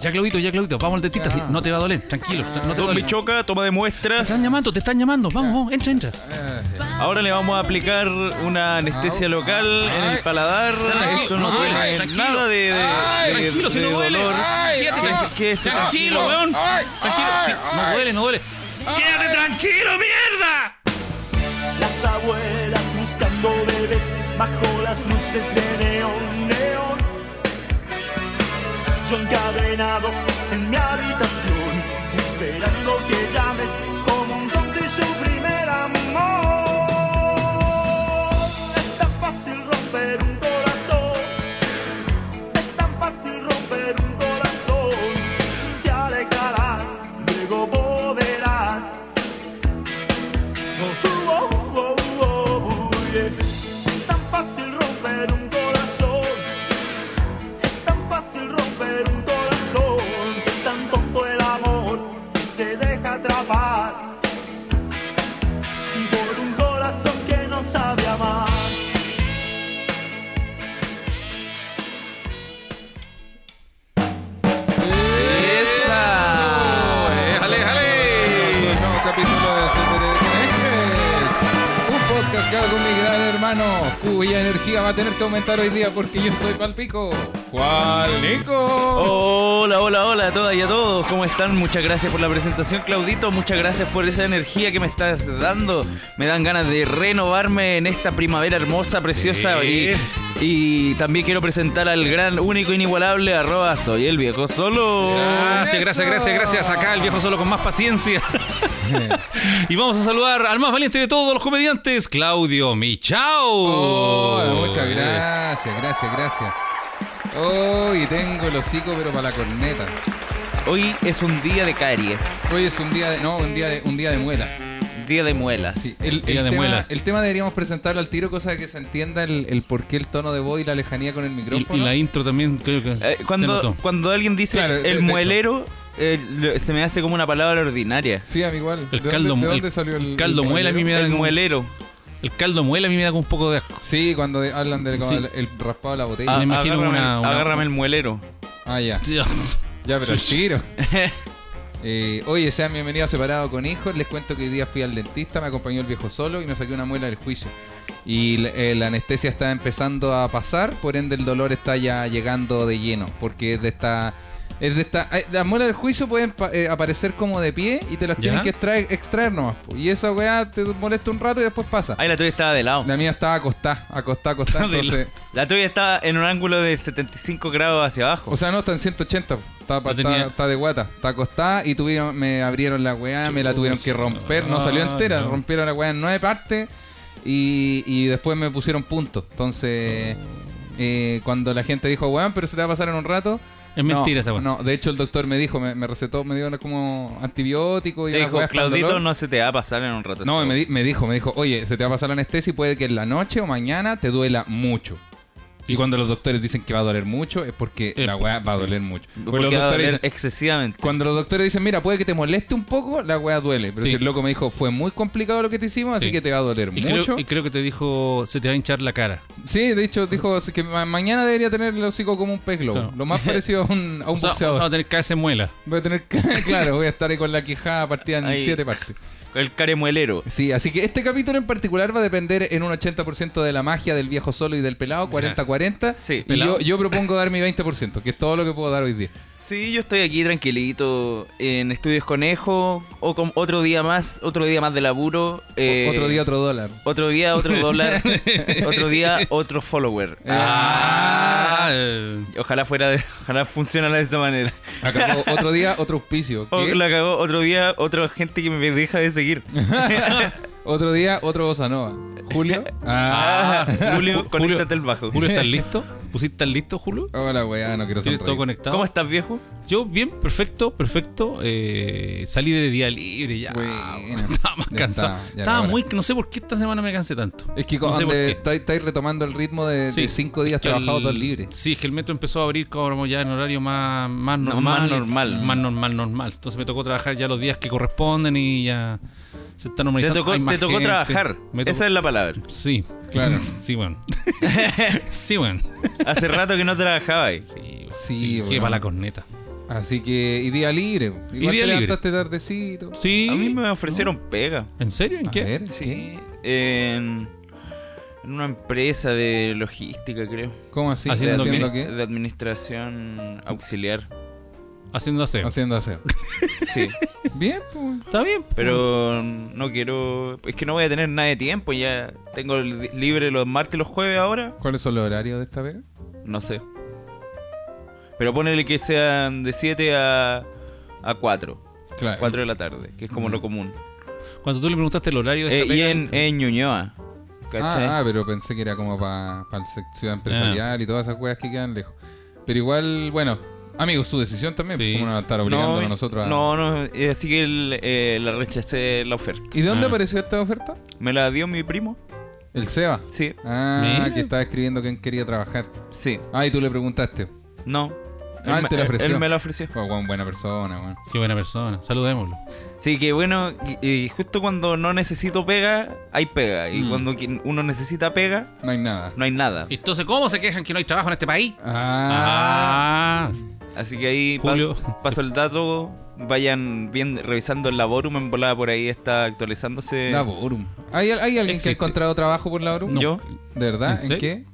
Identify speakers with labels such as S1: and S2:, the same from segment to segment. S1: Ya, Claudito, ya, Claudito, vamos al dentista, sí, no te va a doler, tranquilo, no te va a
S2: Don
S1: doler. Te
S2: Michoca, toma de muestras.
S1: están llamando, te están llamando, vamos, vamos, entra, entra.
S2: Ahora le vamos a aplicar una anestesia local en el paladar.
S1: Tranquilo,
S2: Esto no
S1: ay,
S2: tiene
S1: tranquilo.
S2: nada de, de-
S3: Ay,
S2: de-
S1: Tranquilo, si
S2: de
S1: no duele.
S2: dolor.
S3: Ay,
S1: Quédate
S3: ay,
S1: tranquilo.
S2: quédese
S1: tranquilo,
S2: tranquilo.
S1: weón.
S3: Ay,
S1: tranquilo,
S3: ay,
S1: sí, no
S3: ay.
S1: duele, no duele. ¡Quédate tranquilo, mierda!
S4: Las abuelas buscando bebés bajo las luces de neón, neón. Yo encadenado en mi habitación, esperando que llames como un don de su primer amor. Es tan fácil romper un corazón, es tan fácil romper un corazón. Te alejarás, luego volverás. Oh, oh, oh, oh, yeah. Es tan fácil romper un corazón. Es tan fácil romper un corazón. Es tan tonto el amor que se deja atrapar por un corazón que no sabe amar.
S3: Eh, ¡Ale, ale! Un nuevo capítulo de CPT Conexiones. Un podcast que hago con mi gran hermano, cuya energía va a tener que aumentar hoy día porque yo estoy pal pico. ¿Cuál, Nico?
S2: Hola, hola, hola a todas y a todos. ¿Cómo están? Muchas gracias por la presentación, Claudito. Muchas gracias por esa energía que me estás dando. Me dan ganas de renovarme en esta primavera hermosa, preciosa.
S3: Sí.
S2: Y, y también quiero presentar al gran, único, inigualable, arroba soy el viejo solo.
S3: Eso.
S2: Gracias,
S3: Ah, gracias, gracias, gracias. Acá el viejo
S2: solo con más paciencia.
S1: Y vamos a saludar al más valiente de todos los comediantes, Claudio Michao. Oh,
S3: Hola, muchas
S1: eh.
S3: gracias, gracias, gracias. Hoy tengo el hocico, pero para la corneta.
S2: Hoy es un día de caries,
S3: Hoy es un día de. No, un día de, un día de muelas.
S2: día de muelas.
S3: Sí, el,
S1: Día
S3: el
S1: de
S3: tema,
S1: muela.
S3: el tema deberíamos presentarlo al tiro, cosa de que se entienda el, el por qué el tono de voz y la lejanía con el
S1: Y,
S3: micrófono.
S1: y la intro también creo que
S2: Eh,
S1: se
S2: cuando,
S1: notó.
S2: cuando alguien dice
S3: Claro, de- de
S2: el
S3: hecho.
S2: muelero, eh, lo- se me hace como una palabra ordinaria.
S3: Sí, a mí igual.
S1: El
S3: ¿De
S1: caldo
S3: dónde,
S1: mu-
S3: de dónde
S1: el
S3: salió el
S1: caldo
S3: el
S1: muela a mí me da
S2: El
S1: como-
S2: muelero.
S1: El caldo muela a mí me da como un poco de asco.
S3: Sí, cuando de- hablan del como
S1: Sí.
S3: el, el raspado de la botella.
S1: Ah.
S3: Ah,
S1: me imagino
S2: agárrame,
S1: una- una-
S2: agárrame el muelero.
S3: ya.
S1: Sí,
S3: Ya, pero el
S1: Sí.
S3: tiro. Eh, oye, sean bienvenidos a Separado con Hijos. Les cuento que hoy día fui al dentista, me acompañó el viejo solo y me saqué una muela del juicio. Y la, eh, la anestesia está empezando a pasar, por ende el dolor está ya llegando de lleno. Porque es de esta. Es de esta eh, las muelas del juicio pueden pa- eh, aparecer como de pie y te las
S1: ¿Ya?
S3: tienen que extraer, extraer nomás. po. Y esa weá te molesta un rato y después pasa.
S2: Ahí la tuya estaba de lado.
S3: La mía estaba acostada, acostada, acostada.
S1: De
S3: Entonces,
S2: La tuya está en un ángulo de 75 grados hacia abajo.
S3: o sea, no, está en 180. Está,
S1: Yo
S3: está-
S1: tenía-
S3: está de guata, está acostada y tuvieron, me abrieron la weá, me la tuvieron que romper. No salió entera,
S1: Ah, no.
S3: rompieron la weá en nueve partes y, y después me pusieron puntos. Entonces, eh, cuando la gente dijo, weón, pero se te va a pasar en un rato.
S1: Es
S3: no,
S1: mentira esa weá.
S3: No, de hecho el doctor me dijo, me, me recetó, me dio como antibiótico y
S2: te
S3: unas
S2: dijo,
S3: weas para el
S2: Claudito,
S3: dolor".
S2: no se te va a pasar en un rato.
S3: No, y me, di- me dijo, me dijo, oye, se te va a pasar la anestesia y puede que en la noche o mañana te duela mucho. Y cuando los doctores dicen que va a doler mucho, es porque
S1: Es
S3: la weá va a
S1: sí.
S3: doler mucho.
S2: Porque
S3: Porque pues los
S2: va a
S3: doctores
S2: doler
S3: dicen-
S2: excesivamente.
S3: cuando los doctores dicen, mira, puede que te moleste un poco, la weá duele. Pero
S1: Sí.
S3: si el loco me dijo, fue muy complicado lo que te hicimos, así
S1: Sí.
S3: que te va a doler
S1: Y
S3: mucho.
S1: creo, y creo que te dijo, se te va a hinchar la cara.
S3: Sí, de hecho, dijo "Así que ma- mañana debería tener el hocico como un pez globo.
S1: Claro.
S3: Lo más parecido a un, a un
S1: O sea,
S3: boxeador.
S1: vas a tener cabeza de muela.
S3: Voy a tener que- claro, voy a estar ahí con la quijada partida en
S2: Ahí.
S3: siete partes.
S2: El caremuelero.
S3: Sí, así que este capítulo en particular va a depender en un 80% de la magia del viejo solo y del pelado, 40-40.
S2: Sí,
S3: y
S2: pelado.
S3: yo, yo propongo dar mi 20%, que es todo lo que puedo dar hoy día.
S2: Sí, yo estoy aquí tranquilito en Estudios Conejo. O con otro día más, otro día más de laburo. eh,
S3: otro día, otro dólar.
S2: Otro día, otro dólar. otro día, otro follower. Ah,
S3: Ah.
S1: eh.
S2: Ojalá fuera de, ojalá funcionara de esa manera.
S3: Acabó. otro día, otro auspicio.
S1: Oh,
S2: O
S3: ¿Qué?
S2: la cagó otro día, otra gente que me deja de seguir.
S3: Otro día, otro bossa nova. Julio. Ah.
S2: Ah, Julio,
S1: Ju-
S2: conéctate el bajo.
S1: Julio, ¿estás listo? ¿Pusiste tan listo, Julio?
S3: Hola, weá, no quiero
S1: ¿Tienes todo
S3: sonreír.
S1: conectado?
S2: ¿Cómo estás, viejo?
S1: Yo bien, perfecto, perfecto. Eh, salí de día libre ya.
S3: Bueno,
S1: estaba más
S3: ya
S1: cansado.
S3: está, ya era
S1: estaba
S3: hora.
S1: muy, no sé por qué esta semana me cansé tanto.
S3: Es que
S1: no sé
S3: cuando
S1: por qué.
S3: estáis estáis retomando el ritmo de, de
S1: Sí,
S3: cinco días
S1: que
S3: trabajados,
S1: el-
S3: dos libres.
S1: Sí, es que el metro empezó a abrir como ya en horario más, más
S2: No,
S1: normal.
S2: más normal.
S1: Más normal, normal. Entonces me tocó trabajar ya los días que corresponden y ya se está
S2: Te
S1: normalizando.
S2: tocó,
S1: Hay más
S2: te tocó
S1: gente.
S2: trabajar.
S1: Me
S2: Esa
S1: tocó-
S2: es la palabra.
S1: Sí.
S3: Claro.
S1: sí, bueno. sí, bueno.
S2: Hace rato que no trabajaba ahí.
S1: Sí,
S3: Sí,
S1: Qué
S3: weón.
S1: para la corneta.
S3: Así que, y día libre.
S1: día
S3: Igual te
S1: libre.
S3: levantaste tardecito.
S1: Sí.
S2: A mí me ofrecieron pega.
S1: ¿En serio? ¿En
S3: A
S1: qué?
S3: ver, ¿qué?
S2: Sí. En, en una empresa de logística, creo.
S3: ¿Cómo así?
S1: Haciendo
S3: ¿Haciendo
S1: qué?
S3: qué?
S2: De administración auxiliar.
S1: Haciendo aseo.
S3: Haciendo aseo.
S2: Sí.
S3: Bien, pues.
S1: Está bien.
S2: Pero mm, no quiero. Es que no voy a tener nada de tiempo. Ya tengo li- libre los martes y los jueves ahora.
S3: ¿Cuáles son los horarios de esta vez?
S2: No sé. Pero ponele que sean de 7 a, a 4.
S3: Claro.
S2: 4 de la tarde, que es como
S3: Mm.
S2: lo común.
S1: Cuando tú le preguntaste el horario de
S2: Eh,
S1: esta
S2: y
S1: pega-
S2: en, en Ñuñoa. ¿Cachai?
S3: Ah, ah, pero pensé que era como para el
S1: Ah.
S3: ciudad empresarial y todas esas weas que quedan lejos. Pero igual, bueno, amigos, su decisión también. pues,
S1: Sí.
S3: Como no estar obligándonos a nosotros a.
S2: No, no, eh, así que el, eh, la rechacé la oferta.
S3: ¿Y de dónde
S1: Ah.
S3: apareció esta oferta?
S2: Me la dio mi primo.
S3: El Seba.
S2: Sí,
S3: Ah,
S1: Mira.
S3: que estaba escribiendo quién quería trabajar.
S2: sí,
S3: Ah, y tú le preguntaste.
S2: no.
S3: Ah,
S2: me-
S3: te la ofreció.
S2: él me la ofreció.
S3: Oh, weón, buena persona, weón.
S1: Qué buena persona. Saludémoslo.
S2: Sí, que bueno, y, y justo cuando no necesito pega, hay pega.
S3: Mm.
S2: Y cuando quien- uno necesita pega,
S3: No hay nada.
S2: no hay nada.
S1: Entonces, ¿cómo se quejan que no hay trabajo en este país?
S3: Ah,
S1: Ah.
S2: Así que ahí pa-
S1: Julio.
S2: paso el dato. Vayan viendo, revisando el laborum en volada por ahí está actualizándose.
S3: la Borum. ¿Hay, hay alguien que
S1: Existe.
S3: ha encontrado trabajo por la Borum?
S1: No.
S2: Yo,
S3: ¿De verdad?
S1: ¿En
S3: ¿En,
S1: serio?
S3: qué?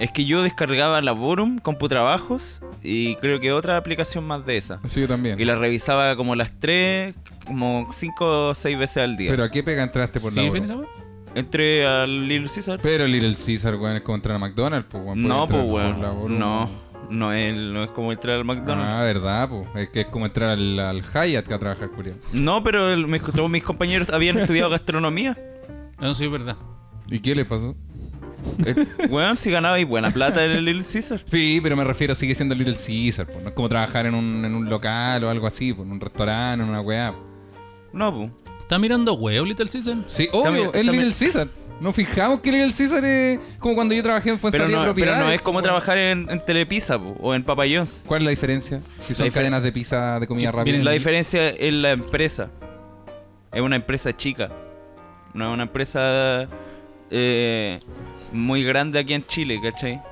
S2: es que yo descargaba laborum, computrabajos y creo que otra aplicación más de esa.
S3: Sí, yo también.
S2: Y la revisaba como las 3, como 5 o 6 veces al día.
S3: ¿Pero a qué pega entraste Este por
S1: ¿Sí,
S3: la
S1: ven
S3: Borum?
S1: esa weá?
S2: Entré al Little Caesar.
S3: Pero Little Caesar, weón, es como entrar a McDonald's, pues, weón.
S2: no,
S3: puede
S2: pues
S3: entrar por la
S2: bueno.
S3: Borum.
S2: No, no es, no es como entrar al McDonald's.
S3: Ah, verdad, pues. Es que es como entrar al, al Hyatt que a trabajar, Julián.
S2: No, pero el- mis, todos mis compañeros habían estudiado gastronomía.
S1: Ah, No, sí, es verdad.
S3: ¿Y qué le pasó? Eh,
S2: Weón, si ganabais buena plata en el Little Caesar.
S3: Sí, pero me refiero, sigue siendo Little Caesar, pues. No es como trabajar en un, en un local o algo así, pues, en un restaurante, en una weá. po.
S2: No, pues.
S1: ¿Está mirando huevo, Little Season?
S3: Sí,
S2: También-
S3: obvio, es
S2: también-
S3: Little Caesar. Nos fijamos que Little Caesar es como cuando yo trabajé en
S2: Pero
S3: Fuensalida
S2: no, pero
S3: Propiedades.
S2: no es como
S3: po.
S2: trabajar en, en Telepizza po, o en Papa John's.
S3: ¿Cuál es la diferencia? Si son
S2: difer-
S3: cadenas de pizza de comida rápida.
S1: vienen-
S2: La diferencia es la empresa. Es una empresa chica. No es una empresa eh, muy grande aquí en Chile, ¿cachai?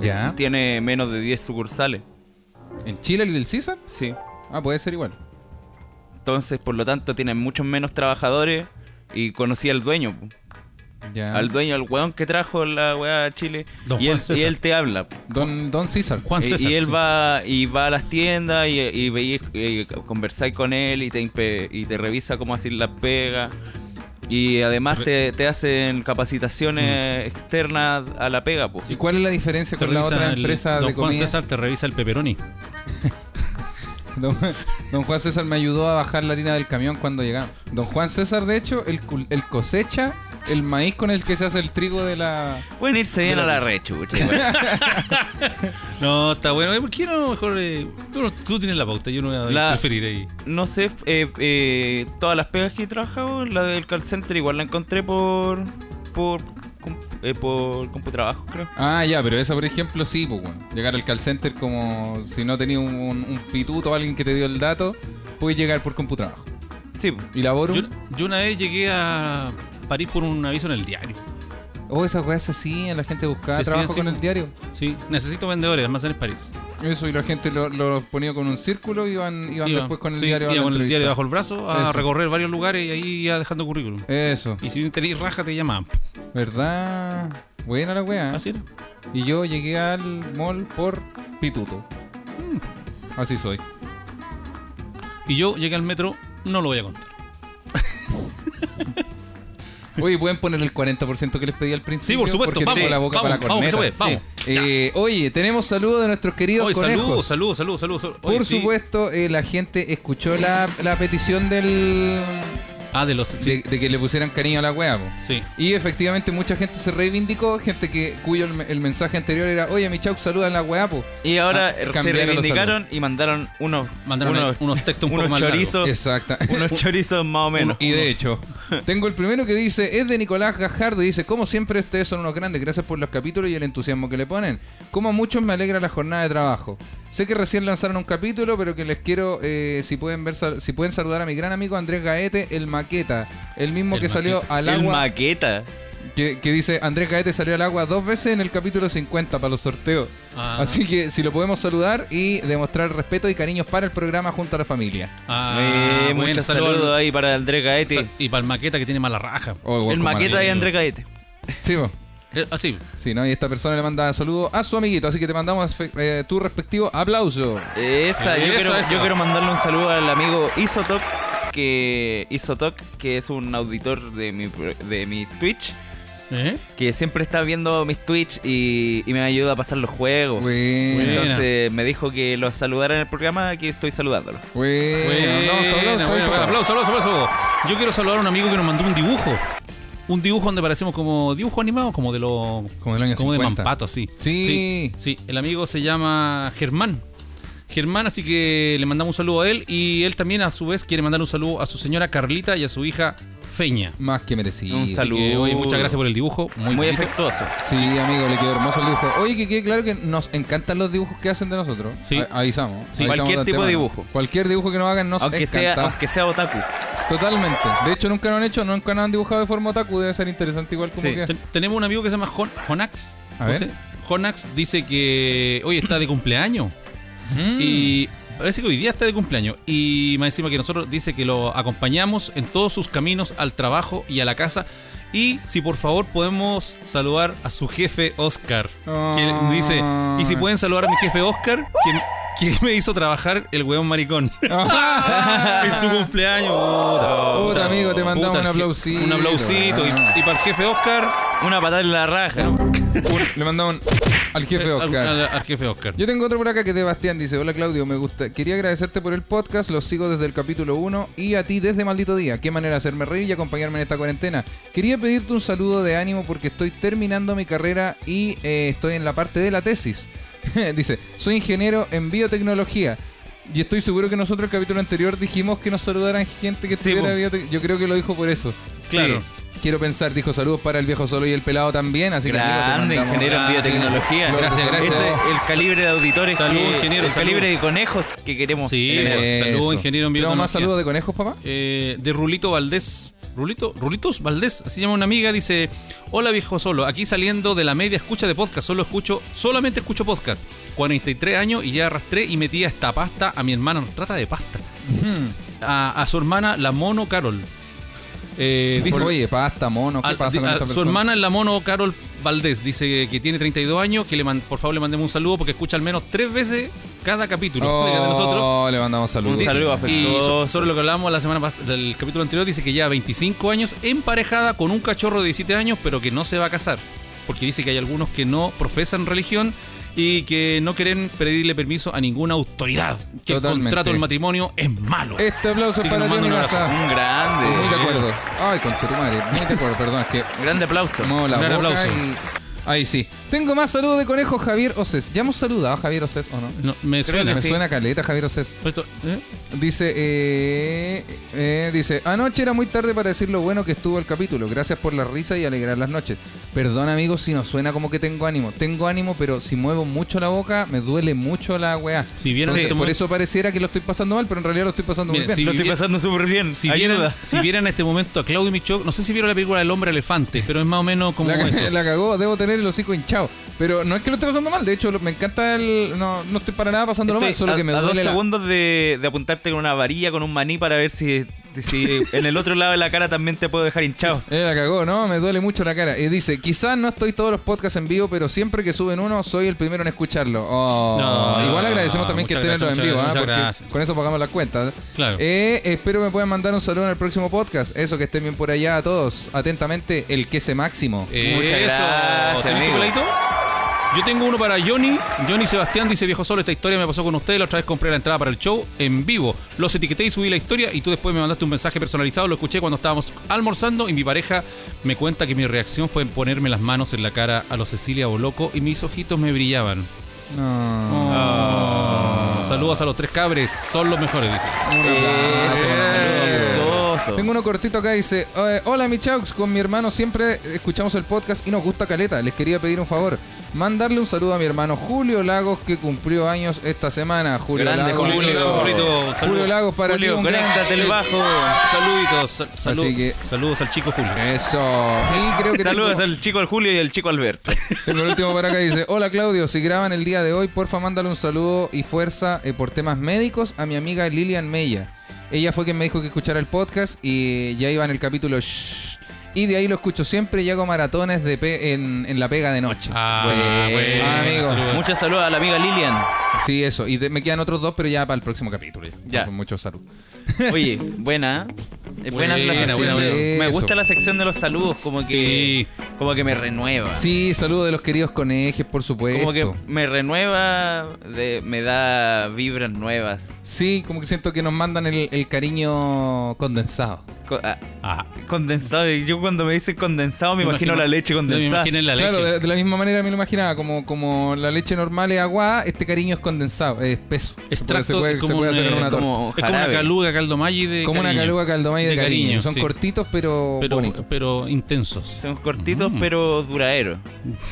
S3: Ya.
S2: Tiene menos de 10 sucursales.
S3: ¿En Chile Little Caesar?
S2: Sí.
S3: Ah, puede ser igual.
S2: Entonces, por lo tanto, tienen muchos menos trabajadores. Y conocí al dueño, po.
S3: Ya.
S2: al dueño, al weón que trajo la weá a Chile.
S1: Don
S2: Y
S1: Juan
S2: él, y
S1: César.
S2: él te habla. po.
S3: Don, Don Caesar.
S1: Juan
S2: Y-
S1: César.
S2: y él
S1: sí.
S2: va y va a las tiendas y, y veis- y conversáis con él y te, impe- y te revisa cómo hacer las pegas. Y además te, te hacen capacitaciones
S1: Mm.
S2: externas a la pega, pues.
S3: ¿Y cuál es la diferencia
S1: Te
S3: con la
S1: revisa
S3: otra
S1: el-
S3: empresa
S1: don
S3: de
S1: Juan
S3: comida?
S1: César te revisa el pepperoni.
S3: Don, don Juan César me ayudó a bajar la harina del camión cuando llegamos. Don Juan César, de hecho, el, cul- el cosecha el maíz con el que se hace el trigo de la...
S2: Pueden irse bien a la
S1: pues.
S2: rechucha. igual.
S1: No, está bueno. Eh, ¿Por qué no mejor? eh, tú, no- tú tienes la pauta, yo no voy a
S2: La-
S1: interferir ahí.
S2: no sé, eh, eh, todas las pegas que he trabajado, la del call center igual la encontré por. por. com- eh, por Computrabajo, creo.
S3: Ah, ya, pero esa, por ejemplo, sí, pues, bueno. Llegar al call center como si no tenías un, un- un pituto o alguien que te dio el dato, puedes llegar por computrabajo.
S2: Sí, po.
S3: ¿Y la Borum?
S1: Yo, yo una vez llegué a París por un aviso en el diario.
S3: Oh, esas weas así, la gente buscaba
S1: Sí, sí,
S3: trabajo
S1: sí,
S3: con
S1: pues.
S3: el diario.
S1: Sí, necesito vendedores, almacenes París.
S3: Eso, y la gente lo, lo ponía con un círculo y iban, iban
S1: Iba,
S3: después con el
S1: sí,
S3: diario. a
S1: iba
S3: la
S1: con el
S3: entrevista.
S1: diario bajo el brazo a
S3: Eso.
S1: recorrer varios lugares y ahí ya dejando currículum.
S3: Eso,
S1: Y si tenés raja te llamaban.
S3: ¿verdad? Buena la wea.
S1: Así era.
S3: Y yo llegué al mall por pituto.
S1: Mm.
S3: Así soy.
S1: Y yo llegué al metro, no lo voy a contar.
S3: Oye, pueden poner el 40% que les pedí al principio.
S1: Sí, por supuesto,
S3: Porque
S1: vamos,
S3: tengo la boca
S1: vamos,
S3: para la
S1: vamos, que se
S3: corneta.
S1: puede, vamos,
S3: Sí. Eh, oye, tenemos saludos de nuestros queridos
S1: Oye,
S3: conejos.
S1: saludos, saludos, saludos, saludos. saludos. Oye,
S3: Por
S1: sí.
S3: supuesto, eh, la gente escuchó la, la petición del
S1: Ah, de los. Sí.
S3: de, de que le pusieran cariño a la wea. po.
S1: sí.
S3: Y efectivamente mucha gente se reivindicó, gente que cuyo el, el mensaje anterior era, oye, mi chau, saluda en la wea, po".
S2: Y ahora
S3: Ah,
S2: se
S3: cambiaron los
S2: reivindicaron y mandaron unos.
S1: Mandaron
S2: unos,
S1: unos, textos un
S2: unos
S1: poco más largos.
S2: chorizos.
S3: Exacta.
S2: Unos chorizos más o menos.
S3: Y de hecho, tengo el primero que dice, es de Nicolás Gajardo y dice, como siempre ustedes son unos grandes, gracias por los capítulos y el entusiasmo que le ponen. Como a muchos me alegra la jornada de trabajo. Sé que recién lanzaron un capítulo, pero que les quiero, eh, si pueden ver, sal- si pueden saludar a mi gran amigo Andrés Gaete, el maqueta, el mismo
S1: El
S3: que salió
S1: Maqueta.
S3: al
S2: El
S3: agua.
S2: maqueta.
S3: Que, que dice, Andrés Gaete salió al agua dos veces en el capítulo 50 para los sorteos.
S1: Ah.
S3: Así que si lo podemos saludar y demostrar respeto y cariños para el programa junto a la familia.
S1: Ah,
S2: Eh,
S1: bueno,
S2: muchos
S1: saludo al-
S2: saludos ahí para Andrés Gaete.
S1: sa- Y para el maqueta que tiene mala raja.
S3: Oh, igual
S2: El
S3: con
S2: maqueta
S3: Maravilla.
S2: de Andrés Gaete.
S3: Sí, po.
S1: Eh, así.
S3: Sí, ¿no? Y esta persona le manda saludos a su amiguito, así que te mandamos fe- eh, tu respectivo aplauso.
S2: Esa, yo,
S1: Eh, Eso,
S2: quiero,
S1: eso.
S2: yo quiero mandarle un saludo al amigo Isotoc, que Isotoc, que es un auditor de mi, pro- de mi Twitch,
S1: ¿Eh?
S2: que siempre está viendo mis Twitch y, y me ayuda a pasar los juegos.
S3: Bueno,
S1: Bueno.
S2: Entonces me dijo que los saludara en el programa, que estoy saludándolo.
S3: bueno, vamos,
S1: Buena,
S3: aplauso,
S1: buena,
S3: eso,
S1: buena.
S3: aplauso.
S1: aplauso, aplauso, aplauso. Yo quiero saludar a un amigo que nos mandó un dibujo. Un dibujo donde parecemos como dibujo animado, como de los.
S3: Como del año
S1: Como de
S3: 50.
S1: Mampato, así.
S3: Sí.
S1: sí. sí. el amigo se llama Germán. Germán, así que le mandamos un saludo a él. Y él también, a su vez, quiere mandar un saludo a su señora Carlita y a su hija Feña.
S3: Más que merecido.
S2: Un saludo.
S1: Que, oye, muchas gracias por el dibujo. Muy,
S2: Muy
S1: bonito.
S2: afectuoso.
S3: Sí, amigo, le quedó hermoso el dibujo. Oye, que quede claro que nos encantan los dibujos que hacen de nosotros.
S1: Sí.
S3: A- avisamos.
S1: Sí.
S2: Cualquier
S3: avisamos de
S2: tipo de
S3: antemano.
S2: dibujo.
S3: Cualquier dibujo que nos hagan nos
S2: Aunque sea,
S3: encanta.
S2: aunque sea otaku.
S3: Totalmente. De hecho, nunca lo han hecho, nunca lo han dibujado de forma otaku. Debe ser interesante igual como
S2: Sí.
S3: que...
S1: Ten- tenemos un amigo que se llama Jon- Jonax.
S3: A
S1: No
S3: ver.
S1: sé. Jonax dice que hoy está de cumpleaños.
S3: Mm.
S1: Y parece que hoy día está de cumpleaños. Y más encima que nosotros dice que lo acompañamos en todos sus caminos al trabajo y a la casa. Y si por favor podemos saludar a su jefe Oscar.
S3: Ah.
S1: Que dice, y si pueden saludar a mi jefe Oscar, que, que me hizo trabajar el huevón maricón. en su cumpleaños. Puta,
S3: Ah. Puta,
S1: puta,
S3: amigo, te mandamos
S1: puta,
S3: un aplausito.
S1: Un aplausito. Y, y para el jefe Oscar,
S2: Una patada en la raja.
S3: Le mandamos al jefe
S1: eh, al-
S3: Oscar.
S1: Al, al jefe Oscar.
S3: Yo tengo otro por acá que es de Bastián dice, hola Claudio, me gusta, quería agradecerte por el podcast, los sigo desde el capítulo 1 y a ti desde maldito día, qué manera de hacerme reír y acompañarme en esta cuarentena. Quería pedirte un saludo de ánimo porque estoy terminando mi carrera y eh, estoy en la parte de la tesis. dice, soy ingeniero en biotecnología. Y estoy seguro que nosotros el capítulo anterior dijimos que nos saludaran gente que
S2: Sí,
S3: estuviera
S2: po.
S3: en biotec- Yo creo que lo dijo por eso.
S1: Claro.
S3: Sí. Quiero pensar, dijo saludos para el viejo solo y el pelado también, así que... amigo, te
S2: Grande,
S3: mandamos-
S2: ingeniero en
S1: Ah, sí.
S2: biotecnología.
S3: Gracias,
S2: Ese
S3: gracias.
S2: es el calibre de auditores.
S1: Salud,
S2: que-
S1: ingeniero,
S2: El
S1: salud.
S2: calibre de conejos que queremos.
S1: Sí,
S2: tener.
S3: Eh,
S1: bueno. Saludos, ingeniero en
S3: ¿Tenemos más
S1: biotecnología.
S3: saludos de conejos, papá?
S1: eh, de Rulito Valdés. Rulito, Rulitos Valdés, así llama una amiga, dice, hola viejo solo, aquí saliendo de la media escucha de podcast, solo escucho, solamente escucho podcast. 43 años y ya arrastré y metí a esta pasta a mi hermana, nos trata de pasta. Hmm. A, a su hermana, la mono Carol. Eh, dice-
S3: Oye, pasta, mono, ¿qué
S1: al-
S3: pasa
S1: di-
S3: con
S1: a-
S3: esta persona?
S1: Su hermana es la mono Carol Valdés, dice que tiene 32 años, que le man- por favor le mandemos un saludo porque escucha al menos tres veces cada capítulo
S3: Oh,
S1: de nosotros.
S3: le mandamos saludos.
S2: Un saludo
S1: Y
S2: afectuoso.
S1: so- sobre lo que hablábamos la semana pas- del capítulo anterior, dice que lleva 25 años emparejada con un cachorro de 17 años, pero que no se va a casar. Porque dice que hay algunos que no profesan religión y que no quieren pedirle permiso a ninguna autoridad. Que el
S3: Totalmente.
S1: contrato del matrimonio es malo.
S3: Este
S1: Así
S3: aplauso es
S1: que
S3: para
S1: nos
S3: Johnny
S1: manda un
S3: Gaza.
S2: Un grande.
S3: Muy de acuerdo. Ay, concha tu madre. Muy de acuerdo, perdón, es que
S2: Grande aplauso.
S3: muevo la
S1: Gran
S3: boca
S1: aplauso.
S3: y- Ahí sí. Tengo más saludos de conejo Javier Oces. ¿Ya hemos saludado a Javier Oces o no?
S1: No, me
S2: Creo
S1: suena.
S3: Me
S2: sí.
S3: suena caleta Javier Oces.
S1: Esto- ¿eh?
S3: Dice, eh, eh, dice, anoche era muy tarde para decir lo bueno que estuvo el capítulo. Gracias por la risa y alegrar las noches. Perdón amigos si no suena como que tengo ánimo. Tengo ánimo, pero si muevo mucho la boca, me duele mucho la weá.
S1: Si vieron
S3: Entonces,
S1: este
S3: por
S1: momento-
S3: eso pareciera que lo estoy pasando mal, pero en realidad lo estoy pasando
S1: Mira,
S3: muy bien.
S1: si
S2: lo estoy
S1: vivi-
S2: pasando súper bien.
S1: Si vieran,
S2: Ayuda.
S1: si vieran en este momento a Claudio Michoc, no sé si vieron la película El hombre elefante, pero es más o menos como
S3: La, ca-
S1: eso.
S3: la cagó, debo tener el hocico hinchado. Pero no es que lo esté pasando mal, de hecho lo- me encanta el... No, no estoy para nada pasándolo
S2: Estoy
S3: mal, solo
S2: a,
S3: que me
S2: a dos
S3: duele la...
S2: segundos de, de apuntarte con una varilla, con un maní para ver si, si en el otro lado de la cara también te puedo dejar hinchado.
S3: Eh, la cagó, ¿no? Me duele mucho la cara. Y dice, quizás no estoy todos los podcasts en vivo, pero siempre que suben uno, soy el primero en escucharlo. Oh.
S1: No,
S3: Igual agradecemos también que
S1: muchas
S3: estén en los en
S1: gracias,
S3: vivo,
S1: muchas-
S3: ¿ah?
S1: muchas
S3: Porque
S1: gracias.
S3: con eso pagamos las cuentas.
S1: Claro.
S3: Eh, espero me puedan mandar un saludo en el próximo podcast. Eso, que estén bien por allá a todos. Atentamente, el que se máximo.
S1: Eh,
S2: Muchas
S1: ¿Tenés
S2: gracias,
S1: tu
S2: amigo.
S1: peladito? Yo tengo uno para Johnny. Johnny Sebastián dice, viejo solo, esta historia me pasó con ustedes. La otra vez compré la entrada para el show en vivo. Los etiqueté y subí la historia y tú después me mandaste un mensaje personalizado. Lo escuché cuando estábamos almorzando y mi pareja me cuenta que mi reacción fue ponerme las manos en la cara a los Cecilia Boloco y mis ojitos me brillaban.
S3: No.
S1: Saludos a los tres cabres, son los mejores, dice.
S3: Un abrazo, un
S2: Eh, Eso,
S3: saludo.
S2: saludos Maravilloso.
S3: Tengo uno cortito acá, dice, eh, hola mi Chaux, con mi hermano siempre escuchamos el podcast y nos gusta Caleta, les quería pedir un favor, mandarle un saludo a mi hermano Julio Lagos que cumplió años esta semana. Julio
S2: Grande,
S3: Lagos.
S2: Julio,
S1: Julio,
S3: Julio Lagos para ti,
S2: Julio,
S3: un gran-
S2: conéctate el bajo.
S1: Saluditos, sal- salud-
S3: Así que- Eh,
S1: saludos al chico Julio.
S3: Eso. Y creo que
S2: Saludos
S3: tengo-
S2: al chico al Julio y al chico Alberto.
S3: Y por último por acá dice, hola Claudio, si graban el día de hoy, porfa mándale un saludo y fuerza eh, por temas médicos a mi amiga Lilian Mella. Ella fue quien me dijo que escuchara el podcast y ya iba en el capítulo Shh. y de ahí lo escucho siempre y hago maratones de pe- en, en la pega de noche.
S1: Ah,
S2: Sí.
S1: bueno,
S3: Ah, amigo.
S1: saludos.
S2: Muchas saludos a la amiga Lilian.
S3: Sí, eso. Y de- me quedan otros dos, pero ya para el próximo capítulo.
S2: Ya.
S3: Con mucho salud.
S2: Oye, buena. ¿eh? Es buena,
S1: Buena,
S2: la sección.
S1: buena, buena.
S2: Me
S3: Eso.
S2: gusta la sección de los saludos, como que,
S1: Sí.
S2: como que me renueva.
S3: Sí, saludos de los queridos conejes, por supuesto.
S2: como que me renueva, de- me da vibras nuevas.
S3: Sí, como que siento que nos mandan el, el cariño condensado.
S2: Co- ah,
S1: Ah,
S2: condensado, y yo cuando me dicen condensado me, imagino, la leche condensada.
S1: Me imagino la leche.
S3: Claro, de, de la misma manera me lo imaginaba, como, como la leche normal es agua, este cariño es condensado, es espeso. Se puede-
S1: Extracto
S3: se puede, se
S1: como
S3: puede
S1: un,
S3: hacer en
S1: eh,
S3: una torta.
S2: como-
S1: es como una
S2: jarabe.
S1: caluga caldo Maggi de
S3: Como una
S1: cariño.
S3: caluga caldomay de,
S1: De
S3: cariño.
S1: cariño,
S3: Son
S1: sí.
S3: cortitos pero, bonitos.
S1: pero, pero intensos.
S2: Son cortitos
S1: Mm.
S2: pero duraderos.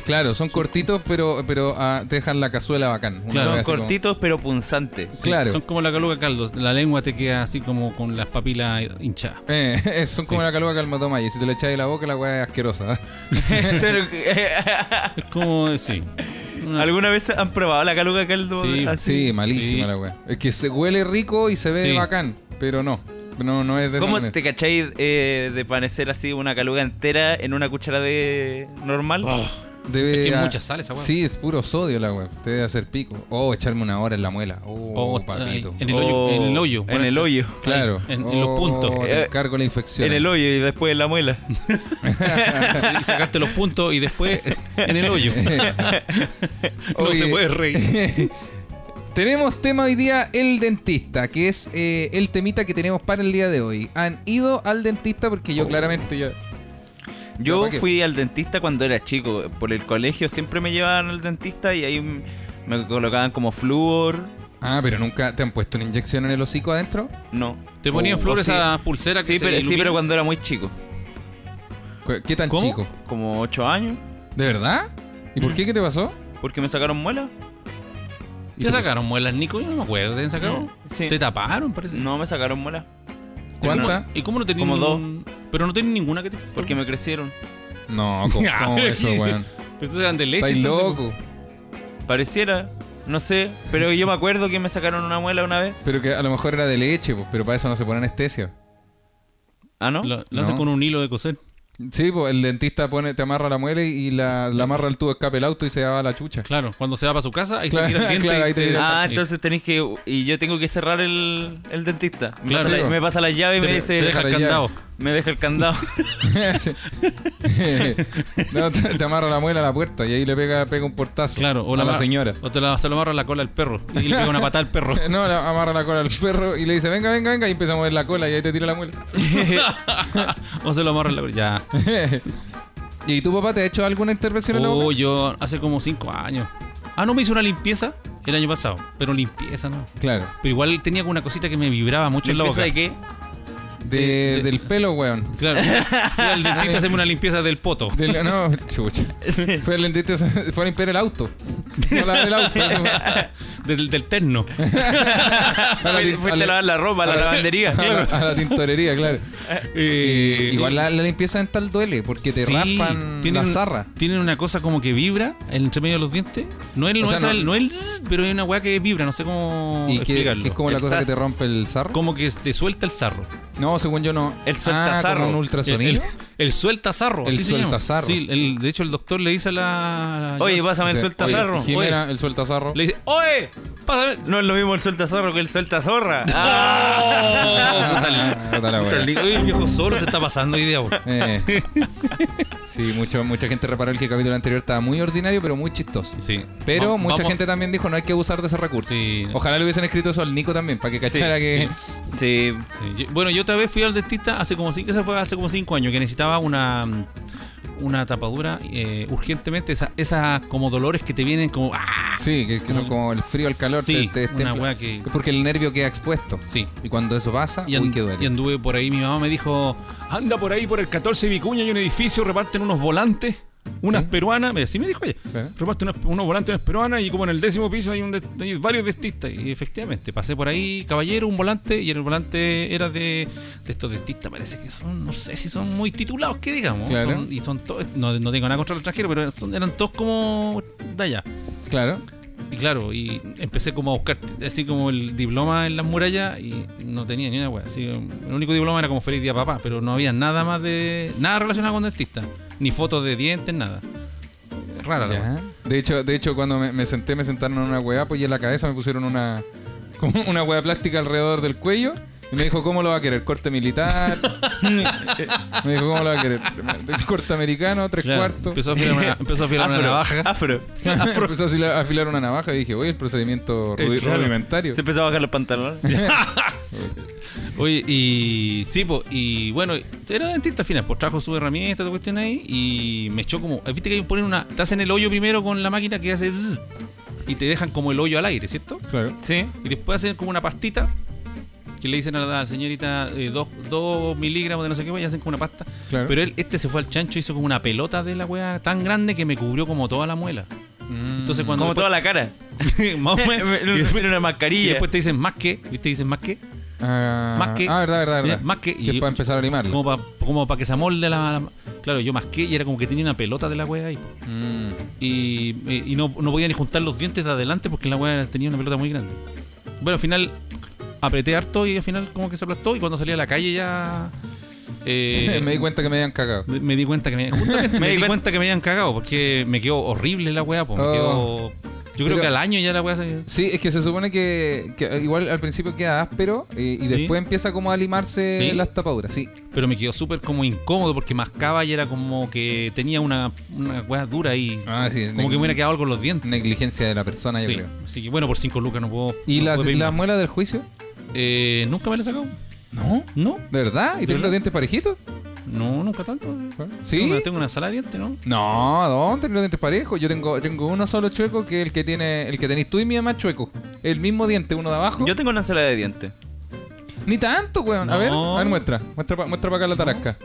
S3: Claro, son cortitos pero, pero ah, te dejan la cazuela bacán. Una
S1: Claro.
S3: wea
S2: Son
S3: así como-
S2: cortitos pero punzantes.
S1: Sí,
S3: claro.
S1: Son como la caluga caldo. La lengua te queda así como con las papilas hinchadas.
S3: Eh, son como la caluga calmatomay. Si te la echas de la boca la weá es asquerosa.
S1: Ah,
S2: Eso es lo que-
S1: Es como, sí. Una-
S2: ¿Alguna vez han probado la caluga caldo?
S1: Sí,
S3: Sí, malísima
S1: Sí.
S3: la weá. Es que se huele rico y se ve
S1: Sí.
S3: bacán, pero no. No, no es de esa
S2: ¿Cómo
S3: manera.
S2: te cacháis eh, de panecer así una caluga entera en una cuchara de normal?
S1: Oh,
S3: Debe
S1: Es que
S3: a-
S1: mucha sal esa weá.
S3: Sí, es puro sodio la web. Te debe hacer pico. Oh, echarme una hora en la muela. Oh,
S1: Oh,
S3: papito.
S1: ay, en el hoyo, en el hoyo.
S2: En el hoyo.
S3: Claro.
S1: en- en los
S3: Oh,
S1: puntos.
S3: te
S2: Eh,
S3: cargo la infección.
S2: En el hoyo y después en la muela.
S1: y sacarte los puntos y después en el hoyo.
S2: no
S3: Oye,
S2: se puede reír.
S3: Tenemos tema hoy día el dentista, que es eh, el temita que tenemos para el día de hoy. Han ido al dentista porque yo claramente ya...
S2: Yo
S3: ¿Para qué?
S2: fui al dentista cuando era chico. Por el colegio siempre me llevaban al dentista y ahí m- me colocaban como flúor.
S3: Ah, pero nunca te han puesto una inyección en el hocico adentro.
S2: No.
S1: Te ponían
S3: Oh,
S1: flores
S3: sí.
S1: a pulsera que
S2: Sí
S1: se
S2: pero, sí,
S1: ilumina.
S2: pero cuando era muy chico.
S3: ¿Qué- ¿Qué tan
S1: ¿Cómo?
S3: chico?
S2: Como 8 años.
S3: ¿De verdad? ¿Y por
S1: Mm.
S3: qué? ¿Qué te pasó?
S2: Porque me sacaron muela.
S1: ¿Te sacaron muelas, Nico? Yo no me acuerdo. ¿Te han sacado?
S2: Sí.
S1: ¿Te taparon, parece?
S2: No me sacaron muela.
S3: ¿Cuánta?
S1: ¿Y cómo no tenías
S2: Como
S1: ningún- Pero no tenías ninguna que te...
S2: Porque me crecieron.
S3: No, ¿cómo, cómo eso, weón?
S1: Pero entonces eran de leche.
S3: Estáis
S1: entonces,
S3: loco.
S2: Pareciera. No sé. Pero yo me acuerdo que me sacaron una muela una vez.
S3: Pero que a lo mejor era de leche, pues, pero para eso no se pone anestesia.
S2: Ah, ¿no?
S1: Lo, lo hacen
S3: No.
S1: con un hilo de coser.
S3: Sí, pues el dentista pone, te amarra la muela y la, la amarra el tubo de escape del auto y se va a la chucha.
S1: Claro, cuando se va para su casa, ahí
S3: Claro,
S1: te tira el diente.
S3: claro,
S1: y
S3: ahí te tira
S2: Ah, entonces tenéis que. Y yo tengo que cerrar el, el dentista. Me,
S1: Claro.
S2: pasa la, me pasa la llave y
S1: te,
S2: me
S1: te
S2: dice.
S1: deja el
S3: deja la
S1: candado.
S2: Me deja el candado.
S3: no, te, te amarra la muela a la puerta y ahí le pega, pega un portazo
S1: Claro, o
S3: a
S1: la,
S3: la
S1: ma-
S3: señora.
S1: O te la, se lo amarra la cola al perro. Y le pega una patada al perro.
S3: No, le amarra la cola al perro y le dice, venga, venga, venga, y empieza a mover la cola y ahí te tira la muela.
S1: o se lo amarra la cola. Ya.
S3: ¿Y tu papá te ha hecho alguna intervención en la
S1: Oh,
S3: boca?
S1: yo hace como cinco años. Ah, no me hizo una limpieza el año pasado. Pero limpieza, ¿no?
S3: Claro.
S1: Pero igual tenía una cosita que me vibraba mucho en la
S2: ¿Limpieza
S1: boca.
S2: de qué?
S3: De-
S1: De- de-
S3: del pelo, weón.
S1: Claro. Fui al dentista a hacerme una limpieza del poto.
S3: Del- no, chucha. Fue el dentista, fue a limpiar el auto. No lavar el auto. eso fue.
S1: Del, del terno.
S3: A la
S2: Fuiste
S3: tin-
S2: a lavar la ropa, a la
S3: a la-
S2: lavandería.
S3: a la- a la tintorería, claro.
S1: Eh,
S3: Igual la, la limpieza dental duele porque te
S1: sí,
S3: raspan la
S1: un-
S3: zarra.
S1: Tienen una cosa como que vibra entre medio de los dientes. No es, no
S3: O sea,
S1: es
S3: no-
S1: el, no es el zzz, pero hay una weá que vibra, no sé cómo
S3: Y que,
S1: explicarlo.
S3: que es como la
S2: El
S3: cosa que
S2: sas.
S3: te rompe el zarro.
S1: Como que te suelta el zarro.
S3: No, según yo no.
S2: El suelta
S3: ah,
S2: zarro.
S3: Como un
S1: El,
S3: ultrasonido.
S1: el- el suelta zarro.
S3: El
S1: así se llama.
S3: sueltazarro.
S1: Sí, el- de hecho el doctor le dice a la...
S2: Oye, pásame el
S3: Dice,
S2: suelta
S3: oye,
S2: zorro.
S3: Jimena, el suelta zarro.
S1: Le dice, oye, pásame...
S2: No es lo mismo el suelta zorro que el suelta zorra. Ah,
S1: Oh, puta la-
S3: Ah, puta la
S1: puta la-
S3: wea.
S1: Oye, el viejo solo se está pasando idea, bro.
S3: Eh. Sí, mucho, mucha gente reparó el que el capítulo anterior estaba muy ordinario, pero muy chistoso.
S1: Sí.
S3: Pero
S1: Va-
S3: mucha
S1: vamos-
S3: gente también dijo, no hay que abusar de ese recurso.
S1: Sí.
S3: Ojalá le hubiesen escrito eso al Nico también, para que cachara que...
S2: Sí.
S1: Sí, yo- bueno, yo otra vez fui al dentista hace como cinco, esa fue hace como cinco años, que necesitaba una mm, una tapadura eh, urgentemente. Esa, esas como dolores que te vienen como. ¡ah!
S3: Sí, que, que son como el frío, el calor.
S1: Sí,
S3: te- te- te-
S1: una weá que-
S3: Es porque el nervio queda expuesto.
S1: Sí.
S3: Y cuando eso pasa,
S1: Y,
S3: uy,
S1: an-
S3: que duele.
S1: y anduve por ahí, mi mamá me dijo, anda por ahí por el 14 de Vicuña, hay un edificio, reparten unos volantes, unas
S3: Sí.
S1: peruanas, me, así me dijo ella,
S3: Sí.
S1: reparten unas- unos volantes, unas peruanas, y como en el décimo piso hay, un de- hay varios destistas. Y efectivamente, pasé por ahí, caballero, un volante, y el volante era de, de estos destistas, parece que son, no sé si son muy titulados, que digamos.
S3: Claro.
S1: Son- y son todos, no, no tengo nada contra los extranjeros, pero son- eran todos como de allá.
S3: Claro.
S1: Y claro, y empecé como a buscar así como el diploma en las murallas y no tenía ni una wea. Así, el único diploma era como feliz día papá, pero no había nada más de. nada relacionado con dentista. Ni fotos de dientes, nada. Rara la wea.
S3: Ya. De hecho, de hecho cuando me, me senté, me sentaron en una weá, apoyé la cabeza, me pusieron una como una weá plástica alrededor del cuello. Y me dijo, ¿cómo lo va a querer? ¿Corte militar? me dijo, ¿cómo lo va a querer? ¿Corte americano? ¿Tres
S1: Claro,
S3: cuartos?
S1: empezó a afilar una, empezó a afilar una
S2: Afro,
S1: navaja.
S2: afro.
S3: Empezó a afilar- a afilar una navaja y dije, oye, el procedimiento
S2: Eh,
S3: rudi-
S2: claro.
S3: rudimentario.
S2: Se empezó a bajar los pantalones.
S1: Oye, y sí, po, y bueno, era dentista al final, pues trajo su herramienta, toda cuestión ahí, y me echó como, viste que ahí ponen una, te hacen el hoyo primero con la máquina que hace zzz, y te dejan como el hoyo al aire, ¿cierto?
S3: Claro.
S2: Sí.
S1: Y después hacen como una pastita que le dicen a la señorita 2 miligramos de no sé qué, y hacen como una pasta.
S3: Claro.
S1: Pero él, este se fue al chancho, hizo como una pelota de la wea tan grande que me cubrió como toda la muela. Entonces cuando...
S2: Como toda la cara.
S1: después- más o menos. y, después,
S2: Tiene una
S1: y
S2: mascarilla.
S1: después te dicen más que, ¿viste? Dicen más que.
S3: Ah,
S1: Más que-
S3: ah, verdad, verdad, verdad.
S1: Más que-
S3: Que
S1: y-
S3: es para empezar a limarlo.
S1: Como para como pa que se amolde la, la- Claro, yo masqué y era como que tenía una pelota de la wea ahí. po.
S3: Mm.
S1: Y, eh, y no, no podía ni juntar los dientes de adelante porque la wea tenía una pelota muy grande. Bueno, al final apreté harto y al final como que se aplastó y cuando salí a la calle ya... eh,
S3: me di cuenta que me habían cagado.
S1: Me- Me di cuenta que me, justamente
S2: Me
S1: me
S2: di
S1: di
S2: cuen-
S1: cuenta que me habían cagado porque me quedó horrible la weá, po, me
S3: Oh.
S1: quedó- Yo creo
S3: Pero-
S1: que al año ya la weá se.
S3: Sí, es que se supone que, que igual al principio queda áspero eh, y,
S1: Sí.
S3: después empieza como a limarse
S1: Sí.
S3: las tapaduras, sí.
S1: Pero me quedó súper como incómodo porque mascaba y era como que tenía una, una weá dura y
S3: Ah, sí,
S1: como
S3: neg-
S1: que me hubiera quedado algo en los dientes.
S3: Negligencia de la persona, yo
S1: Sí,
S3: creo.
S1: Así que bueno, por 5 lucas no puedo.
S3: ¿Y
S1: no
S3: la,
S1: puedo pedir
S3: la
S1: más.
S3: muela del juicio?
S1: Eh, ¿Nunca me la he sacado?
S3: No.
S1: No,
S3: ¿De verdad? ¿Y
S1: ¿De
S3: tenés los
S1: verdad?
S3: dientes parejitos?
S1: no, nunca tanto.
S3: ¿Sí?
S1: Tengo una, tengo una sala de dientes, ¿no?
S3: No, ¿dónde tenés los dientes parejos? Yo tengo, tengo uno solo chueco que el que tiene, el que tenés tú y mi mamá chueco. El mismo diente, uno de abajo.
S2: Yo tengo una sala de dientes.
S3: Ni tanto, weón. A ver,
S1: No.
S3: a ver, muestra. Muestra, pa- muestra para acá la tarasca.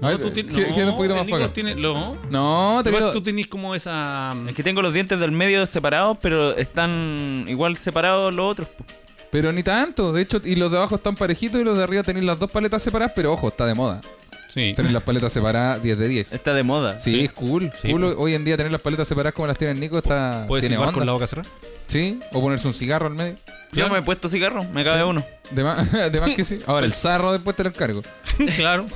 S1: No,
S3: a ver,
S1: tú tienes.
S3: gi- gira un poquito más para acá.
S1: no,
S3: No,
S1: Lo que pasa
S3: te veo-
S1: es que tú tenés como esa. mm,
S2: Es que tengo los dientes del medio separados, pero están igual separados los otros. po.
S3: Pero ni tanto, de hecho, y los de abajo están parejitos y los de arriba tenéis las dos paletas separadas, pero ojo, está de moda.
S1: Sí.
S3: Tener las paletas separadas 10 de 10.
S2: Está de moda.
S3: Sí,
S1: Sí.
S3: es cool.
S1: Sí.
S3: Cool, Hoy en día tener las paletas separadas como las tiene el Nico está
S1: Puedes
S3: tiene
S1: silbar
S3: onda.
S1: con la boca cerrada.
S3: Sí, o ponerse un cigarro al medio.
S2: Yo
S1: Claro.
S2: me he puesto cigarro, me cabe
S3: Sí.
S2: uno.
S3: De más, de más que sí. Ahora, el sarro después te lo encargo.
S1: claro.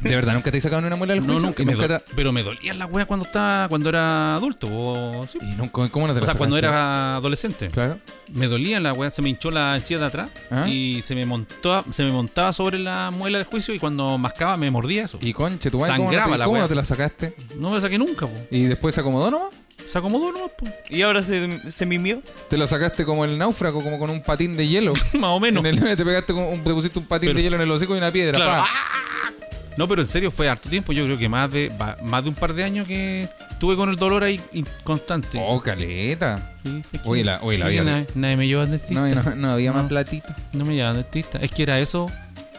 S3: De verdad, nunca te he sacado ni una muela del
S1: No,
S3: juicio.
S1: nunca,
S3: y
S1: me
S3: nunca
S1: dol- Pero me dolía la wea cuando estaba, cuando era adulto. O, sí.
S3: te- y nunca- ¿Cómo no te
S1: O
S3: la
S1: sea, cuando
S3: sacaste?
S1: era adolescente.
S3: Claro.
S1: Me dolía la wea, se me hinchó la encía de atrás
S3: Ah.
S1: y se me montó, se me montaba sobre la muela del juicio y cuando mascaba me mordía eso.
S3: Y conche, tu madre, ¿cómo, no
S1: Sangraba
S3: te,
S1: la
S3: cómo
S1: wea.
S3: no te la sacaste?
S1: No me la saqué nunca, po.
S3: Y después se acomodó nomás.
S1: Se acomodó nomás, po. Más
S2: Y ahora se, se mimió.
S3: Te la sacaste como el náufrago, como con un patín de hielo.
S1: o menos.
S3: En el- te pegaste con un, te pusiste un patín
S1: Pero-
S3: de hielo en el hocico y una piedra.
S1: Claro. Ah,
S3: pa.
S1: No, pero en serio fue harto tiempo. Yo creo que más de va- más de un par de años que estuve con el dolor ahí in- constante.
S3: Oh, caleta.
S1: Sí, es que-
S3: Oye, la, oye, la
S1: es que
S3: vida.
S1: nadie, nadie me llevó al dentista.
S3: No,
S1: No,
S3: y no, no había más
S1: No.
S3: platita.
S1: me llevaban al dentista. Es que era eso.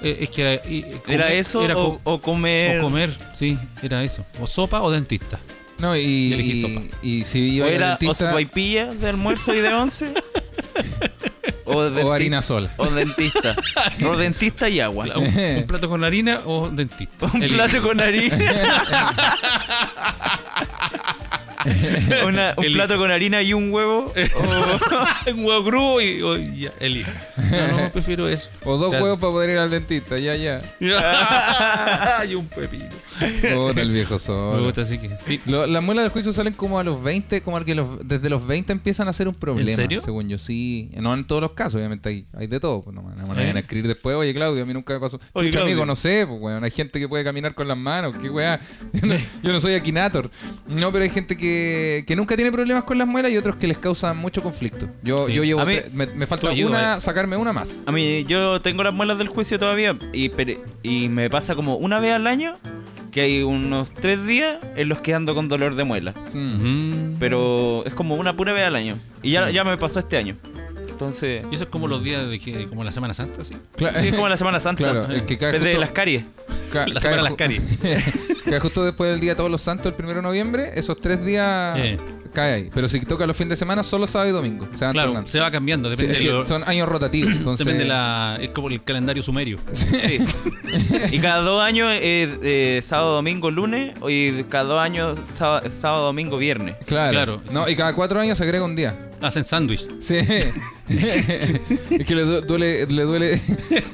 S1: eh, Es que era. y-
S2: ¿Era
S1: comer-
S2: eso
S1: era
S2: o,
S1: co-
S2: o comer?
S1: O comer, sí, era eso. O sopa o dentista.
S3: No, y,
S1: Yo elegí
S3: y,
S1: sopa.
S3: y si iba
S2: ¿O
S3: al
S2: era
S3: dentista,
S2: oscuaipilla de almuerzo y de once? o,
S3: o
S2: denti-
S3: harina sola.
S2: O dentista. o dentista y agua.
S1: Un,
S3: Eh.
S1: un plato con harina o dentista.
S2: Un
S1: Elige.
S2: plato con harina. Una- un
S1: El-
S2: plato con harina y un huevo.
S1: un huevo crudo y, o- y ya, elija. No, no, prefiero eso.
S3: O dos
S1: Ya.
S3: huevos para poder ir al dentista, ya, ya.
S1: y un pepino.
S3: Puta, el viejo
S1: Me
S3: solo.
S1: gusta, así que. Sí.
S3: Lo- las muelas del juicio salen como a los 20, como al que los- desde los 20 empiezan a ser un problema.
S1: ¿En serio?
S3: Según yo, sí. No en todos los casos, obviamente hay, hay de todo. Pues no, no me
S1: ¿Eh?
S3: van a escribir después, oye Claudio, a mí nunca me pasó.
S2: Oye,
S3: Chucha, amigo,
S2: Claudio.
S3: no sé, pues weón. Hay gente que puede caminar con las manos, qué weá. Yo no- yo no soy Akinator. No, pero hay gente que, que nunca tiene problemas con las muelas y otros que les causan mucho conflicto. Yo,
S1: Sí.
S3: yo llevo.
S2: A mí-
S3: tre- me, me falta
S1: Tú ayuda, eh.
S3: una, sacarme una más.
S2: A mí, yo tengo las muelas del juicio todavía. Y, pero- y me pasa como una vez al año que hay unos tres días en los que ando con dolor de muela.
S3: Mm.
S1: Ujú.
S2: Pero es como una pura vez al año. Y ya, ya me pasó este año. Entonces.
S1: Y eso es como los días de
S3: Mm.
S1: que, como la Semana Santa, ¿sí?
S3: Cla-
S2: Sí, es como la Semana Santa.
S3: Claro, el que cae
S2: Desde
S3: justo-
S2: las caries.
S3: ca-
S1: La
S3: cae
S1: Semana de las
S3: ju-
S1: Caries.
S3: cae justo después del Día de Todos los Santos, el 1 de noviembre, esos tres días
S1: Eh.
S3: cae ahí. Pero si toca los fines de semana, solo sábado y domingo. Se van
S1: Claro,
S3: turnando.
S1: se va cambiando,
S3: Ah, Sí,
S1: depende,
S3: es
S1: de
S3: que
S1: lo-
S3: son años rotativos, entonces
S1: depende de la. Es como el calendario sumerio.
S2: Sí. y cada dos años, eh, eh, sábado, domingo, lunes. Y cada dos años, sábado, sábado, domingo, viernes.
S3: Claro.
S1: Claro.
S3: No, y cada cuatro años se agrega un día.
S1: Hacen sándwich.
S3: Sí. es que le du- duele, le duele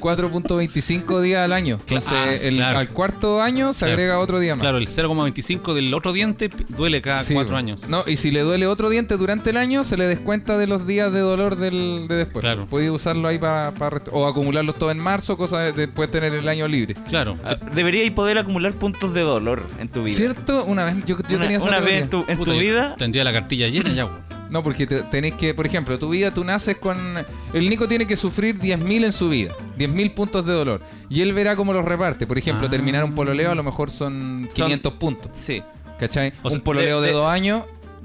S3: 4.25 días al año. Entonces,
S1: Ah, sí,
S3: el-
S1: claro.
S3: al cuarto año se
S1: Claro.
S3: agrega otro día más.
S1: Claro, el 0,25 del otro diente p- duele cada
S3: Sí,
S1: cuatro
S3: po.
S1: años.
S3: No, y si le duele otro diente durante el año, se le descuenta de los días de dolor del, de después.
S1: Claro.
S3: Puedes usarlo ahí para. o acumularlos todo en marzo, cosa de después tener el año libre.
S1: Claro.
S2: Ah, Deberíais poder acumular puntos de dolor en tu vida.
S3: ¿Cierto? Una vez. Yo, yo
S2: una
S3: tenía esa
S2: una vez
S3: teoría.
S2: en tu, en
S1: Puta,
S2: tu
S1: yo
S2: vida.
S1: Tendría la cartilla llena ya, po.
S3: No, porque te- tenés que, por ejemplo, tu vida, tú naces con... El Nico tiene que sufrir 10.000 en su vida, 10.000 puntos de dolor. Y él verá cómo los reparte. Por ejemplo,
S1: Ah.
S3: terminar un pololeo a lo mejor son 500 puntos.
S2: Sí.
S3: ¿Cachai?
S1: O sea,
S3: un pololeo de,
S2: de- de-
S3: dos años,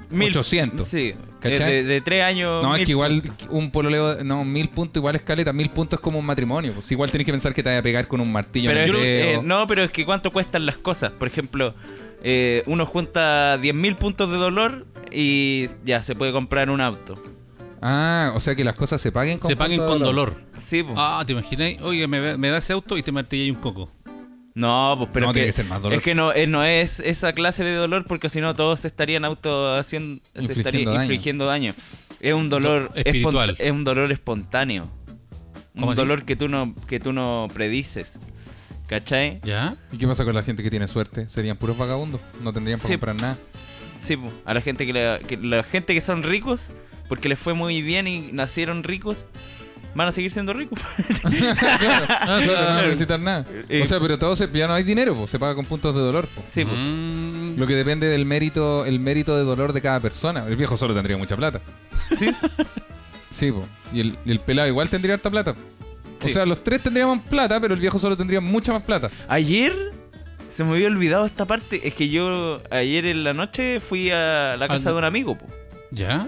S2: Mil-
S3: 800.
S2: Sí. eh,
S3: ¿Cachai?
S2: De, de tres años.
S3: No, es
S2: mil-
S3: que igual un pololeo, de- no, 1.000 puntos igual es caleta, 1.000 puntos es como un matrimonio. Pues igual tenés que pensar que te vas a pegar con un martillo.
S2: Pero
S3: en el
S2: es- eh,
S3: dedo.
S2: no, pero es que cuánto cuestan las cosas. Por ejemplo, eh, uno junta 10.000 puntos de dolor y ya se puede comprar un auto.
S3: Ah, o sea que las cosas se paguen con
S1: Se paguen
S3: puntos
S1: con
S3: de
S1: dolor.
S2: Sí, pues.
S1: Ah, ¿te imagináis? Oye, me, me da ese auto y te martillé un coco.
S2: No, pues pero
S3: No,
S2: es
S3: tiene
S2: que,
S3: que ser más dolor.
S2: es que no, eh, no es esa clase de dolor porque si no todos estarían auto haciendo, se
S3: Infligiendo
S2: estarían
S3: daño.
S2: infligiendo daño. Es un dolor
S1: Do- espiritual.
S2: espont- Es un dolor espontáneo.
S1: ¿Cómo
S2: Un
S1: así?
S2: dolor que tú no que tú no predices. ¿Cachai?
S1: ¿Ya?
S3: ¿Y qué pasa con la gente que tiene suerte? Serían puros vagabundos, no tendrían por
S2: Sí.
S3: comprar nada.
S2: Sí, po. a la gente que, la, que la gente que son ricos porque les fue muy bien y nacieron ricos van a seguir siendo ricos.
S1: Ah, o sea,
S3: Claro, no necesitan nada.
S2: Eh,
S3: O sea, pero todo se, ya no hay dinero, po, se paga con puntos de dolor. po.
S2: sí, po.
S1: mm,
S3: Lo que depende del mérito, el mérito de dolor de cada persona. El viejo solo tendría mucha plata.
S2: Sí.
S3: Sí, po. Y el, y el pelado igual tendría harta plata. O
S2: Sí.
S3: sea, los tres tendríamos plata, pero el viejo solo tendría mucha más plata.
S2: Ayer se me había olvidado esta parte. Es que yo ayer en la noche fui a la casa
S1: Al-
S2: de un amigo po,
S1: ¿Ya?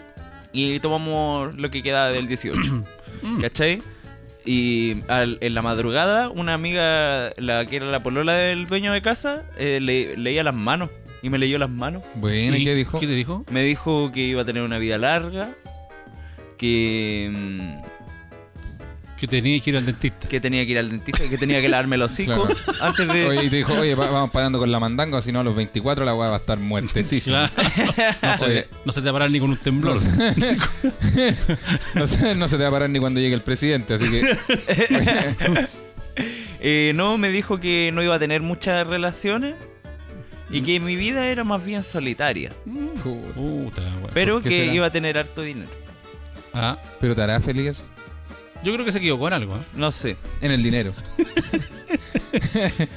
S2: y tomamos lo que quedaba del 18.
S1: Mm.
S2: ¿Cachai? Y al- en la madrugada, una amiga, la que era la polola del dueño de casa, eh, le- leía las manos y me leyó las manos.
S3: Bueno, ¿y
S1: ¿Y
S3: qué dijo?
S1: ¿Qué te dijo?
S2: Me dijo que iba a tener una vida larga, que, mm,
S1: Que tenía que ir al dentista.
S2: que tenía que ir al dentista, que tenía que lavarme los hocico
S3: Claro.
S2: antes de...
S3: Oye, y te dijo, oye, va- vamos pagando con la mandanga, o si no, a los 24 la weá va a estar muertecísima.
S1: Claro. No,
S3: Oye.
S1: se, no se te va a parar ni con un temblor.
S3: No, se, no se te va a parar ni cuando llegue el presidente, así que.
S2: Eh, no, me dijo que no iba a tener muchas relaciones
S3: Mm.
S2: y que mi vida era más bien solitaria,
S3: Puta.
S1: Puta la wea.
S2: pero
S3: ¿por qué
S2: que
S3: será?
S2: iba a tener harto dinero.
S1: Ah,
S3: Pero te hará feliz eso?
S1: yo creo que se equivocó en algo. ¿eh?
S2: No sé.
S3: En el dinero.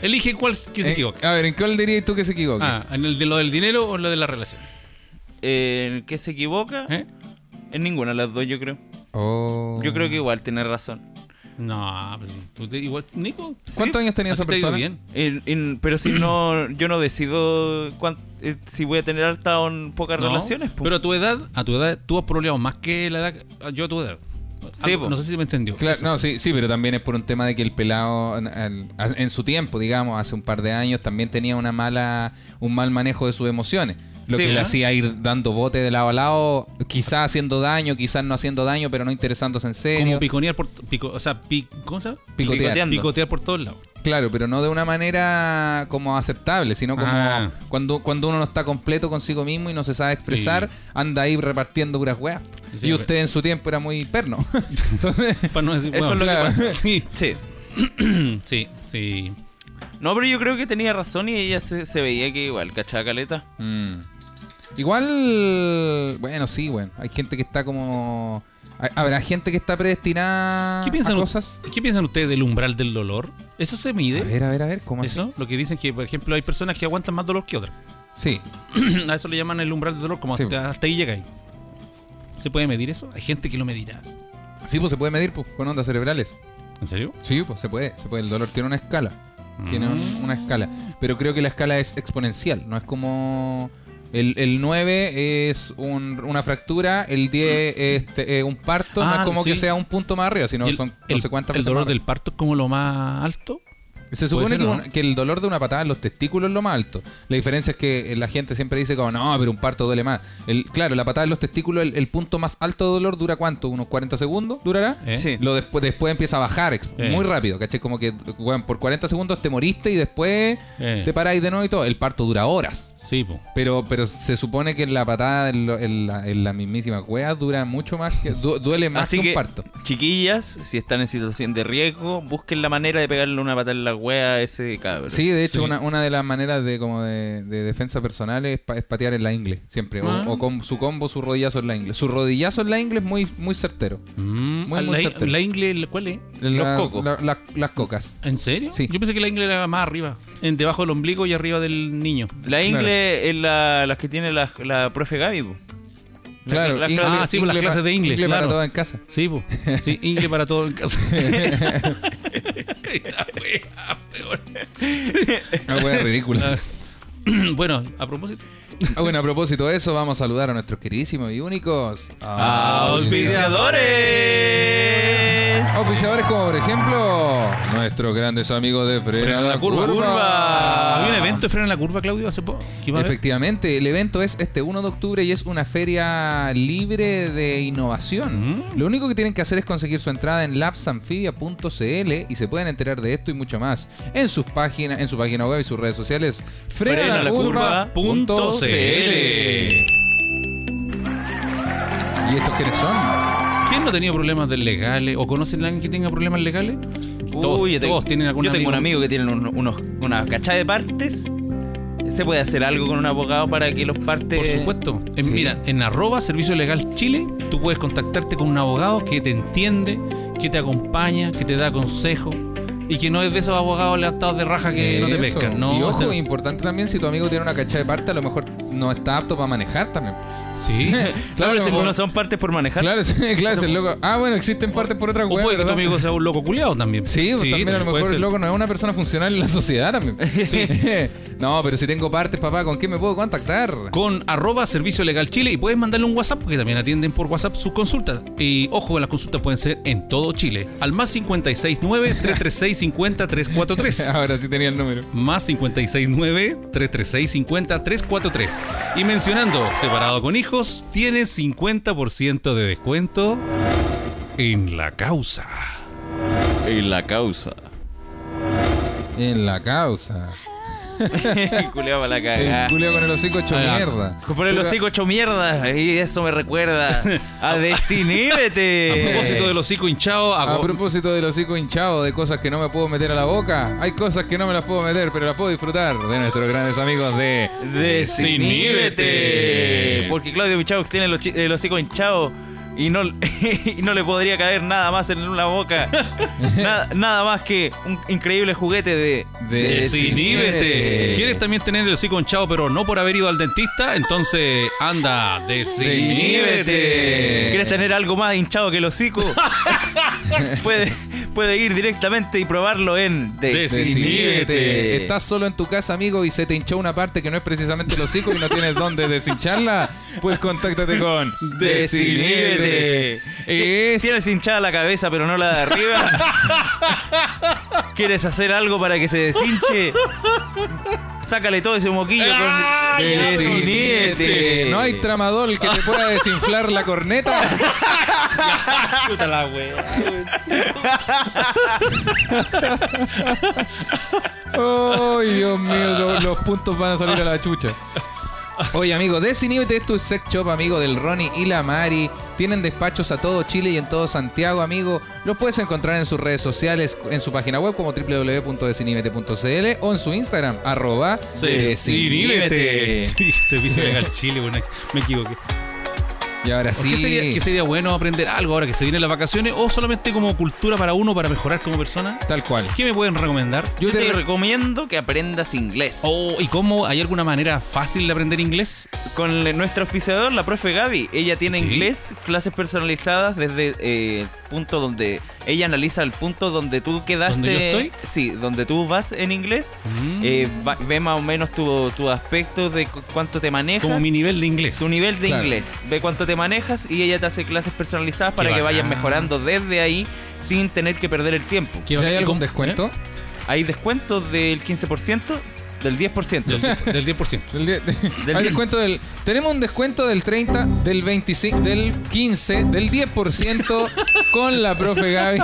S1: Elige cuál s- que se
S3: Eh,
S1: equivoca.
S3: A ver, ¿en cuál dirías tú que se equivoque?
S1: Ah, ¿en el de lo del dinero o en lo de la relación?
S2: Eh, ¿Qué se equivoca?
S1: ¿Eh?
S2: En ninguna de las dos, yo creo.
S3: Oh.
S2: Yo creo que igual tiene razón.
S1: No, pues, tú te- igual, Nico.
S3: ¿Cuántos años tenía
S1: ¿A ti
S3: esa
S1: te ha ido
S3: persona?
S1: bien?
S2: En- en- pero si no, yo no decido cuán- eh, si voy a tener harta o n- pocas
S1: No,
S2: relaciones. pues. po.
S1: Pero a tu edad, a tu edad, tú has problemado más que la edad. Yo a tu edad.
S2: Sí,
S1: Algo-
S2: po.
S1: no sé si me entendió.
S3: Claro, no, sí, sí, pero también es por un tema de que el pelado en, al- a- en su tiempo, digamos, hace un par de años, también tenía una mala, un mal manejo de sus emociones. Lo
S2: Sí,
S3: que le
S2: ¿verdad?
S3: hacía ir dando bote de lado a lado, quizás haciendo daño, quizás no haciendo daño, pero no interesándose en
S1: Como
S3: serio.
S1: piconear por. Pico, o sea, pi- ¿cómo se llama?
S3: Picotear.
S2: Picoteando.
S1: Picotear por todos lados.
S3: Claro, pero no de una manera como aceptable, sino como
S1: Ah.
S3: cuando, cuando uno no está completo consigo mismo y no se sabe expresar, anda ahí repartiendo puras weas.
S1: Sí, pues.
S3: y
S1: pero-
S3: usted en su tiempo era muy perno.
S1: Para no decir,
S2: Eso es
S1: bueno,
S2: lo que
S3: claro.
S2: pasa.
S1: Sí, mm,
S2: Sí.
S1: sí, sí.
S2: No, pero yo creo que tenía razón y ella se, se veía que igual, cachaba caleta.
S3: Mm. Igual, bueno, sí, bueno. Hay gente que está como... hay- Habrá gente que está predestinada
S1: ¿Qué piensan,
S3: Ah, a
S1: u-
S3: cosas.
S1: ¿Qué piensan ustedes del umbral del dolor? ¿Eso se
S3: A
S1: mide?
S3: ver, a ver, a ver, ¿cómo así?
S1: Eso, lo que dicen que, por ejemplo, hay personas que aguantan más dolor que otras.
S3: Sí,
S1: A eso le llaman el umbral del dolor, como
S3: Sí.
S1: hasta, hasta ahí llegáis. ¿Se puede medir eso? Hay gente que lo medirá.
S3: sí, pues se puede medir pues, con ondas cerebrales.
S1: ¿En serio? Mm.
S3: Sí, pues se puede, se puede. El dolor tiene una escala. Tiene un- una escala. pero creo que la escala es exponencial, no es como... El, el 9 es un- una fractura, el 10 es te- eh, un parto, no
S1: Ah,
S3: es como
S1: sí.
S3: que sea un punto más arriba, sino
S1: Y el,
S3: son no
S1: el-
S3: sé cuántas
S1: el
S3: veces
S1: dolor
S3: más arriba.
S1: del parto es como lo más alto.
S3: Se
S1: Puede
S3: supone
S1: ser,
S3: que,
S1: ¿no?
S3: un- que el dolor de una patada en los testículos es lo más alto. La diferencia es que eh, la gente siempre dice como, no, pero un parto duele más. El, claro, la patada en los testículos, el, el punto más alto de dolor dura cuánto, unos 40 segundos durará.
S1: ¿eh?
S2: Sí.
S3: Lo después, después empieza a bajar ex-
S1: Eh.
S3: muy rápido, ¿cachai? Como que weón, por 40 segundos te moriste y después
S1: Eh.
S3: te paráis de nuevo y todo. El parto dura horas.
S1: Sí, po.
S3: Pero, pero se supone que la patada en, lo- en la, en la mismísima cueva dura mucho más que, du- duele más
S2: Así
S3: que,
S2: que,
S3: un parto.
S2: chiquillas, si están en situación de riesgo, busquen la manera de pegarle una patada en la wea a ese cabrón.
S3: Sí, de hecho,
S1: Sí.
S3: Una, una de las maneras de como de, de defensa personal es, pa- es patear en la ingle, siempre. O-
S1: Ah.
S3: O, con su combo, su rodillazo en la ingle. Su rodillazo en la ingle es muy, muy certero.
S1: Mm,
S3: Muy,
S1: ah,
S3: muy
S1: la,
S3: certero.
S1: la ingle, la- ¿cuál es?
S3: Las-
S2: cocos.
S3: la- la- las cocas.
S1: ¿En serio?
S3: Sí.
S1: Yo pensé que la ingle era más arriba, en debajo del ombligo y arriba del niño.
S2: La ingle es la, las que tiene la, la profe Gaby. po. La-
S3: Claro,
S2: la- la-
S3: ingle-
S1: ah, sí, pues, las
S3: ingle pa-
S1: clases de ingle,
S3: para
S1: claro.
S3: todo en casa.
S1: Sí, po. Sí, ingle para todo en casa. La wea, peor.
S3: Una wea
S1: Ah.
S3: ridícula.
S1: bueno, a propósito.
S3: Ah, bueno, a propósito de eso, vamos a saludar a nuestros queridísimos y únicos Ah,
S2: Ah, ¡Auspiciadores!
S3: Auspiciadores como por ejemplo nuestros grandes amigos de Frena
S1: Frena la curva.
S2: Curva.
S1: Había un evento de freno en la curva, Claudio, hace poco. ¿Qué iba a haber?
S3: Efectivamente, el evento es este 1 de octubre y es una feria libre de
S1: Mm.
S3: innovación. Lo único que tienen que hacer es conseguir su entrada en labsamfibia.cl y se pueden enterar de esto y mucho más en sus páginas, en su página web y sus redes sociales.
S2: Frena la curva punto
S3: curva.cl. ¿Y estos quiénes son?
S1: ¿Quién no ha tenido problemas de legales? ¿O conocen a alguien que tenga problemas legales? todos,
S2: Uy, yo tengo-
S1: todos tienen algún
S2: Yo tengo un amigo que tiene un- unos, una cachada de partes. ¿Se puede hacer algo con un abogado para que los partes.
S1: Por supuesto. En-
S3: Sí.
S1: Mira, en arroba Servicio Legal Chile, tú puedes contactarte con un abogado que te entiende, que te acompaña, que te da consejo y que no es de esos abogados levantados de raja que Eh, no te
S3: Eso.
S1: pescan. No, este-
S3: y ojo,
S1: te-
S3: importante también, si tu amigo tiene una cacha de parte, a lo mejor no está apto para manejar también.
S1: Sí.
S2: Claro,
S3: Claro,
S2: si
S3: o-
S2: no son partes por manejar.
S3: Claro, sí, claro, es el loco. Ah, bueno, existen partes por otra
S1: O
S3: hueá,
S1: puede que tu
S3: ¿verdad?
S1: amigo sea un loco culiado también.
S3: Sí, pues también a lo
S1: puede
S3: mejor
S1: ser.
S3: el loco no es una persona funcional en la sociedad también. no, pero si tengo partes, papá, ¿con qué me puedo contactar?
S1: con arroba servicio legal chile y puedes mandarle un WhatsApp porque también atienden por WhatsApp sus consultas. Y ojo, las consultas pueden ser en todo Chile. Al más 569-336-50-343.
S3: Ahora sí tenía el número.
S1: Más 569-336-50-343. Y mencionando, separado con hijos, tienes 50% de descuento en la causa.
S2: Y la causa.
S3: En la causa.
S2: Culeaba la
S3: El
S2: cagada.
S3: Julio con el hocico hecho
S1: Ah.
S3: mierda.
S2: Compré los hocico hecho mierda. Y eso me recuerda a
S1: A
S2: Desiníbete.
S1: propósito del hocico hinchado,
S3: A
S1: hago-
S3: propósito del hocico hinchado, de cosas que no me puedo meter a la boca, hay cosas que no me las puedo meter, pero las puedo disfrutar de nuestros grandes amigos de.
S2: Desiníbete. Porque Claudio Michaux tiene los chi- el hocico hinchado y no, y no le podría caer nada más en una boca. nada, nada más que un increíble juguete de.
S3: Eh.
S1: Desiníbete. Eh, ¿Quieres también tener el hocico hinchado, pero no por haber ido al dentista? Entonces, anda,
S3: Desiníbete.
S1: desiníbete.
S2: ¿Quieres tener algo más hinchado que el hocico? puede, puede ir directamente y probarlo en
S3: Desiníbete.
S2: Desiníbete.
S3: Estás solo en tu casa, amigo, y se te hinchó una parte que no es precisamente el hocico y no tienes dónde deshincharla. Pues contáctate con
S2: Desiníbete.
S3: Es
S2: Tienes hinchada la cabeza, pero no la de arriba. ¿Quieres hacer algo para que se deshinche? Sácale todo ese moquillo. Con... Desiníbete.
S3: No hay tramadol que te pueda desinflar la corneta.
S2: Puta la wea.
S3: Ay, Dios mío, lo- los, puntos van a salir a la chucha. Oye, amigo, Desiníbete es tu sex shop, amigo, del Ronnie y la Mari. Tienen despachos a todo Chile y en todo Santiago, amigo. Los puedes encontrar en sus redes sociales, en su página web como www.desiníbete.cl o en su Instagram, arroba
S1: Desiníbete. Servicio legal Chile, bueno, me equivoqué.
S3: Y ahora
S1: ¿Por
S3: sí.
S1: qué sería, qué sería bueno aprender algo ahora que se vienen las vacaciones o solamente como cultura para uno para mejorar como persona?
S3: Tal cual.
S1: ¿Qué me pueden recomendar?
S2: Yo,
S3: Yo
S2: te,
S3: te-
S2: recomiendo que aprendas inglés.
S1: Oh, ¿Y cómo? ¿Hay alguna manera fácil de aprender inglés?
S2: Con le- nuestro auspiciador, la profe Gaby. Ella tiene
S1: Sí.
S2: inglés, clases personalizadas desde eh, el punto donde. Ella analiza el punto donde tú quedaste.
S1: ¿Donde yo estoy?
S2: Sí, donde tú vas en inglés.
S1: Mm.
S2: Eh, va- ve más o menos tu, tu aspecto de cu- cuánto te manejas.
S1: Como mi nivel de inglés.
S2: tu nivel de
S3: Claro.
S2: inglés, ve cuánto te manejas y ella te hace clases personalizadas para
S1: Qué
S2: que vayas
S1: bacán.
S2: mejorando desde ahí sin tener que perder el tiempo.
S1: Qué
S3: ¿Ya
S1: bacán.
S3: hay
S1: ¿Y
S3: algún
S1: cómo- ¿Eh?
S3: descuento?
S2: Hay descuentos del 15%, del 10%.
S1: Del, del 10%.
S3: Del die-
S2: Del
S3: hay
S2: diez.
S3: descuento del, tenemos un descuento del 30, del 25, del 15, del 10% con la profe Gaby.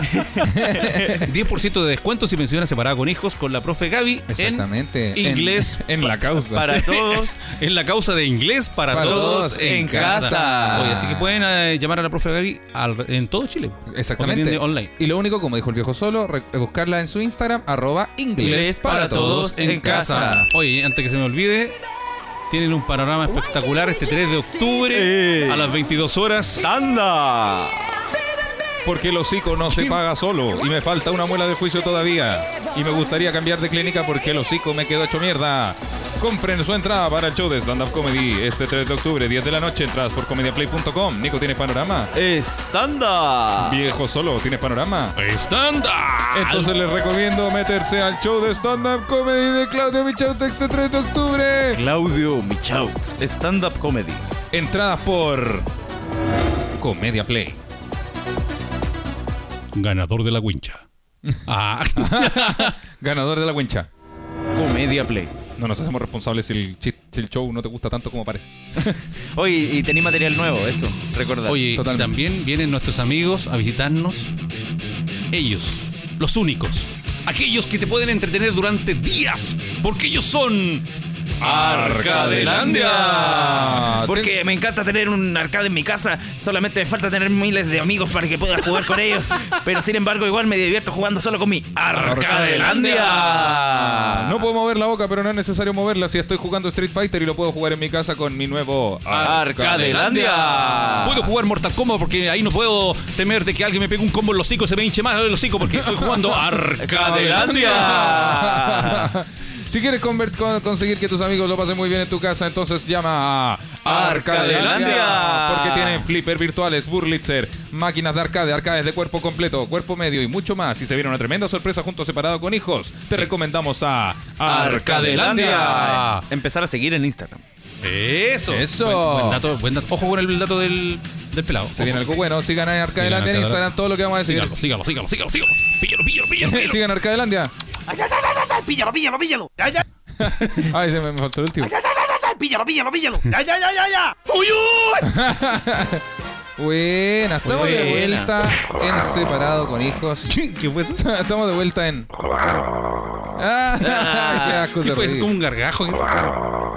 S1: 10% de descuento si mencionas separado con hijos con la profe Gaby en,
S3: Exactamente. En-
S1: inglés
S3: En, la causa.
S2: Para todos.
S1: en la causa de inglés para,
S3: Para
S1: todos,
S3: todos
S1: en
S2: en
S1: casa.
S2: casa.
S1: Oye, así que pueden eh, llamar a la profe Gaby al- en todo Chile. porque
S3: Exactamente.
S1: atiende online.
S3: Y lo único, como dijo el viejo solo, re- eh, buscarla en su Instagram, arroba inglés, Eh,
S1: Inglés para todos en casa. Oye, antes que se me olvide, tienen un panorama espectacular este 3 de octubre
S2: Sí.
S1: a las 22 horas.
S2: ¡Anda!
S3: Porque el hocico no se paga solo y me falta una muela de juicio todavía. Y me gustaría cambiar de clínica porque el hocico me quedó hecho mierda. Compren su entrada para el show de stand-up comedy este 3 de octubre, 10 de la noche. Entradas por comediaplay.com. Nico tiene panorama.
S2: ¡Estándar!
S3: Viejo solo tiene panorama.
S1: ¡Estándar!
S3: Entonces les recomiendo meterse al show de stand-up comedy de Claudio Michaute este 3 de octubre.
S2: Claudio Michaux, stand-up comedy.
S3: Entradas por Comedia Play.
S1: Ganador de la wincha. Ah,
S3: Ganador de la wincha.
S2: Comedia play.
S3: No nos hacemos responsables si el, chis- si el show no te gusta tanto como parece.
S2: Oye, y tenéis material nuevo, eso, recordad.
S1: oye, y
S3: Totalmente.
S1: también vienen nuestros amigos a visitarnos. Ellos, los únicos. Aquellos que te pueden entretener durante días. Porque ellos son...
S3: Arcadelandia.
S2: Porque me encanta tener un arcade en mi casa, solamente me falta tener miles de amigos para que pueda jugar con ellos, pero sin embargo igual me divierto jugando solo con mi Ah, Arcadelandia.
S3: Ah, No puedo mover la boca, pero no es necesario moverla si estoy jugando Street Fighter y lo puedo jugar en mi casa con mi nuevo
S2: Arcadelandia.
S1: Puedo jugar Mortal Kombat porque ahí no puedo temer de que alguien me pegue un combo en los hocico, se me hinche más el hocico porque estoy jugando
S2: Arcadelandia.
S3: Si quieres conver- con- conseguir que tus amigos lo pasen muy bien en tu casa, entonces llama a
S2: Arcadelandia.
S3: Porque tienen flipper virtuales, burlitzer, máquinas de arcade, arcades de cuerpo completo, cuerpo medio y mucho más. Y se viene una tremenda sorpresa junto separado con hijos. Te recomendamos a
S1: Arcadelandia.
S2: Empezar a seguir en Instagram.
S1: Eso.
S3: Eso.
S1: Buen, buen dato, buen dato. Ojo con el dato del, del pelado.
S3: Se viene algo bueno. Sigan a Arcadelandia en
S1: Arcadelandia.
S3: Instagram, todo lo que vamos a decir.
S1: Sígalo, sígalo, sígalo, sígalo, sígalo. Píllalo, píllalo, píllalo. píllalo.
S3: Sigan Arcadelandia.
S4: Ay, ay, ay, ay, ay, píllalo, píllalo, píllalo. Ay, ay,
S3: Ay, se me, me faltó el último.
S4: ay, ay, ay, ay, ay, píllalo, píllalo, píllalo. Ay, ay, ay, ay, ay. Uy, uy.
S3: Buena, estamos de
S2: Buena.
S3: vuelta en Separado con Hijos.
S1: ¿Qué fue eso?
S3: Estamos de vuelta en. Ah, qué asco,
S1: ¿Qué
S3: se
S1: fue? Es
S3: ríe.
S1: como un gargajo.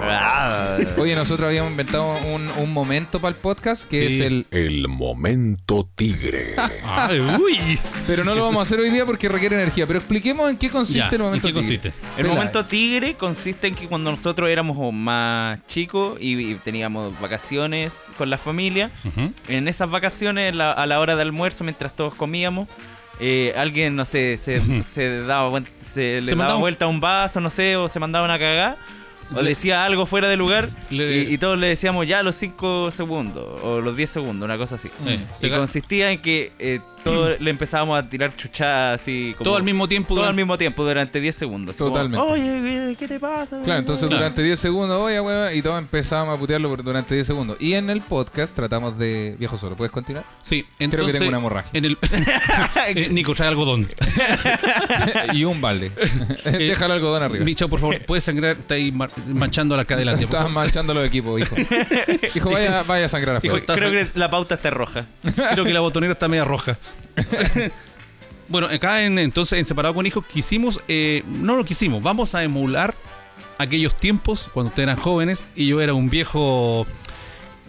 S2: Ah.
S3: Oye, nosotros habíamos inventado un, un momento para el podcast que
S1: Sí.
S3: es el.
S5: El momento tigre.
S1: Ay, uy.
S3: Pero no lo vamos a hacer hoy día porque requiere energía. Pero expliquemos en qué consiste
S1: Ya,
S3: el momento.
S1: ¿en qué
S3: tigre.
S1: consiste?
S2: El
S3: Vela.
S2: momento tigre consiste en que cuando nosotros éramos más chicos y, y teníamos vacaciones con la familia,
S1: Ujú.
S2: en esas vacaciones la- a la hora de almuerzo, mientras todos comíamos, eh, alguien, no sé, se, se daba, vuel- se le
S1: Se mandaba
S2: daba
S1: un-
S2: vuelta a un vaso, no sé, o se mandaban a cagar. O decía algo fuera de lugar
S1: Le-
S2: y, y todos le decíamos ya los 5 segundos o los 10 segundos, una cosa así.
S1: Eh, se
S2: y
S1: ga-
S2: consistía en que eh, todos le empezábamos a tirar chuchadas así como
S1: Todo al mismo tiempo.
S2: todo al
S1: durante-
S2: mismo tiempo, durante 10 segundos. Así como,
S3: Totalmente.
S2: Oye, ¿qué te pasa?
S3: Claro, entonces
S1: Claro.
S3: durante 10 segundos, oye, weón, y todos empezábamos a putearlo por- durante 10 segundos. Y en el podcast tratamos de. Viejo solo, ¿puedes continuar?
S1: Sí, entonces.
S3: Creo que tengo una hemorragia.
S1: En el... Eh, Nico, trae algodón.
S3: y un balde. Deja el algodón arriba.
S1: Micho, por favor, puedes sangrar. Está ahí mar- manchando la cadena. por
S3: Estaban
S1: favor.
S3: manchando los equipos, hijo. Hijo, vaya, vaya a sangrar
S1: Hijo,
S3: afuera.
S1: está-
S2: Creo que la pauta está roja.
S1: Creo que la botonera está media roja. bueno, acá en, entonces en Separado con Hijos quisimos, eh, no lo quisimos, vamos a emular aquellos tiempos cuando ustedes eran jóvenes y yo era un viejo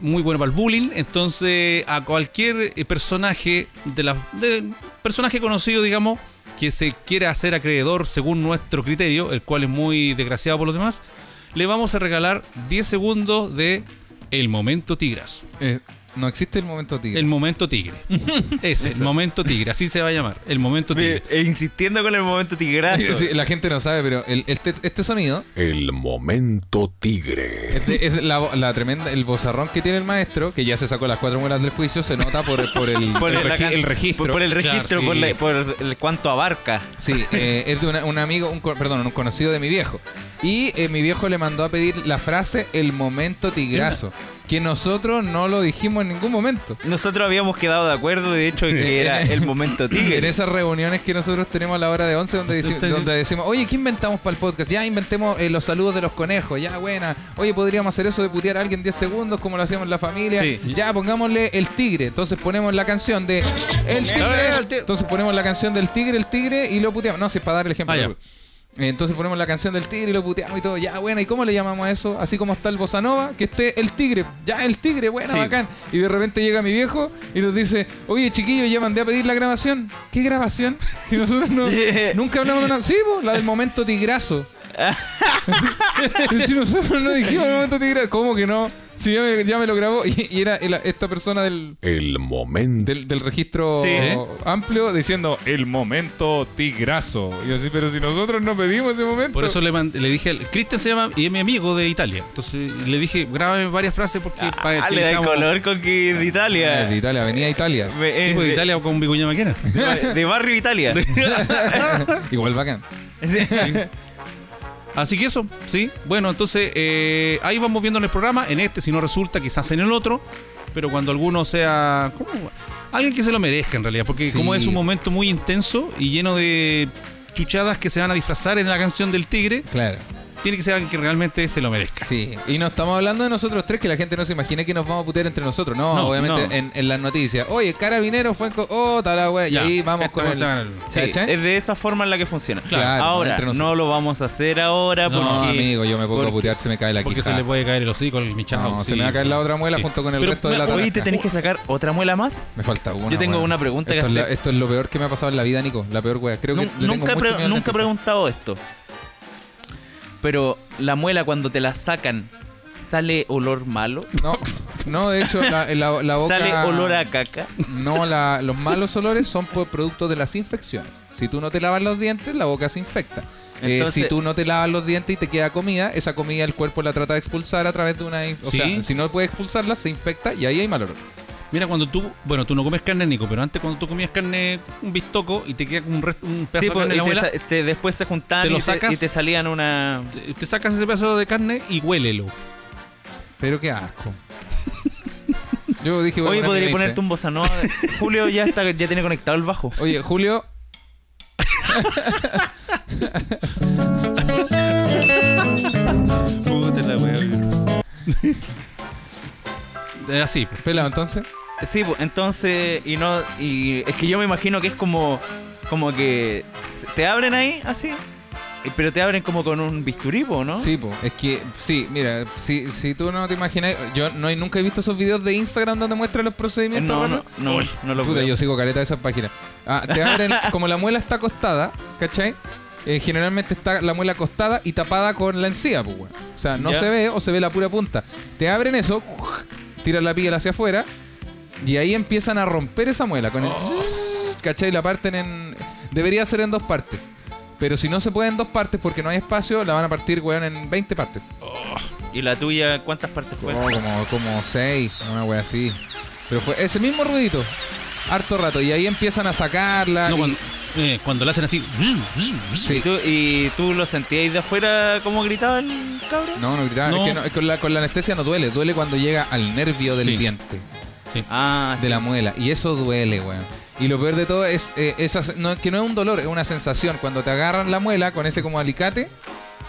S1: muy bueno para el bullying. Entonces a cualquier eh, personaje, de la, de- personaje conocido, digamos, que se quiera hacer acreedor según nuestro criterio, el cual es muy desgraciado por los demás, le vamos a regalar 10 segundos de El Momento Tigras.
S3: Eh, No existe el momento tigre.
S1: El momento tigre. Ese, el momento tigre. Así se va a llamar. El momento tigre.
S2: E insistiendo con el momento tigrazo.
S3: Sí, la gente no sabe, pero el- este, este sonido
S5: El momento tigre.
S3: es, de- es de la, la tremenda, el bozarrón que tiene el maestro, que ya se sacó las cuatro muelas del juicio, se nota por, por el,
S2: Por
S3: el
S2: la
S3: regi-
S2: can-
S3: el registro.
S2: Por, por el
S1: Claro,
S2: registro,
S1: sí.
S2: por, la- por el cuánto abarca.
S3: Sí, eh, es de una- un amigo, un, co- perdón, un conocido de mi viejo. Y eh, mi viejo le mandó a pedir la frase el momento tigrazo, que nosotros no lo dijimos en ningún momento.
S2: Nosotros habíamos quedado de acuerdo, de hecho, que
S3: En-
S2: era
S3: en-
S2: el momento tigre.
S3: En esas reuniones que nosotros tenemos a la hora de 11, donde, deci-
S1: Ustedes-
S3: donde decimos, oye, ¿qué inventamos para el podcast? Ya inventemos eh, los saludos de los conejos, ya buena. Oye, podríamos hacer eso de putear a alguien 10 segundos, como lo hacíamos en la familia.
S2: Sí.
S3: Ya, pongámosle el tigre. Entonces ponemos la canción de El tigre. Entonces ponemos la canción del tigre, el tigre, y lo puteamos. No, si es para dar el ejemplo.
S1: Ah, ya.
S3: Entonces ponemos la canción del tigre y lo puteamos y todo. Ya, bueno, ¿y cómo le llamamos a eso? Así como está el bossa nova, que esté el tigre. Ya, el tigre, bueno,
S2: Sí.
S3: bacán. Y de repente llega mi viejo y nos dice, oye, chiquillo, ya mandé a pedir la grabación. ¿Qué grabación? Si nosotros no, nunca hablamos de una... Sí, po, la del momento tigrazo. Pero si nosotros no dijimos el momento tigrazo. ¿Cómo que no? Si ya me, ya me lo grabó y, y era el- esta persona del...
S5: El momento.
S3: Del, del registro
S2: Sí.
S3: amplio diciendo el momento tigrazo. Y yo así, pero si nosotros no pedimos ese momento.
S1: Por eso le, man- le dije, al- Cristian se llama y es mi amigo de Italia. Entonces le dije, grábame varias frases porque
S2: Ah,
S1: que
S2: le da el
S1: elijamos-
S2: color eh, con que de Italia.
S3: Ah, De Italia, venía Italia.
S2: Me-
S1: Sí,
S2: es
S1: pues,
S2: de-
S1: Italia con Vicuña Maquena.
S2: de- de barrio Italia.
S3: Igual bacán.
S2: Sí.
S1: Así que eso, sí. Bueno, entonces eh, ahí vamos viendo en el programa, en este, si no resulta, quizás en el otro. Pero cuando alguno sea. ¿cómo? Alguien que se lo merezca en realidad, porque
S3: Sí.
S1: como es un momento muy intenso y lleno de chuchadas que se van a disfrazar en la canción del tigre,
S3: Claro.
S1: tiene que ser alguien que realmente se lo merezca.
S3: Sí, y no estamos hablando de nosotros tres, que la gente no se imagina que nos vamos a putear entre nosotros. No,
S1: No,
S3: obviamente
S2: no.
S3: En, en las noticias. Oye, carabinero fue en. co- Oh, tal la wea. Y
S1: Ya,
S3: ahí vamos
S1: esto
S3: con
S1: no
S3: el.
S1: se va a ganar.
S2: Sí,
S3: ¿Cachai?
S2: es de esa forma en la que funciona.
S3: Claro,
S2: ahora,
S3: entre nosotros.
S2: no lo vamos a hacer ahora
S1: No,
S2: porque.
S3: No, amigo, yo me pongo a
S2: porque-
S3: putear, se me cae la
S1: Porque
S3: quijada.
S1: se le puede caer el hocico al michao.
S3: No, se
S1: sí.
S3: me va a caer la otra muela
S1: Sí.
S3: junto con el
S1: Pero
S3: resto de la
S1: me-
S3: tata.
S2: Oye, ¿te tenés que sacar otra muela más?
S3: Me falta una.
S2: Yo tengo
S3: weón.
S2: una pregunta que
S3: esto es la-
S2: hacer.
S3: esto es lo peor que me ha pasado en la vida, Nico. La peor wea. Creo que.
S2: Nun-
S3: le tengo
S2: nunca
S3: mucho
S2: pre-
S3: miedo al
S2: nunca he
S3: dentista.
S2: preguntado esto. Pero la muela cuando te la sacan, ¿sale olor malo?
S3: No, no, de hecho, la, la- la boca.
S2: ¿Sale olor a caca?
S3: No, la- los malos olores son por producto de las infecciones. Si tú no te lavas los dientes, la boca se infecta. Eh,
S2: Entonces-
S3: si tú no te lavas los dientes y te queda comida, esa comida el cuerpo la trata de expulsar a través de una... in- O
S1: Sí.
S3: sea, si no puede expulsarla, se infecta y ahí hay mal olor.
S1: Mira, cuando tú. Bueno, tú no comes carne, Nico, pero antes cuando tú comías carne, un bistoco y te queda como un, resto- un pedazo
S2: Sí,
S1: de
S2: pues,
S1: carne en
S2: y
S1: la muela,
S2: te sa- te- después se juntaban
S1: ¿Te lo
S2: y, te,
S1: sacas?
S2: y te salían una...
S1: te- te sacas ese pedazo de carne y huélelo.
S3: Pero qué asco. Yo dije... voy a
S2: Oye,
S3: poner
S2: podría
S3: mi 20.
S2: ponerte un bossa nova. Julio ya está, ya tiene conectado el bajo.
S3: Oye, Julio...
S1: Eh, Así, pues.
S3: Pelado, entonces.
S2: Sí, pues, entonces, y no, y es que yo me imagino que es como, como que se- te abren ahí, así, y- pero te abren como con un bisturí, po, ¿no?
S3: Sí, po. es que, sí, mira, si, si tú no te imaginas, yo no, he- nunca he visto esos videos de Instagram donde muestran los
S2: Eh,
S3: procedimientos.
S2: No,
S3: raros.
S2: no, no,
S1: Uy,
S2: no lo
S3: Puta,
S2: veo.
S3: yo sigo careta de esas páginas. Ah, te abren, como la muela está acostada, ¿cachai? Eh, generalmente está la muela acostada y tapada con la encía, pues, weón. O sea, no
S2: Ya.
S3: se ve o se ve la pura punta. Te abren eso, tiran la piel hacia afuera y ahí empiezan a romper esa muela con el...
S2: Oh.
S3: tss, ¿Cachai? La parten en... Debería ser en dos partes. Pero si no se puede en dos partes porque no hay espacio, la van a partir, weón, en 20 partes.
S2: ¿Y la tuya cuántas partes
S1: Pues,
S2: fue?
S3: Oh, como, como seis, una wea así. Pero fue ese mismo ruidito. Harto rato. Y ahí empiezan a sacarla.
S1: No,
S3: y-
S1: cuando, eh, cuando lo hacen así.
S3: sí.
S2: ¿Y, tú, ¿Y tú lo sentíais de afuera como gritaba el cabrón?
S3: No, no gritaba.
S1: No.
S3: Es que, no, es que con, la, con la anestesia no duele. Duele cuando llega al nervio del
S1: Sí.
S3: diente,
S2: Ah,
S3: de
S2: sí.
S3: la muela. Y eso duele, weón. Y lo peor de todo es eh, esa se- no, que no es un dolor, es una sensación. Cuando te agarran la muela con ese como alicate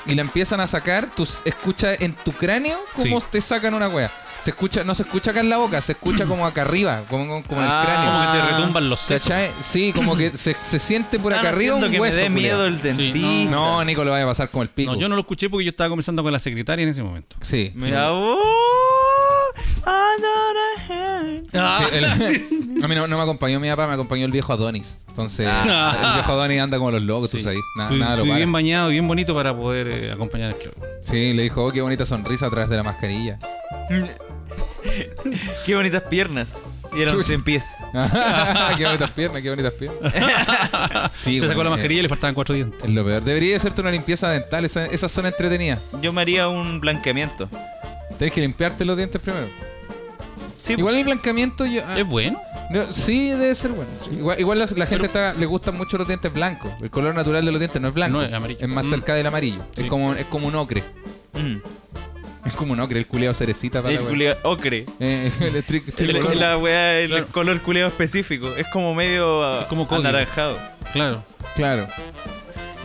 S3: y la empiezan a sacar, tú s- escuchas en tu cráneo cómo
S1: Sí.
S3: te sacan una wea. Se escucha, no se escucha acá en la boca, se escucha como acá arriba, como, como en
S2: Ah.
S3: el cráneo.
S1: Como que te retumban los sesos.
S3: ¿Cachai? Sí, como que se, se siente por acá
S2: Están
S3: arriba un
S2: haciendo que
S3: hueso.
S2: me dé miedo
S3: culiao.
S2: el dentista.
S1: Sí,
S3: No, Nico, lo vaya a pasar como el pico.
S1: No, yo no lo escuché porque yo estaba conversando con la secretaria en ese momento.
S3: Sí.
S2: Mira, oh, under the hand.
S1: Ah.
S3: Sí, el- a mí no, no me acompañó mi papá, me acompañó el viejo Adonis. Entonces,
S1: Ah.
S3: el viejo Adonis anda como los locos,
S1: Sí.
S3: tú sabes. Nada,
S1: Fui-
S3: nada lo
S1: fui
S3: para.
S1: bien bañado, bien bonito para poder eh, acompañar al club.
S3: Sí, le dijo, oh, qué bonita sonrisa a través de la mascarilla.
S2: Qué bonitas piernas. Y eran
S3: Chucha.
S2: 100 pies.
S3: qué bonitas piernas, qué bonitas piernas. Sí,
S1: Se sacó
S3: bueno,
S1: la
S3: eh,
S1: mascarilla y le faltaban cuatro dientes.
S3: Es lo peor. Debería hacerte una limpieza dental, esa- esas son entretenidas.
S2: Yo me haría un blanqueamiento.
S3: Tenés que limpiarte los dientes primero.
S2: Sí,
S3: Igual
S1: pues.
S3: el blanqueamiento yo, ah,
S1: Es bueno.
S3: no, sí debe ser bueno. Sí, Igual, igual las- la, gente está, le gustan mucho los dientes blancos. El color natural de los dientes no es blanco.
S1: No, es amarillo.
S3: más
S1: Mm.
S3: cerca del amarillo.
S1: Sí.
S3: Es como es como un ocre.
S2: Mm.
S3: Es como un ocre, el culeado cerecita para
S2: El
S3: la wea.
S2: culiao ocre.
S3: Eh, el tri-
S2: El-
S3: tricolor.
S2: la weá, el
S1: Claro.
S2: color culeado específico. Es como medio
S1: Es como
S2: como
S1: código.
S2: anaranjado.
S1: Claro.
S3: Claro.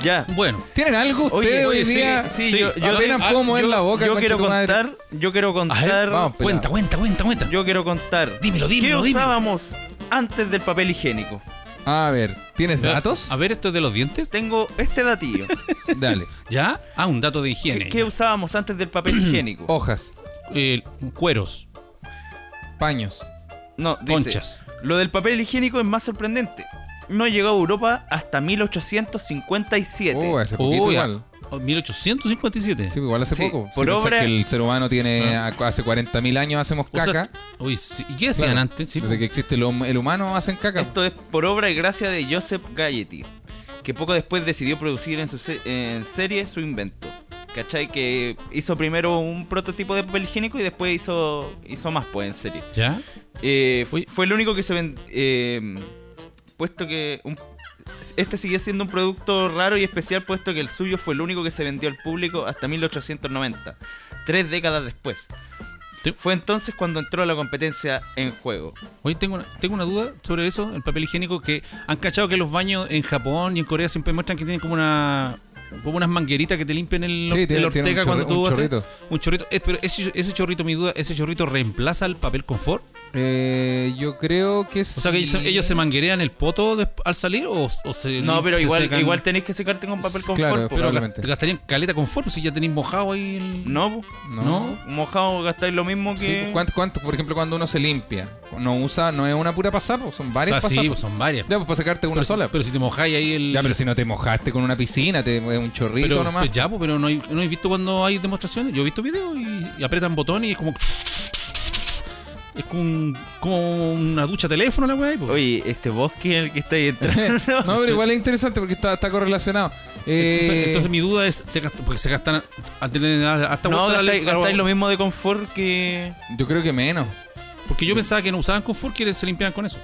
S2: Ya.
S1: Bueno.
S3: ¿Tienen algo ustedes
S2: oye,
S3: hoy
S2: sí,
S3: día?
S2: sí,
S1: sí,
S2: yo, yo-
S3: apenas
S2: ah,
S3: puedo mover
S2: yo-
S3: la boca,
S2: Yo
S3: concha
S2: quiero
S3: tu madre.
S2: contar, yo quiero contar,
S3: vamos. Pelado.
S1: Cuenta, cuenta, cuenta, cuenta.
S2: yo quiero contar.
S1: Dímelo,
S2: ¿Qué
S1: dímelo, dímelo.
S2: usábamos antes del papel higiénico?
S3: A ver, ¿tienes datos?
S1: A ver, esto es de los dientes.
S2: Tengo este datillo.
S3: Dale.
S1: ¿Ya? Ah, un dato de
S2: ¿Qué,
S1: higiene.
S2: qué usábamos antes del papel higiénico?
S1: Oh,
S3: Hojas,
S1: Eh, cueros.
S3: paños.
S2: No, dice,
S1: Conchas.
S2: Lo del papel higiénico es más sorprendente. No llegó a Europa hasta 1857.
S3: Oh, hace poquito
S1: Uy,
S3: igual.
S1: a- oh, 1857.
S3: Sí, igual hace
S2: Sí,
S3: poco. Si
S2: por
S3: pensás
S2: obra- Ah.
S3: que el ser humano tiene a- hace 40.000 años hacemos
S1: O sea,
S3: caca.
S1: uy, sí. ¿Y qué hacían
S3: Claro,
S1: antes? Sí, pues,
S3: Desde que existe el, hum- el humano hacen caca.
S2: Esto es por obra y gracia de Joseph Galletti, que poco después decidió producir en, su se- en serie su invento. ¿Cachai? Que hizo primero un prototipo de papel higiénico y después hizo, hizo más, pues, en serie.
S1: ¿Ya?
S2: Eh, fu-
S1: Uy.
S2: fue el único que se vendió. puesto que. un- este siguió siendo un producto raro y especial, puesto que el suyo fue el único que se vendió al público hasta 1890, tres décadas después.
S1: Sí.
S2: Fue entonces cuando entró la competencia en juego.
S1: Oye, tengo una, tengo una duda sobre eso, el papel higiénico, que han cachado que los baños en Japón y en Corea siempre muestran que tienen como una como unas mangueritas que te limpian el,
S3: Sí,
S1: el
S3: tiene-
S1: Ortega
S3: tiene un chorri-
S1: cuando tú
S3: un
S1: haces-
S3: chorrito.
S1: Un chorrito. Eh, pero ese, ese chorrito, mi duda, ese chorrito reemplaza el papel confort.
S3: Eh, yo creo que
S1: O sea, que ellos, se- ellos se manguerean el poto des- al salir o, o se.
S2: No, pero
S1: se
S2: igual,
S1: secan?
S2: igual tenéis que secarte con papel confort.
S3: Claro,
S2: po.
S1: Pero
S3: pero-
S1: ga-
S3: Probablemente.
S1: gastarían caleta confort pues, si ya tenéis mojado ahí el.
S2: no, po.
S3: No.
S1: ¿No?
S2: mojado gastáis lo mismo
S3: Sí, pues,
S2: que.
S3: ¿cuánto, cuánto? Por ejemplo, cuando uno se limpia, no usa, no es una pura pasada, po, son
S1: O sea,
S3: varias
S1: sí,
S3: pasadas.
S1: pues son varias.
S3: Ya, pues para sacarte una
S1: pero, si-
S3: sola.
S1: pero si te mojáis ahí el.
S3: ya, pero si no te mojaste con una piscina, te es un chorrito
S1: Pero,
S3: nomás.
S1: pues ya, pues, pero no hay, no he visto cuando hay demostraciones. Yo he visto videos y, y apretan botones y es como. Es como, un- como una ducha teléfono la weá. ahí, pues.
S2: Oye, este bosque en el que estáis entrando.
S3: no, pero igual es interesante porque está, está correlacionado. Eh,
S1: entonces, entonces mi duda es, se gasta- porque se gastan antes de dar- hasta
S2: no,
S1: vuelta darle-
S2: gastáis, gastáis lo mismo de confort que.
S3: yo creo que menos.
S1: Porque yo pensaba que no usaban confort, que se limpiaban con eso.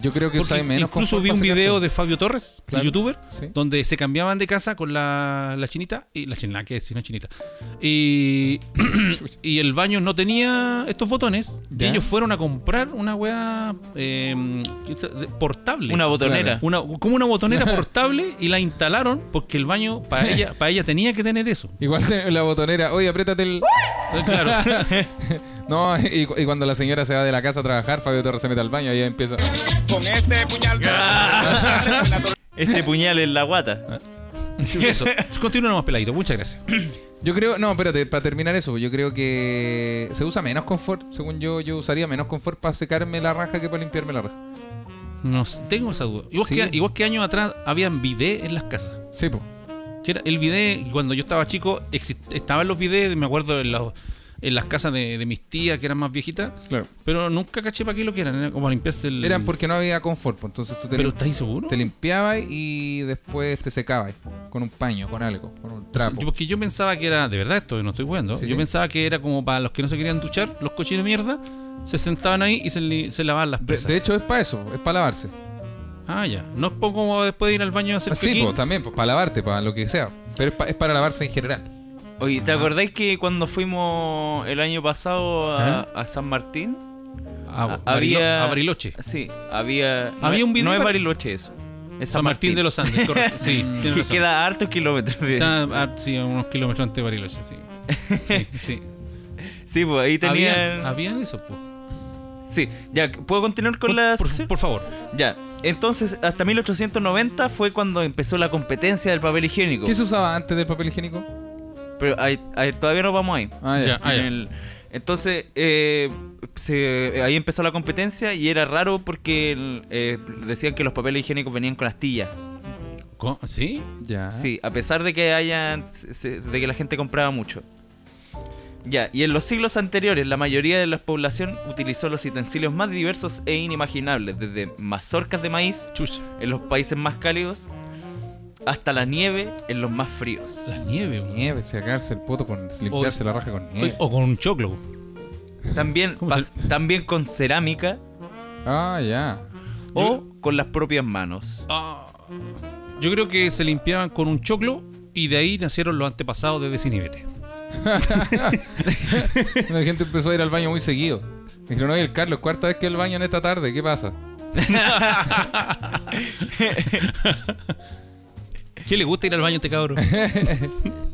S3: Yo creo que
S1: Porque
S3: usáis menos.
S1: incluso
S3: confort
S1: vi
S3: para
S1: un
S3: sacarte.
S1: video de Fabio Torres,
S3: Claro.
S1: el youtuber,
S3: Sí.
S1: donde se cambiaban de casa con la, la chinita y la chinita, que es una chinita. Y, y el baño no tenía estos botones
S3: Ya.
S1: y ellos fueron a comprar una weá eh, portable.
S2: Una botonera.
S1: Una- como una botonera portable y la instalaron porque el baño para ella para ella tenía que tener eso. Eh,
S3: Igual te- la botonera, oye, apriétate el.
S1: Claro.
S3: No, y, cu- y cuando la señora se va de la casa a trabajar, Fabio Torres se mete al baño y ahí empieza.
S2: Este puñal en la guata.
S1: eso. Continúa nomás peladito. Muchas gracias.
S3: Yo creo, no, espérate, para terminar eso, yo creo que se usa menos confort. Según yo, yo usaría menos confort para secarme la raja que para limpiarme la raja.
S1: No sé, tengo esa duda. Igual,
S3: Sí.
S1: que, igual que años atrás habían bidé en las casas.
S3: Sí, po.
S1: Que era el video, cuando yo estaba chico, exist- estaban los videos, me acuerdo en, los- en las casas de, de mis tías que eran más viejitas,
S3: Claro.
S1: pero nunca caché para qué lo que eran, era como limpiarse el.
S3: Eran porque no había confort, po, entonces tú te,
S1: Pero
S3: lim-
S1: ¿estáis seguros?
S3: te limpiabas y después te secabas con un paño, con algo, con un trapo.
S1: Yo- Porque yo pensaba que era, de verdad esto, no estoy jugando,
S3: Sí,
S1: yo
S3: sí.
S1: pensaba que era como para los que no se querían duchar, los cochinos de mierda, se sentaban ahí y se, li- se lavaban las
S3: De,
S1: pesas.
S3: de hecho, es para eso, es para lavarse.
S1: Ah, ya. No es como después de ir al baño a hacer
S3: Sí,
S1: piquín.
S3: po, también, pues, para lavarte, para lo que sea. Pero es, pa- es para lavarse en general.
S2: Oye, ¿te acordáis que cuando fuimos el año pasado a,
S1: Ajá.
S2: a San Martín?
S1: ¿Eh? Ah,
S2: Ha-
S1: Barilo-
S2: había-
S1: a Bariloche.
S2: Sí, había. no
S1: Había
S2: es-
S1: un video
S2: No es
S1: par-
S2: Bariloche eso. Es
S1: San Martín, de los Andes, correcto. Sí, tienes
S2: Que
S1: razón.
S2: queda a hartos kilómetros de.
S1: Está, ah, sí, a unos kilómetros antes de Bariloche, sí. Sí, sí.
S2: Sí, pues ahí
S1: Habían,
S2: tenían.
S1: habían eso, po.
S2: Sí, ya, ¿puedo continuar con
S1: ah. Por-
S2: la
S1: por,
S2: sección?
S1: por favor.
S2: Ya. Entonces, hasta 1890 fue cuando empezó la competencia del papel higiénico.
S3: ¿Qué se usaba antes del papel higiénico?
S2: Pero ahí- ahí todavía no vamos ahí.
S3: Ah, ya.
S1: Ya. Ah,
S2: En el- entonces, eh, se- eh, ahí empezó la competencia y era raro porque el- eh, decían que los papeles higiénicos venían con astillas.
S1: Co- ¿Sí?
S3: Ya.
S2: Sí, a pesar de que hayan, se- de que la gente compraba mucho. Ya, y en los siglos anteriores la mayoría de la población utilizó los utensilios más diversos e inimaginables, desde mazorcas de maíz
S1: Chucha.
S2: en los países más cálidos hasta la nieve en los más fríos.
S1: La nieve, weón.
S3: Nieve, sacarse el poto con limpiarse la raja con
S1: Oye,
S3: nieve.
S1: O con un choclo.
S2: También,
S1: ¿Cómo
S2: pas- también con cerámica
S3: Ah, ya.
S2: o con las propias manos.
S1: Ah. Yo creo que se limpiaban con un choclo y de ahí nacieron los antepasados de Desinibete.
S3: La gente empezó a ir al baño muy seguido. Me Dijeron, oye, el Carlos, cuarta vez que va al baño en esta tarde, ¿qué pasa?
S1: ¿Qué le gusta ir al baño a este cabrón?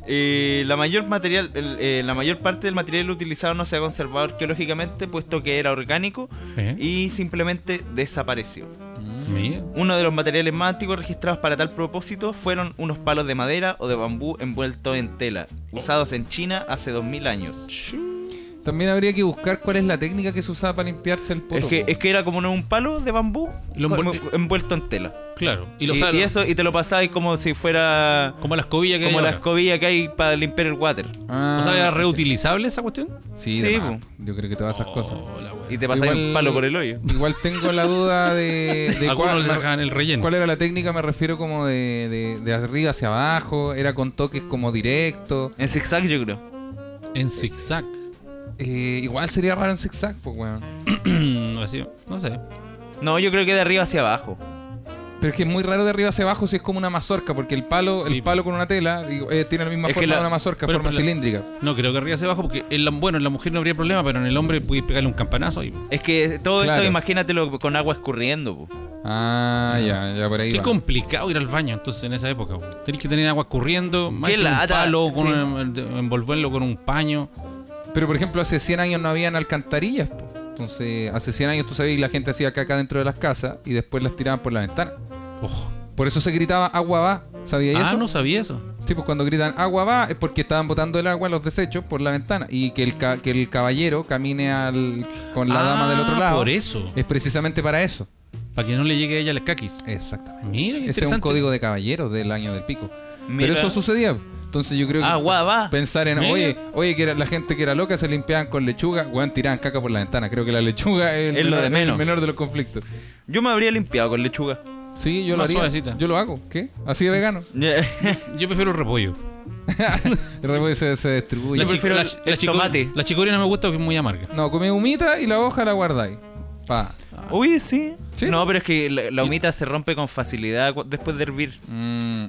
S2: Eh, la, mayor material, el- eh, la mayor parte del material utilizado no se ha conservado arqueológicamente, puesto que era orgánico
S1: ¿Eh?
S2: y simplemente desapareció.
S1: Mira.
S2: Uno de los materiales más antiguos registrados para tal propósito fueron unos palos de madera o de bambú envueltos en tela, usados en China hace 2000 años.
S3: También habría que buscar cuál es la técnica que se usaba para limpiarse el poto.
S2: Es que,
S3: po.
S2: es que era como un palo de bambú
S1: Lo
S2: con-
S1: envol-
S2: envuelto en tela.
S1: Claro. Y
S2: Y,
S1: lo sabe.
S2: y eso y te lo pasabas como si fuera
S1: Como las cobillas que
S2: como
S1: hay
S2: la
S1: ahora.
S2: escobilla que hay para limpiar el water.
S3: Ah,
S1: ¿No sabe, era reutilizable esa cuestión?
S3: Sí,
S2: Sí,
S3: de más.
S2: po.
S3: yo creo que todas esas cosas.
S1: Oh, la wea.
S2: Y te pasabas
S3: Igual-
S2: un palo por el hoyo.
S3: Igual tengo la duda de, de
S1: Algunos
S3: cuál,
S1: le sacaban el relleno.
S3: cuál era la técnica, me refiero como de, de, de arriba hacia abajo, era con toques como directo.
S2: En zigzag yo creo.
S1: En zigzag.
S3: Eh, igual sería raro en zigzag, pues weón.
S1: Así, no sé.
S2: No, yo creo que de arriba hacia abajo.
S3: Pero es que es muy raro de arriba hacia abajo si es como una mazorca, porque el palo,
S1: Sí,
S3: el palo con una tela digo, eh, tiene la misma
S2: Es que
S3: forma
S2: la-
S3: de una mazorca,
S1: pero-
S3: forma
S1: pero la-
S3: cilíndrica.
S1: No, creo que arriba hacia abajo porque, en la- bueno, en la mujer no habría problema, pero en el hombre pudiste pegarle un campanazo y...
S2: Es que todo
S3: Claro.
S2: esto imagínatelo con agua escurriendo. po.
S3: Ah, ya, ya por ahí.
S1: Qué
S3: va.
S1: complicado ir al baño entonces en esa época. weón. Tenés que tener agua corriendo, más
S2: Qué
S1: encima un
S2: lata,
S1: palo,
S2: sí.
S1: con un- envolverlo con un paño.
S3: Pero por ejemplo, hace 100 años no habían alcantarillas, po. Entonces, hace 100 años tú sabías la gente hacía caca dentro de las casas y después las tiraban por la ventana.
S1: Ojo.
S3: Por eso se gritaba agua va. ¿Sabías
S1: Ah,
S3: eso?
S1: no sabía eso.
S3: Sí, pues cuando gritan agua va es porque estaban botando el agua, los desechos, por la ventana. Y que el, ca- que el caballero camine al, con la
S1: Ah,
S3: dama del otro lado. Eh.
S1: Por eso.
S3: Es precisamente para eso.
S1: Para que no le llegue a ella las caquis.
S3: Exactamente.
S1: Mira, qué
S3: Eh, Ese es un
S1: interesante.
S3: código de caballeros del año del pico.
S2: Mira.
S3: Pero eso sucedía. Entonces yo creo que
S2: Agua va.
S3: pensar en,
S1: Mira.
S3: oye, oye, que era, la gente que era loca se limpiaban con lechuga, weón, tiraban caca por la ventana. Creo que la lechuga es, el
S2: Es lo de
S3: menor-
S2: menos.
S3: el menor de los conflictos.
S2: Yo me habría limpiado con lechuga.
S3: Sí, yo
S1: Más
S3: lo haría.
S1: suavecita.
S3: Yo lo hago. ¿Qué? Así de vegano.
S1: Yo prefiero el repollo.
S3: El repollo pues, se, se distribuye.
S1: chi-
S2: prefiero el- el
S1: chico-
S2: tomate.
S1: la chicoria no me gusta porque es muy amarga.
S3: No, comí humita y la hoja la guardáis. Pa.
S2: Uy, sí.
S3: Sí.
S2: No, pero es que la, la humita se rompe con facilidad cu- después de hervir.
S3: Mm,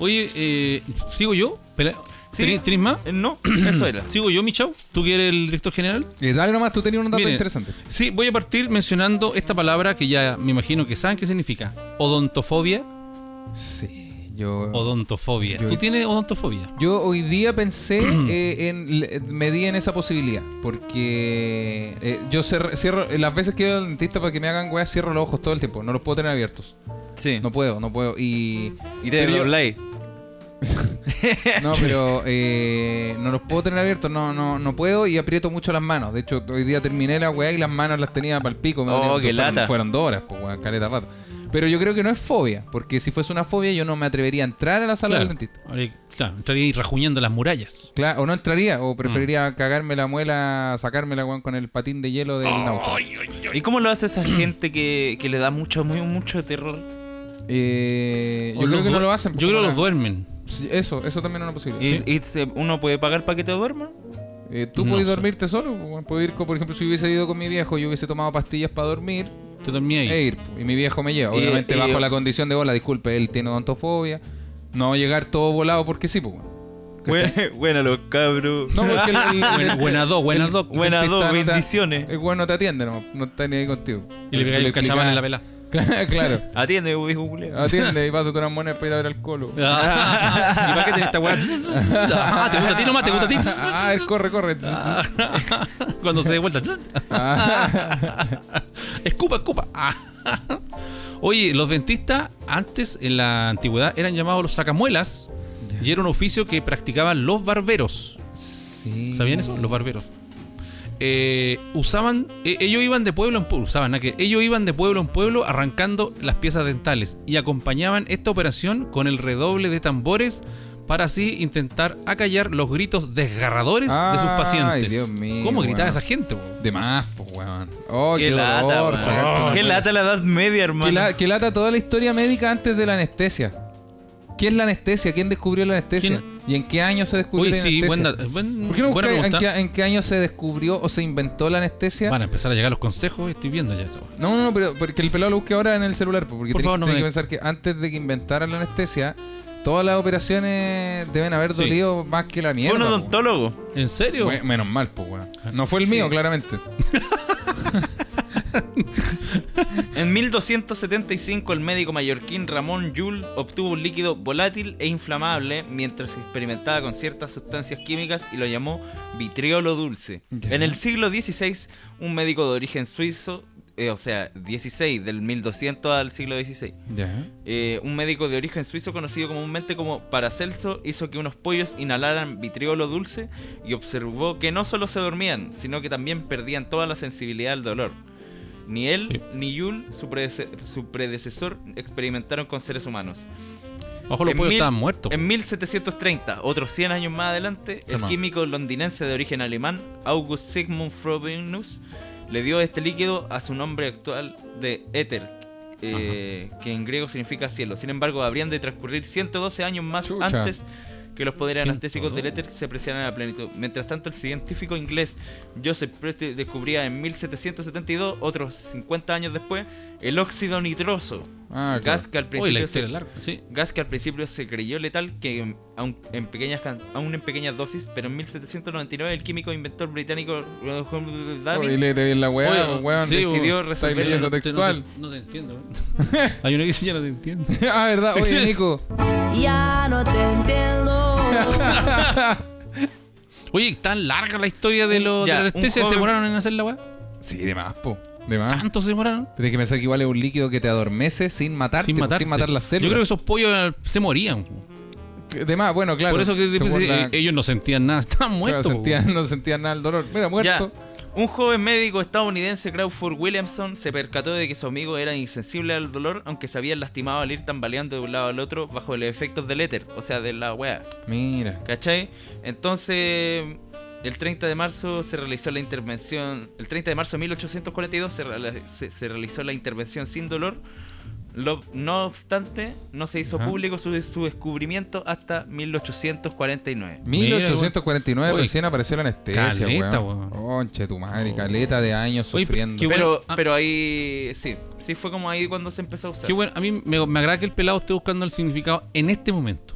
S1: Oye, eh, ¿sigo yo? Pela-
S2: Sí.
S1: ¿Tenés- tenés más?
S2: Eh, No, eso era.
S1: ¿Sigo yo, Michau? ¿Tú que eres el director general?
S3: eh, dale nomás, tú tenías un dato
S1: Miren,
S3: interesante.
S1: Sí, voy a partir mencionando esta palabra que ya me imagino que saben qué significa. Odontofobia.
S3: Sí, yo.
S1: Odontofobia.
S3: Yo-
S1: ¿Tú tienes odontofobia?
S3: Yo hoy día pensé eh, en. le- Me di en esa posibilidad. Porque. eh, yo cer- cierro. eh, Las veces que voy al dentista para que me hagan weas, cierro los ojos todo el tiempo. No los puedo tener abiertos.
S2: Sí.
S3: No puedo, no puedo. Y.
S2: y te
S3: pero yo-
S2: dobláis.
S3: No, pero eh, no los puedo tener abiertos, no, no, no puedo y aprieto mucho las manos. De hecho, hoy día terminé la weá y las manos las tenía para el pico. me
S2: Oh,
S3: dolían.
S2: qué
S3: fueron,
S2: lata.
S3: fueron dos horas, pues weón, caleta rato. Pero yo creo que no es fobia, porque si fuese una fobia yo no me atrevería a entrar a la sala
S1: Claro.
S3: del dentista.
S1: Habría- Claro, estaría ahí rajuñando las murallas.
S3: Claro, o no entraría, o preferiría
S1: Mm.
S3: cagarme la muela, sacarme la con el patín de hielo del náufrago.
S2: ¿Y cómo lo hace esa gente que, que le da mucho, muy, mucho terror?
S3: Eh,
S1: O
S3: yo creo
S1: los
S3: que no
S1: du-
S3: lo hacen.
S1: Yo creo que los
S3: porque-
S1: duermen.
S3: Sí, Eso, eso también es una posibilidad.
S2: ¿Y, y se- uno puede pagar para que te duerma?
S3: Eh, Tú
S1: No
S3: puedes
S1: sé.
S3: dormirte solo, pues, puedes ir, con- por ejemplo, si hubiese ido con mi viejo, yo hubiese tomado pastillas para dormir,
S1: Te dormí ahí.
S3: e ir. Y mi viejo me lleva.
S2: Y-
S3: Obviamente,
S2: y-
S3: bajo la condición de bola, disculpe, él tiene odontofobia. No llegar todo volado porque sí, pues. weón.
S2: Bueno, bueno, los cabros.
S3: No, porque el, el- el-
S1: Buena- buena doc, buena doc.
S3: el
S2: Buena
S3: dentista
S2: doc,
S3: no te-
S2: bendiciones.
S3: El weón no te atiende, no, no está ni ahí contigo.
S1: Y le pegáis un
S3: explicas-
S1: cachamán en la pela.
S3: claro,
S2: Atiende, viejo culiao.
S3: atiende y pásate unas monedas para ir a ver al colo.
S1: ¿Y para qué tenés esta weá? Ah, ¿Te gusta a ti nomás? ¿Te gusta a ti?
S3: Ah, ah, corre, corre.
S1: Cuando se dé vuelta.
S3: Ah,
S1: Escupa, escupa. Ah. Oye, los dentistas antes en la antigüedad eran llamados los sacamuelas y era un oficio que practicaban los barberos.
S3: sí.
S1: ¿Sabían eso? Los barberos. Eh, usaban, eh, ellos iban de pueblo en pueblo, usaban, nada que, ellos iban de pueblo en pueblo arrancando las piezas dentales y acompañaban esta operación con el redoble de tambores para así intentar acallar los gritos desgarradores de sus
S3: Ay,
S1: pacientes.
S3: Dios mío,
S1: ¿Cómo gritaba
S3: weón.
S1: esa gente? po?
S3: De más, po, weón. Oh, qué,
S2: Qué lata,
S3: dolor,
S2: weón.
S3: sacarte una
S2: Qué
S3: muela.
S2: lata la edad media,
S3: Qué,
S2: hermano.
S3: la- qué lata toda la historia médica antes de la anestesia. ¿Qué es la anestesia? ¿Quién descubrió la anestesia?
S1: ¿Quién?
S3: ¿Y en qué año se
S1: Uy,
S3: descubrió la
S1: sí,
S3: anestesia?
S1: buen, da- buen-
S3: ¿Por qué no
S1: buena
S3: buscáis en
S1: pregunta.
S3: qué, en qué año se descubrió o se inventó la anestesia?
S1: Van a empezar a llegar los consejos, estoy viendo ya eso.
S3: No, no, no, pero porque el pelado lo busque ahora en el celular, po, porque
S1: Por
S3: tiene
S1: favor, no
S3: que
S1: me-
S3: pensar que antes de que inventaran la anestesia, todas las operaciones deben haber
S1: Sí.
S3: dolido más que la
S2: Fue
S3: mierda. pues,
S2: un
S3: po.
S2: odontólogo.
S1: ¿En serio?
S3: Me- menos mal, pues, weón. No fue el mío, claramente.
S2: En 1275, el médico mallorquín Ramón Llull obtuvo un líquido volátil e inflamable mientras experimentaba con ciertas sustancias químicas y lo llamó vitriolo dulce.
S3: Ya.
S2: En el siglo XVI, un médico de origen suizo, eh, o sea, 16, del 1200 al siglo XVI,
S3: Ya.
S2: eh, un médico de origen suizo conocido comúnmente como Paracelso hizo que unos pollos inhalaran vitriolo dulce y observó que no solo se dormían, sino que también perdían toda la sensibilidad al dolor. Ni él
S1: Sí.
S2: ni Yul, su, predece- su predecesor, experimentaron con seres humanos.
S1: Ojo, los
S2: en
S1: pollos
S2: mil-
S1: estaban muertos.
S2: En 1730, otros 100 años más adelante, el
S1: Toma.
S2: químico londinense de origen alemán, August Sigmund Frobenius, le dio este líquido a su nombre actual de éter, eh, que en griego significa cielo. Sin embargo, habrían de transcurrir 112 años más
S3: Chucha.
S2: antes que los poderes
S1: 112.
S2: anestésicos del éter se apreciaran a plenitud. Mientras tanto, el científico inglés Joseph Presti descubría en 1772, otros 50 años después, el óxido nitroso,
S3: Ah,
S2: gas
S3: claro.
S2: que al
S1: Uy, la
S2: principio
S1: historia
S2: se
S1: es larga. Sí.
S2: Gas que al principio se creyó letal, que aun en pequeñas, can- aún en pequeñas dosis, pero en 1799 el químico e inventor británico John
S3: Oye,
S2: Darwin
S3: le te la weá,
S1: Oye,
S3: weón.
S1: sí,
S2: decidió
S1: weón.
S3: Estáis
S2: resolver
S3: leyendo
S2: la-
S3: textual.
S1: No te entiendo. Hay una que dice, ya no te entiendo.
S3: ah, verdad. Oye, Nico.
S6: Ya Ah, no te entiendo.
S1: Oye, tan larga la historia de, lo,
S2: Ya,
S1: de la anestesia.
S2: un
S1: ¿Se
S2: joven-
S1: demoraron en hacer la weá?
S3: Sí, de más, po. De más.
S1: ¿Tanto se demoraron?
S3: Tienes que pensar que igual es un líquido que te adormece sin matarte,
S1: sin
S3: po,
S1: matar.
S3: sin matar las
S1: Yo creo que
S3: células.
S1: esos pollos eh, se morían.
S3: De más, bueno, claro.
S1: Por eso que
S3: según
S1: pues,
S3: la-
S1: eh, ellos no sentían nada. Estaban
S3: claro,
S1: muertos.
S3: sentían, no sentían nada el dolor. Mira, muerto.
S2: Ya. Un joven médico estadounidense, Crawford Williamson, se percató de que su amigo era insensible al dolor, aunque se habían lastimado al ir tambaleando de un lado al otro bajo los efectos del éter, o sea, de la wea.
S3: Mira.
S2: ¿Cachai? Entonces, el 30 de marzo se realizó la intervención. El 30 de marzo de 1842 se, reala- se- se realizó la intervención sin dolor. Lo- no obstante, no se hizo
S1: Ajá.
S2: público su, su descubrimiento hasta 1849.
S3: 1849
S1: Oye,
S3: recién apareció la anestesia,
S1: caleta,
S3: weón.
S1: weón.
S3: Conche tu madre,
S1: Oh.
S3: caleta de años
S1: Oye,
S3: sufriendo.
S1: qué bueno.
S2: Pero,
S1: ah.
S2: pero ahí sí, sí fue como ahí cuando se empezó a usar.
S1: Qué bueno. A mí me, me agrada que el pelado esté buscando el significado en este momento.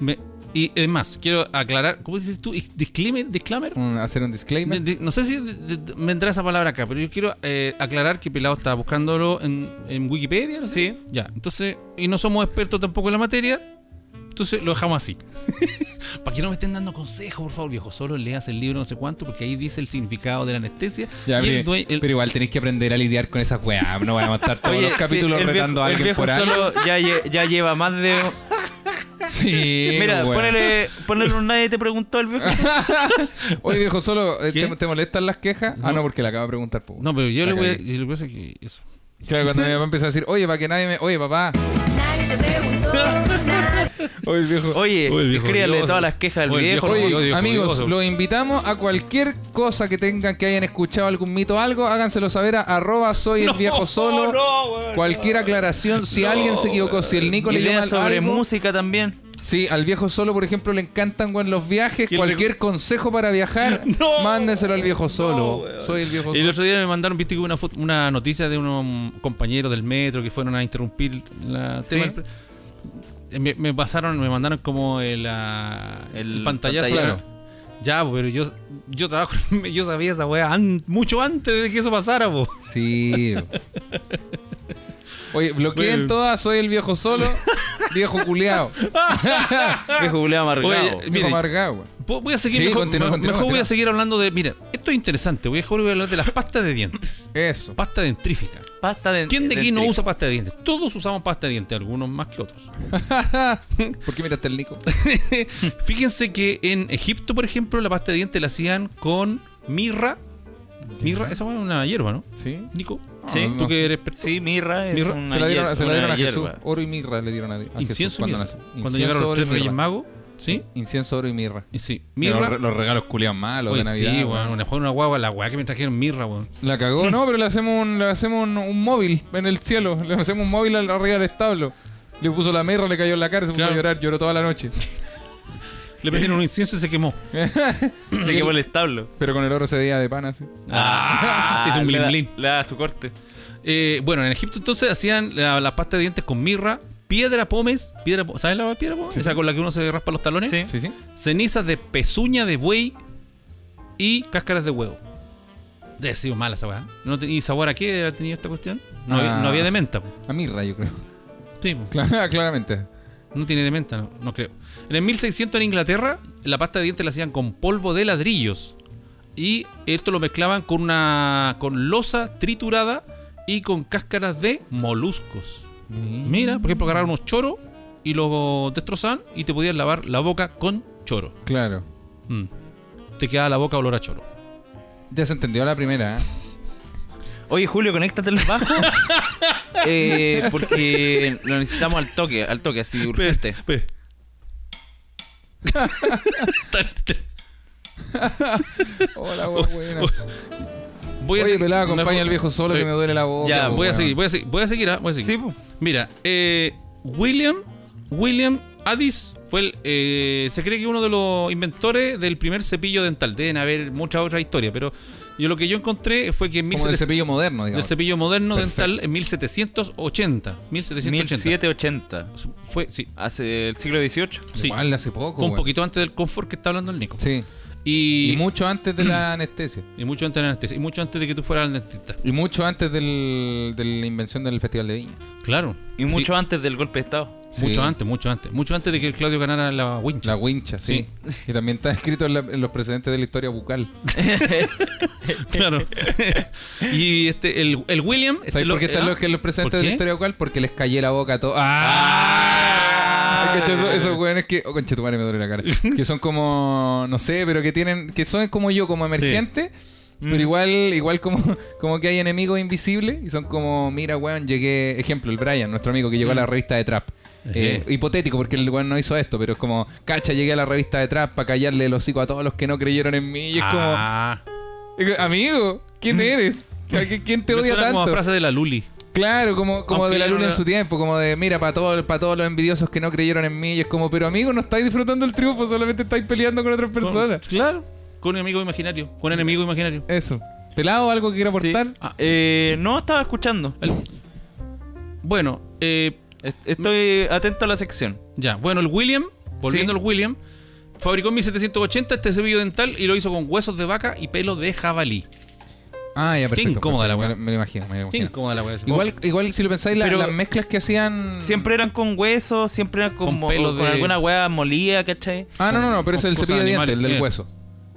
S1: Me- y además, quiero aclarar. ¿Cómo dices tú? Disclaimer. disclaimer?
S3: Un- hacer un
S1: De-
S3: disclaimer.
S1: de- no sé si de- de- de- vendrá esa palabra acá, pero yo quiero eh, aclarar que Pelado estaba buscándolo en, en Wikipedia. ¿no?
S2: Sí.
S1: Ya, entonces, y no somos expertos tampoco en la materia, entonces lo dejamos así. Para que no me estén dando consejos, por favor, viejo, solo leas el libro no sé cuánto, porque ahí dice el significado de la anestesia.
S3: Ya,
S1: y el
S3: pero,
S1: due- el-
S3: pero igual tenéis que aprender a lidiar con esas weá. No van a matar todos
S2: Oye,
S3: los
S2: sí,
S3: capítulos
S2: el
S3: retando a
S2: viejo- el
S3: alguien
S2: viejo
S3: por algo.
S2: solo ya, lle- ya lleva más de.
S3: Sí, pues,
S2: Mira,
S3: weón.
S2: ponele, ponele un nadie te preguntó el viejo.
S3: Oye, viejo, solo eh,
S1: ¿Qué?
S3: ¿te, te molestan las quejas? Ah, no, porque la acabo de preguntar. po.
S1: no, pero yo
S3: La
S1: le voy a.
S3: cagué.
S1: yo Lo que pasa es que eso.
S3: Claro, cuando mi papá empieza a decir, oye, para que nadie me. Oye, papá.
S6: Nadie te preguntó. nada.
S3: Oye, el viejo.
S2: Oye,
S1: Uy, el viejo
S2: escríbale
S1: odioso.
S2: todas las quejas
S1: Uy,
S2: del
S1: el
S2: viejo.
S1: viejo
S3: Oye,
S1: Oye, oye,
S3: amigos,
S1: oye.
S3: los invitamos a cualquier cosa que tengan, que hayan escuchado algún mito o algo, háganselo saber a arroba soy el viejo solo. cualquier aclaración, si alguien se equivocó, si el Nico le llama
S2: Ideas
S3: al-
S2: sobre
S3: algo,
S2: música también.
S3: Sí, al viejo solo, por ejemplo, le encantan weón, los viajes. Cualquier consejo para viajar, mándenselo al viejo solo. Soy el viejo
S1: El
S3: solo.
S1: otro día me mandaron, viste, que hubo una, foto- una noticia de unos compañeros del metro que fueron a interrumpir la.
S2: Sí.
S1: tema del pre- Eh, Me, me pasaron, me mandaron como el, ah,
S2: El
S1: el pantallazo.
S2: pantallazo.
S1: Claro. Ya, pero yo, yo trabajo, en- yo sabía esa weá an- mucho antes de que eso pasara, po.
S3: Sí. Oye, bloqueen
S1: Bueno.
S3: todas, soy el viejo solo, viejo culeado.
S2: Viejo Julián amargado.
S1: Ah. Oye,
S3: Viejo
S1: Mire.
S3: amargado. weón.
S1: Po- Voy a seguir,
S3: Sí,
S1: mejor,
S3: continúa,
S1: me-
S3: continúa,
S1: mejor voy
S3: continúa.
S1: a seguir hablando de, mira, esto es interesante, voy a, mejor voy a hablar de las pastas de dientes.
S3: Eso.
S1: Pasta dentrífica.
S2: Pasta de
S1: ¿Quién de aquí no
S2: dentífrica.
S1: usa pasta de dientes? Todos usamos pasta de dientes, algunos más que otros.
S3: ¿Por qué miraste el Nico?
S1: Fíjense que en Egipto, por ejemplo, la pasta de dientes la hacían con mirra, Mirra, esa weá es una hierba, ¿no?
S3: ¿Sí? Ah,
S1: Nico,
S2: Sí.
S1: ¿tú que eres experto?
S2: Sí, mirra es
S1: Mirra,
S2: una
S3: se la dieron,
S2: hier-
S3: se la dieron
S2: una
S3: a Jesús.
S2: hierba.
S3: Oro y mirra le dieron a, a Jesús
S1: Incienso y
S3: cuando
S1: mirra.
S3: nació.
S1: Cuando
S3: Incienso,
S1: llegaron los
S3: oro y
S1: tres Reyes
S3: mirra.
S1: Magos, ¿sí?
S3: Incienso, oro y mirra.
S1: Y Sí,
S3: Pero
S1: mirra.
S3: re- los regalos culian malos
S1: Oye,
S3: de
S1: sí,
S3: Navidad.
S1: weón.
S3: weón.
S1: Una, una guagua, la weá que me trajeron mirra, weón.
S3: La cagó, no, pero le hacemos un, le hacemos un, un móvil en el cielo. Le hacemos un móvil al- arriba del establo. Le puso la mirra, le cayó en la cara, se puso
S1: Claro.
S3: a llorar, lloró toda la noche.
S1: Le prendieron un incienso y se quemó.
S2: Se quemó el establo. Ah,
S3: Pero con el oro se veía de pana, así.
S1: Ah,
S3: Ah.
S1: sí, es un
S2: le
S1: blin
S2: da-
S1: blin.
S2: Le da su corte.
S1: Eh, bueno, en Egipto entonces hacían la, la pasta de dientes con mirra, piedra pomes, piedra, po- ¿sabes la piedra pomes? Esa con la que uno se raspa los talones.
S2: Sí.
S3: Sí, sí.
S1: Cenizas de pezuña de buey y cáscaras de huevo. Debe sido mala esa weá. No te- ¿Y sabor a qué ha tenido esta cuestión? No, había,
S3: Ah.
S1: no había de menta. po.
S3: A mirra, yo creo.
S1: Sí, po.
S3: Cla- Claramente.
S1: no tiene de menta, no, no creo. En el 1600 en Inglaterra, la pasta de dientes la hacían con polvo de ladrillos. Y esto lo mezclaban con una con losa triturada y con cáscaras de moluscos. Mira, por ejemplo, agarraban unos choros y los destrozaban y te podías lavar la boca con choro.
S3: Claro.
S1: Mm. Te quedaba la boca olor a choro.
S3: Ya se entendió la primera, ¿eh?
S2: Oye, Julio, conéctate al bajo. Eh, porque lo necesitamos al toque, al toque, así urgente.
S3: Hola, weón, buena.
S1: Voy
S3: Oye,
S1: seguir-
S3: pelada,
S1: me-
S3: acompaña al viejo solo que me duele la boca.
S2: Ya,
S3: po,
S1: Voy a
S3: weón.
S1: seguir, voy a seguir, voy a seguir, ah, voy a seguir.
S2: Sí, po.
S1: Mira, eh, William, William Addis fue el, eh, se cree que uno de los inventores del primer cepillo dental. Deben haber muchas otras historias, pero yo lo que yo encontré fue que en
S3: Como del
S1: 1700
S3: cepillo moderno,
S1: del
S3: digamos.
S1: cepillo moderno dental en 1780, 1780
S2: 1780.
S1: fue sí,
S2: Hace el siglo XVIII.
S1: sí,
S3: Igual hace poco,
S1: fue un
S3: weón.
S1: poquito antes del confort que está hablando el Nico.
S3: Sí.
S1: Y,
S3: Y mucho antes de la anestesia.
S1: y mucho antes de la anestesia, y mucho antes de que tú fueras al dentista.
S3: Y mucho antes del, de la invención del Festival de Viña.
S1: Claro.
S2: Y mucho antes del golpe de Estado.
S3: Sí.
S1: Mucho antes, mucho antes. Mucho antes de que el Claudio ganara la wincha.
S3: La wincha, sí. Que también está escrito en, la- en los precedentes de la historia bucal.
S1: Claro. y este, el, el William. este
S3: ¿Sabes
S1: lo-
S3: por qué están
S1: ¿ah?
S3: los, que los
S1: ¿Por
S3: precedentes de
S1: qué?
S3: la historia bucal? Porque les callé la boca a todos. ¡Ah! ¿Cachai? Esos, esos weones que. Oh, conche, tu madre me duele la cara. que son como. No sé, pero que tienen. Que son como yo, como emergente.
S1: Mm.
S3: Pero igual, igual como, como que hay enemigos invisibles y son como, mira, weón, llegué, ejemplo, el Brian, nuestro amigo que llegó
S1: Mm.
S3: a la revista de Trap. Eh, hipotético, porque el weón no hizo esto, pero es como, cacha, llegué a la revista de Trap para callarle el hocico a todos los que no creyeron en mí. Y es como,
S1: Ah,
S3: y digo, Amigo, ¿quién eres? ¿A qué- ¿Quién te
S1: Mm. me
S3: odia
S1: suena como a
S3: tanto?
S1: frase de la Luli.
S3: Claro, como, como
S1: Aunque
S3: de la
S1: yo no
S3: luna en
S1: la-
S3: su tiempo, como de mira, para todos para todos los envidiosos que no creyeron en mí. Y es como, pero amigo, no estáis disfrutando el triunfo, solamente estáis peleando con otras personas.
S1: Con- claro. Con un amigo imaginario. Con un enemigo imaginario.
S3: Eso. ¿Pelado algo que quiera aportar?
S2: Sí. Ah, eh, no, estaba escuchando.
S1: El- Bueno, eh,
S2: Est- Estoy atento a la sección.
S1: ya. Bueno, el William, volviendo
S2: Sí.
S1: al William, fabricó en 1780 este cepillo dental y lo hizo con huesos de vaca y pelo de jabalí.
S3: Ah, ya, perfecto.
S1: incómoda la
S3: perfecto.
S1: weá.
S3: Me, me lo imagino, me lo
S1: Qué
S3: imagino.
S1: incómoda la weá esa.
S3: Igual, igual si lo pensáis, la-
S2: Pero-
S3: las mezclas que hacían.
S2: Siempre eran con huesos, siempre eran con,
S1: Con
S2: mo-
S1: pelo
S2: con
S1: de-
S2: alguna hueá molida, ¿cachai?
S3: Ah, no, no, no, pero ese es el
S1: Cosas
S3: cepillo de dientes, el
S1: animales,
S3: del
S1: bien.
S3: hueso.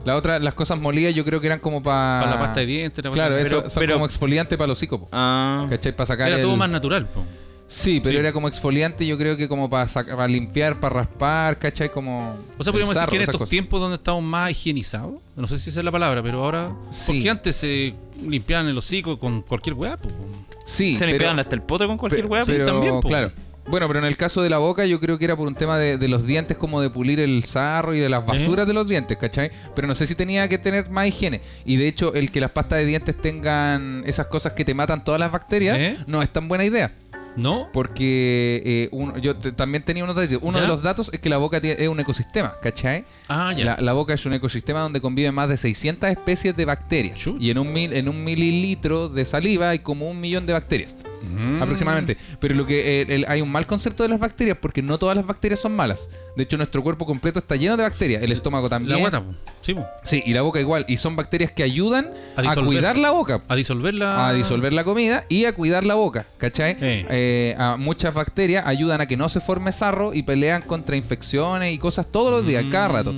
S3: La otra, las cosas molidas yo creo que eran como para.
S1: Para la pasta de dientes, la
S3: Ah, Claro,
S1: pasta-
S3: eso
S2: Pero-
S3: son
S2: pero-
S3: como exfoliante para los hocico, po.
S2: Ah,
S3: ¿Cachai? Para sacar
S1: Era todo
S3: el-
S1: más natural. po.
S3: Sí, pero
S1: Sí.
S3: era como exfoliante, yo creo que como para sacar, para limpiar, para raspar, ¿cachai? Como.
S1: O sea,
S3: el
S1: podríamos decir
S3: sarro,
S1: que en
S3: esas
S1: estos
S3: cosas.
S1: tiempos donde estamos más higienizados, no sé si esa es la palabra, pero ahora.
S3: Sí.
S1: Porque antes se limpiaban el hocico con cualquier weá, pues. po.
S3: Sí,
S2: se le
S3: pero-
S2: pegan hasta el poto con cualquier
S3: pe-
S2: hueá. pues,
S3: pero-
S1: también, po.
S3: Claro. Bueno, pero en el caso de la boca, yo creo que era por un tema de, de los dientes, como de pulir el sarro y de las basuras de los dientes, ¿cachai? Pero no sé si tenía que tener más higiene. Y de hecho, el que las pastas de dientes tengan esas cosas que te matan todas las bacterias,
S1: ¿Eh?
S3: no es tan buena idea.
S1: ¿No?
S3: Porque eh, uno- yo te- también tenía unos datos. Uno
S1: ¿Ya?
S3: de los datos es que la boca tie- es un ecosistema, ¿cachai?
S1: Ah, ya.
S3: La, la boca es un ecosistema donde conviven más de 600 especies de bacterias.
S1: Chuta.
S3: Y en un, mil- en un mililitro de saliva hay como un millón de bacterias.
S1: Mm.
S3: Aproximadamente. Pero lo que eh, el- hay un mal concepto de las bacterias porque no todas las bacterias son malas. De hecho, nuestro cuerpo completo está lleno de bacterias. El estómago
S1: La
S3: también.
S1: guata, po. sí, po.
S3: Sí, y la boca igual. Y son bacterias que ayudan
S1: A
S3: a,
S1: disolver.
S3: cuidar la boca
S1: A disolverla.
S3: a disolver la comida y a cuidar la boca, ¿cachai?
S1: Eh.
S3: Eh, a muchas bacterias
S1: Mm.
S3: ayudan a que no se forme sarro y pelean contra infecciones y cosas todos los días, cada rato.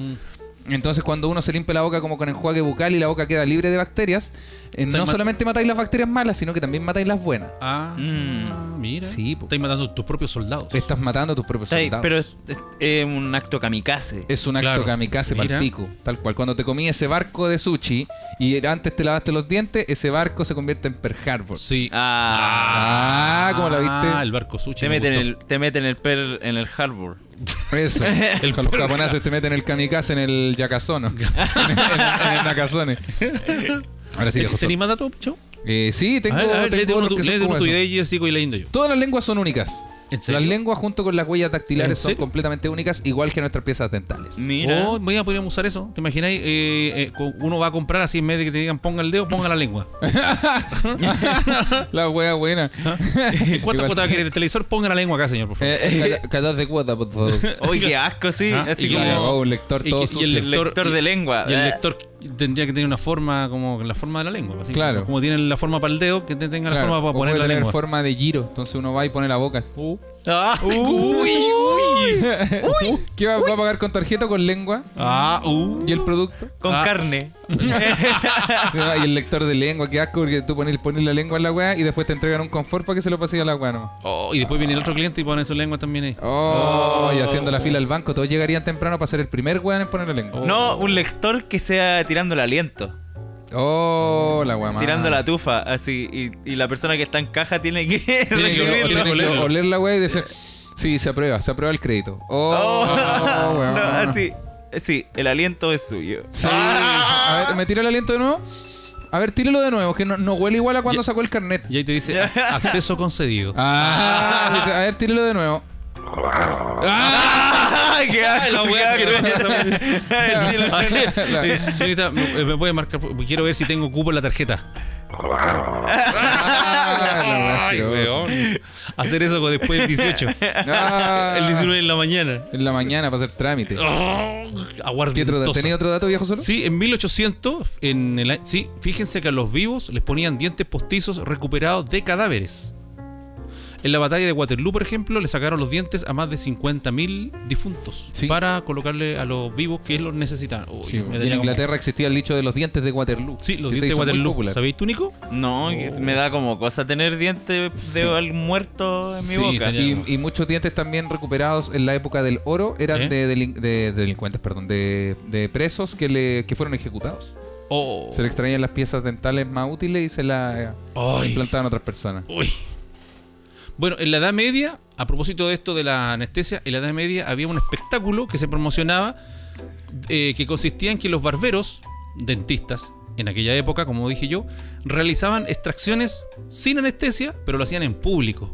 S3: Entonces, cuando uno se limpia la boca como con enjuague bucal y la boca queda libre de bacterias, eh,
S1: Estáis
S3: no
S1: mat-
S3: solamente matáis las bacterias malas, sino que también matáis las buenas.
S1: Ah,
S2: Mm.
S1: mira.
S3: Sí, po.
S1: Estáis matando a tus propios soldados.
S3: Estás matando a tus propios
S2: Está ahí,
S3: soldados.
S2: pero es, es- es un acto kamikaze.
S3: Es un acto
S1: Claro.
S3: kamikaze para
S1: Mira.
S3: pico, tal cual. Cuando te comí ese barco de sushi y antes te lavaste los dientes, ese barco se convierte en Pearl Harbor.
S1: Sí.
S2: Ah,
S3: Ah, ¿cómo la
S1: Ah,
S3: viste?
S1: el barco sushi.
S2: te
S1: me
S2: meten
S1: gustó.
S2: el, te meten el per en el harbor.
S3: Eso. Con los japoneses te meten el kamikaze en el yakazono. en, en- en el nakazone. Ahora sí,
S1: ¿Tenís
S3: José.
S1: más datos, Pichau?
S3: Eh, sí,
S1: A
S3: tengo,
S1: ver, a ver,
S3: tengo
S1: léete uno
S3: otros
S1: tu
S3: que son
S1: léete
S3: como
S1: uno tu
S3: eso.
S1: idea y yo sigo leyendo yo.
S3: Todas las lenguas son únicas.
S1: ¿En serio?
S3: Las lenguas junto con las huellas
S1: ¿En
S3: dactilares son
S1: serio?
S3: completamente únicas, igual que nuestras piezas dentales.
S2: Mira.
S1: Oh, voy a podríamos usar eso. ¿Te imagináis? Eh, eh, cu- uno va a comprar así en vez de que te digan ponga el dedo, ponga la lengua.
S3: La hueá buena.
S1: ¿En ¿Cuántas
S3: Igual-
S1: cuotas va a querer el televisor? Ponga la lengua acá, señor, por favor.
S3: Eh, eh, cada- cada de cuota, por favor.
S2: Oye, qué asco, sí.
S1: Ah,
S2: Así
S1: y
S2: como
S1: claro.
S3: Oh, un lector
S1: Y
S3: todo
S1: que- y
S3: sucio.
S1: el
S2: el lector,
S1: lector-
S2: de lengua.
S1: Y el
S2: Eh,
S1: lector tendría que tener una forma como la forma de la lengua. Así
S3: Claro.
S1: como- Como tienen la forma para el dedo, que te- tengan
S3: Claro,
S1: la forma
S3: o
S1: para
S3: puede
S1: poner la
S3: tener
S1: lengua.
S3: forma de giro, entonces uno va y pone la boca. Uh.
S1: Ah, uy, uy.
S3: ¿Qué va, va a pagar con tarjeta o con lengua?
S1: Ah, uh.
S3: ¿Y el producto?
S2: Con
S1: Ah.
S2: carne.
S3: y el lector de lengua, qué asco, porque tú pones, pones la lengua en la weá y después te entregan un confort para que se lo pases a la weá nomás.
S1: Oh, y después viene el otro cliente y pone su lengua también ahí.
S3: Oh, y haciendo la fila al banco, todos llegarían temprano para ser el primer weón en poner la lengua.
S2: No, un lector que sea tirando el aliento.
S3: Oh, la weá mala.
S2: Tirando la tufa, así. Y, y la persona que está en caja tiene que
S3: Tiene que,
S2: recibirlo.
S3: tiene que
S1: Olerlo.
S3: oler la weá y decir, sí, se aprueba, se aprueba el crédito.
S2: Oh,
S3: Oh, weón.
S2: no, así. Sí, el aliento es suyo.
S3: Sí. A ver, ¿me tira el aliento de nuevo? A ver, tírelo de nuevo, que no, no huele igual a cuando
S1: Ya-
S3: sacó el carnet.
S1: Y ahí te dice "A- acceso concedido.
S3: Ah, dice, a ver, tírelo de nuevo.
S2: ¡Ah! ¡Qué asco!
S1: la wea
S2: qué asco. El tiro en el-
S1: Eh, Señorita, ¿me me puede marcar? por- Quiero ver si tengo cupo en la tarjeta.
S3: Ah, la wea
S1: Ay,
S3: asquerosa.
S1: weón. Hacer eso con- después del 18.
S3: Ah,
S1: El 19 en la mañana.
S3: En la mañana para hacer trámite.
S1: Oh,
S3: Ah. ¿Qué otro dato?
S1: aguardientoso.
S3: ¿Tenía otro dato, viejo solo?
S1: Sí, en 1800, en el, a- sí, fíjense que a los vivos les ponían dientes postizos recuperados de cadáveres. En la batalla de Waterloo, por ejemplo, le sacaron los dientes a más de 50.000 difuntos
S3: Sí.
S1: para colocarle a los vivos que los necesitaban. Uy,
S3: Sí,
S1: me
S3: en
S1: daría como-
S3: Inglaterra existía el dicho de los dientes de Waterloo.
S1: Sí, los
S3: que
S1: dientes
S3: se
S1: de
S3: hizo muy
S1: Waterloo.
S3: popular.
S1: ¿Sabéis tú, Nico?
S2: No, que me da como cosa tener dientes de
S3: Sí.
S2: algún muerto en mi
S1: Sí,
S2: boca.
S1: señor.
S3: Y, y muchos dientes también recuperados en la época del oro eran
S1: ¿Eh?
S3: de, delin- de- de delincuentes, perdón, de, de presos que, le, que fueron ejecutados.
S1: Oh.
S3: Se le extraían las piezas dentales más útiles y se las
S1: Ay.
S3: implantaban a otras personas.
S1: Uy. Bueno, en la Edad Media, a propósito de esto de la anestesia, en la Edad Media había un espectáculo que se promocionaba eh, que consistía en que los barberos, dentistas, en aquella época, como dije yo, realizaban extracciones sin anestesia, pero lo hacían en público.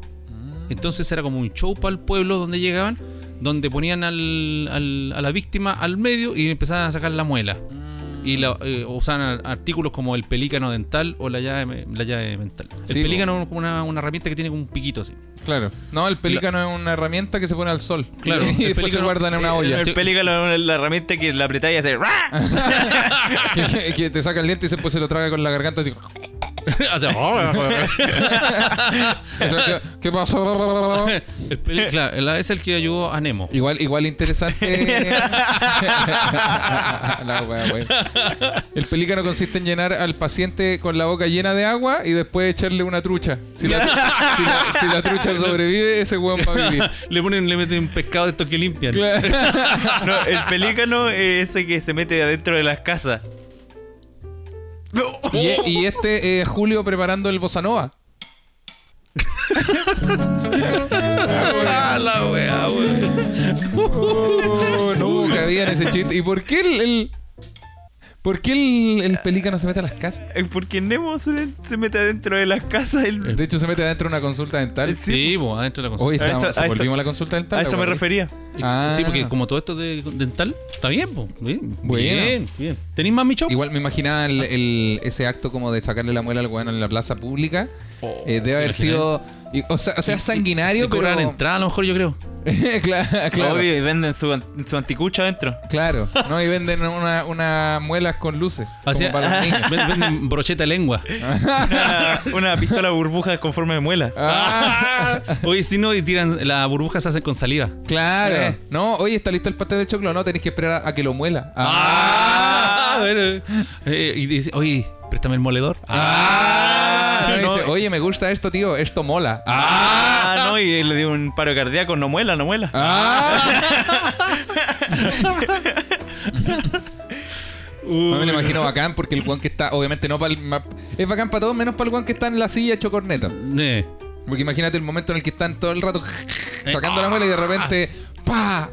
S1: Entonces era como un show para el pueblo donde llegaban, donde ponían al- al- a la víctima al medio y empezaban a sacar la muela.
S3: Mm.
S1: Y la, eh, usaban ar- artículos como el pelícano dental o la llave, me- la llave mental. El
S3: Sí,
S1: pelícano es como una, una herramienta que tiene como un piquito así.
S3: Claro. No, el pelícano es una herramienta que se pone al sol.
S1: Claro,
S3: Y,
S1: el
S3: después se
S1: pelícano-
S3: guardan en una olla.
S2: El pelícano es la herramienta que la apretáis y hace ¡ra!
S3: que, que te saca el diente y después se lo traga con la garganta. Así,
S1: O
S3: oh.
S1: sea,
S3: Eso, ¿qué, qué pasó?
S1: el peli- claro, la- es el que ayudó a Nemo.
S3: Igual, igual interesante. La wea, wey. El pelícano consiste en llenar al paciente con la boca llena de agua y después echarle una trucha. Si la, si la- si la trucha sobrevive, ese weón va a vivir.
S1: le ponen, le meten un pescado de estos que limpian.
S3: Claro.
S2: No, el pelícano es ese que se mete adentro de las casas.
S3: Y, e- y este eh, Julio preparando el bossa nova.
S1: Ah, la wea, wea.
S3: Oh, no cabía en ese chiste. ¿Y por qué el, el- por qué el, el pelícano se mete a las casas?
S2: Eh, Porque Nemo se, se mete adentro de las casas.
S1: Eh,
S2: el-
S3: De hecho, se mete adentro de una consulta dental.
S1: Sí, bo, adentro de la consulta.
S3: Hoy
S2: A eso-
S3: estamos,
S2: a eso-
S3: volvimos a la consulta dental.
S2: a eso
S3: la
S2: me
S3: wea.
S2: refería.
S3: Ah.
S1: Sí, porque como todo esto de dental, está bien, bo, bien,
S3: Bueno.
S1: bien, bien. ¿Tenéis más, Micho?
S3: Igual me imaginaba el- el- ese acto como de sacarle la muela al weón en la plaza pública. Eh, debe haber sido. y- o, sea, o sea, sanguinario,
S1: Le
S3: pero.
S1: cobran entrada a lo mejor, yo creo.
S3: claro, claro.
S2: Obvio, y venden su, an- su anticucha adentro.
S3: Claro. ¿no? Y venden unas una muelas con luces.
S1: Así-
S3: como para los niños.
S1: Ven- Venden brocheta de lengua. Ah.
S2: Una, una pistola burbuja con forma de muela.
S3: Ah,
S1: Oye, si no, y tiran la burbuja se hacen con saliva.
S3: claro. Eh, no, oye, está listo el pastel de choclo. No, tenéis que esperar a, a que lo muela.
S1: Ah, bueno. Eh, y dice, oye, préstame el moledor.
S3: Ah, no,
S2: no.
S3: dice, oye, me gusta esto, tío. Esto mola. Ah.
S2: Ah, no, y le dio un paro cardíaco, no muela, no muela.
S3: Ah. No me lo imagino bacán porque el guan que está, obviamente no para el map. Es bacán para todos, menos para el guan que está en la silla hecho corneta.
S1: Eh,
S3: Porque imagínate el momento en el que están todo el rato sacando la muela y de repente. ¡Pa!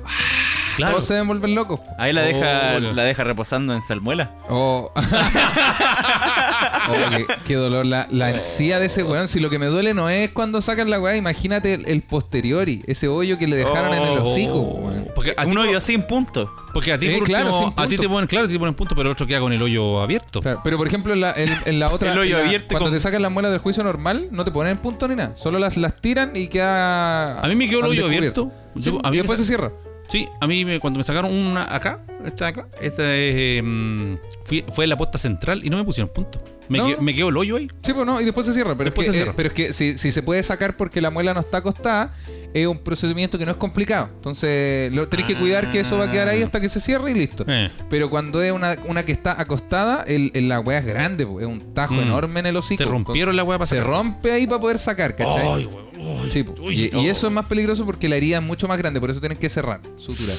S1: claro.
S3: Todos se deben volver locos.
S2: Ahí la deja,
S1: Hola.
S2: la deja reposando en salmuela.
S3: Oh. Oh, qué, qué dolor la, la encía de ese weón. Si lo que me duele no es cuando sacan la weá, imagínate el, el posteriori, ese hoyo que le dejaron en el
S2: Oh.
S3: hocico. weón.
S1: Porque a ti,
S2: Un hoyo sin punto.
S1: porque a ti,
S3: Eh,
S1: por
S3: claro,
S1: último,
S3: sin
S1: a ti
S3: punto.
S1: te ponen, claro, te ponen punto, pero el otro queda con el hoyo abierto.
S3: Claro, pero por ejemplo, en la, en- en la otra.
S2: El hoyo
S3: la-
S2: abierto
S3: cuando
S2: con-
S3: te sacan las muelas del juicio normal, no te ponen punto ni nada. Solo las, las tiran y queda.
S1: A mí me quedó el
S3: al
S1: hoyo
S3: descubierto.
S1: abierto.
S3: Sí,
S1: Yo- a mí
S3: y
S1: me
S3: después
S1: sa-
S3: se cierra.
S1: Sí, a mí me- cuando me sacaron una acá, esta de acá, esta es, eh, mm, fui- fue la posta central y no me pusieron punto. Me,
S3: No.
S1: que- me quedó el hoyo ahí.
S3: Sí, pues no, y después se cierra. Pero
S1: Después
S3: es que,
S1: se
S3: eh,
S1: cierra.
S3: pero es que si, si se puede sacar porque la muela no está acostada, es un procedimiento que no es complicado. Entonces, lo tenés que cuidar que eso va a quedar ahí hasta que se cierre y listo.
S1: Ah. Eh.
S3: Pero cuando es una, una que está acostada, el, el- la weá es grande, po, es un tajo
S1: Mm.
S3: enorme en el hocico.
S1: Te rompieron la weá para
S3: Se
S1: sacar.
S3: rompe ahí para poder sacar, ¿cachai?
S1: Ay, weón, ay,
S3: Sí, po.
S1: uy,
S3: y,
S1: no.
S3: y eso es más peligroso porque la herida es mucho más grande, por eso tienen que cerrar, suturar.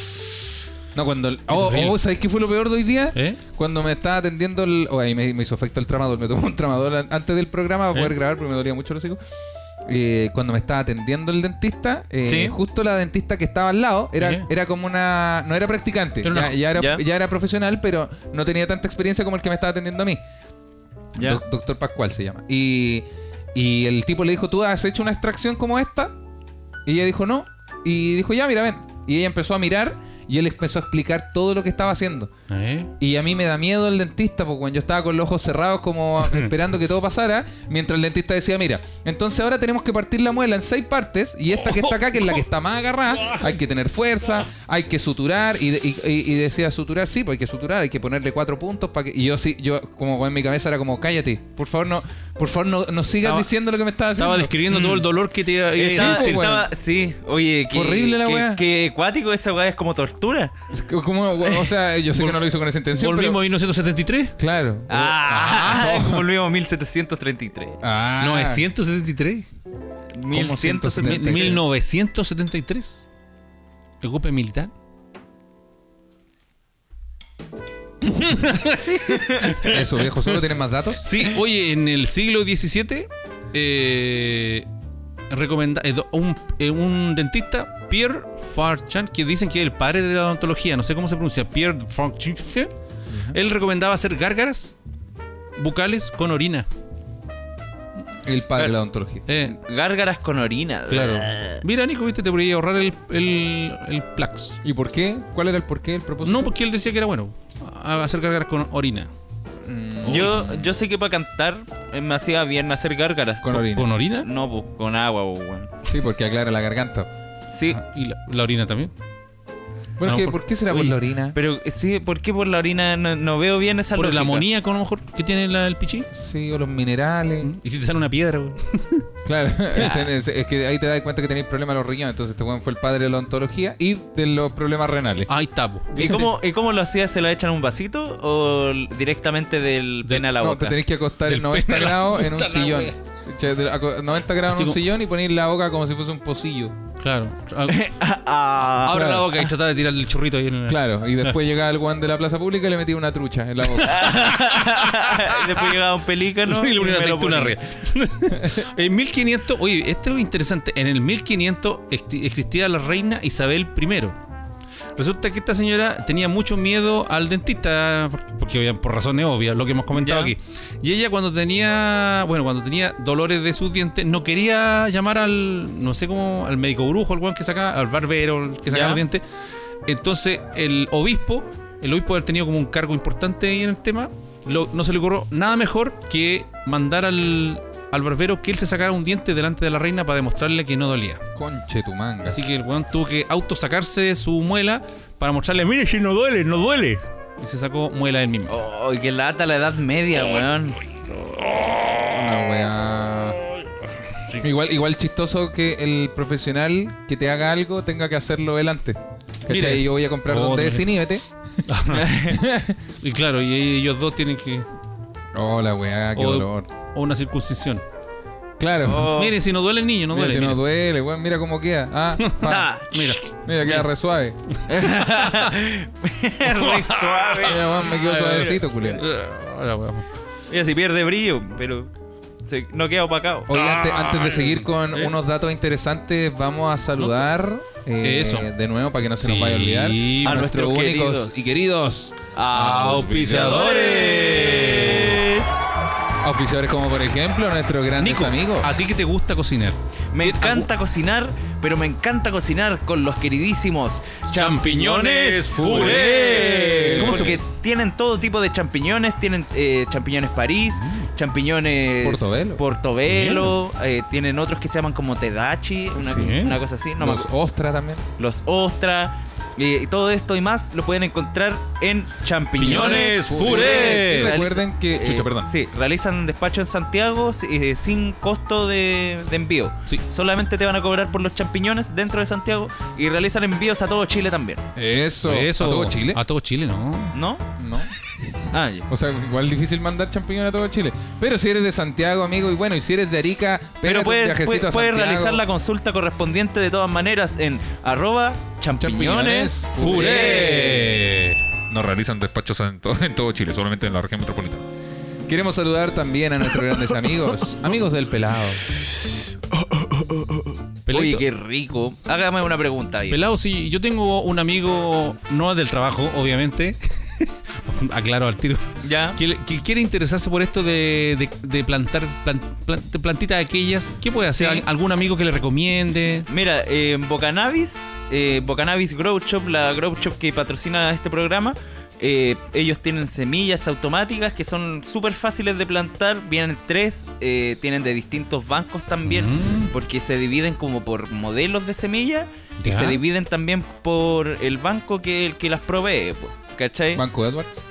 S3: No, cuando. el- Oh,
S1: terrible.
S3: oh, ¿sabes qué fue lo peor de hoy día?
S1: ¿Eh?
S3: Cuando me estaba atendiendo el. Oh, ahí me, me hizo efecto el tramador, me tomó un tramador an- antes del programa para
S1: ¿Eh?
S3: poder grabar porque me dolía mucho el hocico. Eh, cuando me estaba atendiendo el dentista, eh,
S1: Sí.
S3: justo la dentista que estaba al lado era,
S1: ¿Eh?
S3: era como una. No era practicante,
S1: Era una-
S3: ya, ya era,
S2: ¿Ya?
S3: ya era profesional, pero no tenía tanta experiencia como el que me estaba atendiendo a mí.
S2: Ya.
S3: Doc- doctor Pascual se llama. Y, y el tipo le dijo, ¿tú has hecho una extracción como esta? Y ella dijo, no. Y dijo, ya, mira, ven. Y ella empezó a mirar y él empezó a explicar todo lo que estaba haciendo.
S1: Eh.
S3: Y a mí me da miedo el dentista, porque cuando yo estaba con los ojos cerrados, como esperando que todo pasara, mientras el dentista decía, mira, entonces ahora tenemos que partir la muela en seis partes, y esta que está acá, que es la que está más agarrada, hay que tener fuerza, hay que suturar, y, de- y- y- y decía suturar, sí, pues hay que suturar, hay que ponerle cuatro puntos para que... Y yo sí, yo como en mi cabeza era como, cállate, por favor no, por favor no, no sigas
S1: Estaba-
S3: diciendo lo que me estaba haciendo.
S1: Estaba describiendo todo el dolor que te iba a
S2: Estaba-
S3: sí, pues,
S2: estaba-
S3: weón.
S2: sí, oye, qué,
S3: Horrible la
S2: qué-
S3: weá.
S2: qué acuático esa weá es como tortura.
S3: Es que como- o sea, yo sé que no lo hizo con esa intención,
S1: Volvimos
S3: pero...
S1: a 1973.
S3: Claro.
S2: Ah, es como el mismo 1733.
S3: Ah.
S1: 973.
S2: 1173.
S1: 1973. El golpe militar.
S3: Eso, viejo, ¿solo tienes más datos?
S1: Sí, oye, en el siglo XVII, eh, recomenda- eh, do- un, eh, un dentista, Pierre Farchan, que dicen que es el padre de la odontología, no sé cómo se pronuncia, Pierre Farchan, él recomendaba hacer gárgaras bucales con orina.
S3: El padre de la odontología.
S1: Eh,
S2: Gárgaras con orina.
S3: Claro.
S1: mira, Nico, viste, te podría ahorrar el, el, el plax.
S3: ¿Y por qué? ¿Cuál era el porqué, el propósito?
S1: No, porque él decía que era bueno a- hacer gárgaras con orina.
S2: Yo, yo sé que para cantar eh, me hacía bien hacer gárgaras.
S3: Con orina.
S1: ¿Con orina?
S2: No, pues con agua, pues, weón.
S3: Sí, porque aclara la garganta.
S2: Sí,
S1: Y la, la orina también.
S3: Bueno,
S1: No,
S3: ¿qué-
S1: por-
S3: por, qué será por
S2: Oye,
S3: la orina?
S2: Pero eh, sí, ¿por qué por la orina no, no veo bien esa
S1: Por el
S2: lógica?
S1: amoníaco, a lo mejor, que tiene la- el pichín.
S3: Sí, o los minerales.
S1: Y si te sale una piedra, güey.
S3: Claro, es, es que ahí te das cuenta que tenéis problemas en los riñones. Entonces, este weón fue el padre de la odontología y de los problemas renales.
S1: Ahí está, po.
S2: ¿Y cómo, ¿Y cómo lo hacía? ¿Se la echan a un vasito o l- directamente del pene a la
S3: no,
S2: boca?
S3: te tenéis que acostar en
S1: Del
S3: 90
S1: pene a la
S3: grados en un
S1: puta la
S3: sillón. Che, de- aco- 90 grados
S1: Así
S3: en un
S1: como-
S3: sillón y ponéis la boca como si fuese un pocillo.
S1: Claro.
S2: Ah,
S1: Abre la
S3: claro.
S1: boca y trata de tirar el churrito ahí en el-
S3: Claro, y
S1: Ah.
S3: después llegaba el weón de la plaza pública y le metía una trucha en la boca.
S2: Después llegaba un pelícano
S1: Y le ponía
S2: me lo
S1: aceituna
S2: ponía.
S1: arriba. en 1500, oye, esto es interesante. En el 1500 exti- existía la reina Isabel I. Resulta que esta señora tenía mucho miedo al dentista, por- porque obvia- por razones obvias, lo que hemos comentado
S2: Ya.
S1: aquí. Y ella cuando tenía, bueno, cuando tenía dolores de sus dientes, no quería llamar al, no sé cómo, al médico brujo, al guan que saca, al barbero, el que saca
S2: Ya.
S1: los dientes. Entonces, el obispo, el obispo haber tenido como un cargo importante ahí en el tema, lo- no se le ocurrió nada mejor que mandar al, al barbero que él se sacara un diente delante de la reina para demostrarle que no dolía.
S3: Conche tu manga.
S1: Así que el weón tuvo que autosacarse su muela para mostrarle, mire, si no duele, no duele. Y se sacó muela él mismo.
S2: Oh, qué lata la edad media,
S1: Eh,
S2: weón.
S3: Una weá. Igual, igual chistoso que el profesional que te haga algo tenga que hacerlo él antes.
S1: Mira.
S3: ¿Cachai? Yo voy a comprar
S1: Oh,
S3: donde
S1: no.
S3: es Inhibete.
S1: Y claro, y ellos dos tienen que.
S3: Oh, la weá, qué
S1: o,
S3: dolor.
S1: o una circuncisión.
S3: Claro.
S2: Oh.
S1: Mire, si no duele el niño, no
S3: mira,
S1: duele.
S3: si
S1: mira.
S3: no duele, weón, mira cómo queda. Ah, pa.
S2: Da.
S1: Mira.
S3: mira, queda re suave.
S2: Re suave.
S3: Mira, weón, me quedó
S2: Ay,
S3: suavecito, culiao.
S1: Ahora, weón.
S2: Mira, si pierde brillo, pero se- no queda opacado.
S3: Oye,
S1: Ah.
S3: antes, antes de seguir con unos datos interesantes, vamos a saludar eh,
S1: Eso.
S3: de nuevo para que no se nos
S1: Sí.
S3: vaya a olvidar.
S1: A
S2: nuestros
S3: nuestros únicos
S2: queridos.
S3: y queridos
S1: Oh, ¡Auspiciadores!
S3: auspiciadores, como por ejemplo nuestros grandes
S1: Nico,
S3: amigos.
S1: a ti que te gusta cocinar.
S2: Me encanta cocinar, pero me encanta cocinar con los queridísimos
S1: Champiñones Furé. ¿Cómo se-
S2: Porque tienen todo tipo de champiñones, tienen eh, champiñones París, champiñones
S3: Portobelo.
S2: Portobelo, eh, tienen otros que se llaman como Tedachi, una,
S1: Sí.
S2: cosa, una cosa así, no me
S3: los
S2: acuerdo.
S3: ostras también.
S2: los ostras. Y, y todo esto y más lo pueden encontrar en Champiñones
S1: Piñones Furé.
S3: Y
S2: Realiza-
S3: recuerden que.
S2: eh,
S3: chucha, perdón.
S2: Sí, realizan despacho en Santiago sí, eh, sin costo de, de envío.
S1: Sí.
S2: Solamente te van a cobrar por los champiñones dentro de Santiago y realizan envíos a todo Chile también,
S3: Eso.
S1: Eso.
S3: ¿A todo Chile?
S1: A todo Chile, no.
S2: ¿no?
S3: No.
S2: Ah, ya.
S3: O sea, igual difícil mandar champiñones a todo Chile. Pero si eres de Santiago, amigo, y bueno, y si eres de Arica, pégate
S2: Pero
S3: un
S2: puedes,
S3: viajecito
S2: puedes,
S3: a
S2: puedes
S3: Santiago.
S2: realizar la consulta correspondiente de todas maneras en arroba champiñones,
S3: Champiñones
S2: furé.
S7: No realizan despachos en todo, en todo Chile, solamente en la región metropolitana.
S3: Queremos saludar también a nuestros grandes amigos, amigos del pelado.
S2: Oye,
S1: Peladito.
S2: qué rico. Hágame una pregunta ahí.
S1: Pelado, sí, yo tengo un amigo, no es del trabajo, obviamente. Aclaro al tiro.
S2: ¿Ya?
S1: Que, le- que quiere interesarse por esto de, de- de plantar plan- plan- de plantitas aquellas. ¿Qué puede hacer?
S2: Sí.
S1: ¿Al- ¿Algún amigo que le recomiende?
S2: Mira, eh, en Bocanavis, eh, Bocanavis Grow Shop, la Grow Shop que patrocina este programa, eh, ellos tienen semillas automáticas que son súper fáciles de plantar, vienen tres, eh, tienen de distintos bancos también,
S1: Mm.
S2: porque se dividen como por modelos de semillas y
S1: Ya.
S2: se dividen también por el banco que, que las provee, pues, ¿cachai?
S3: Banco Edwards.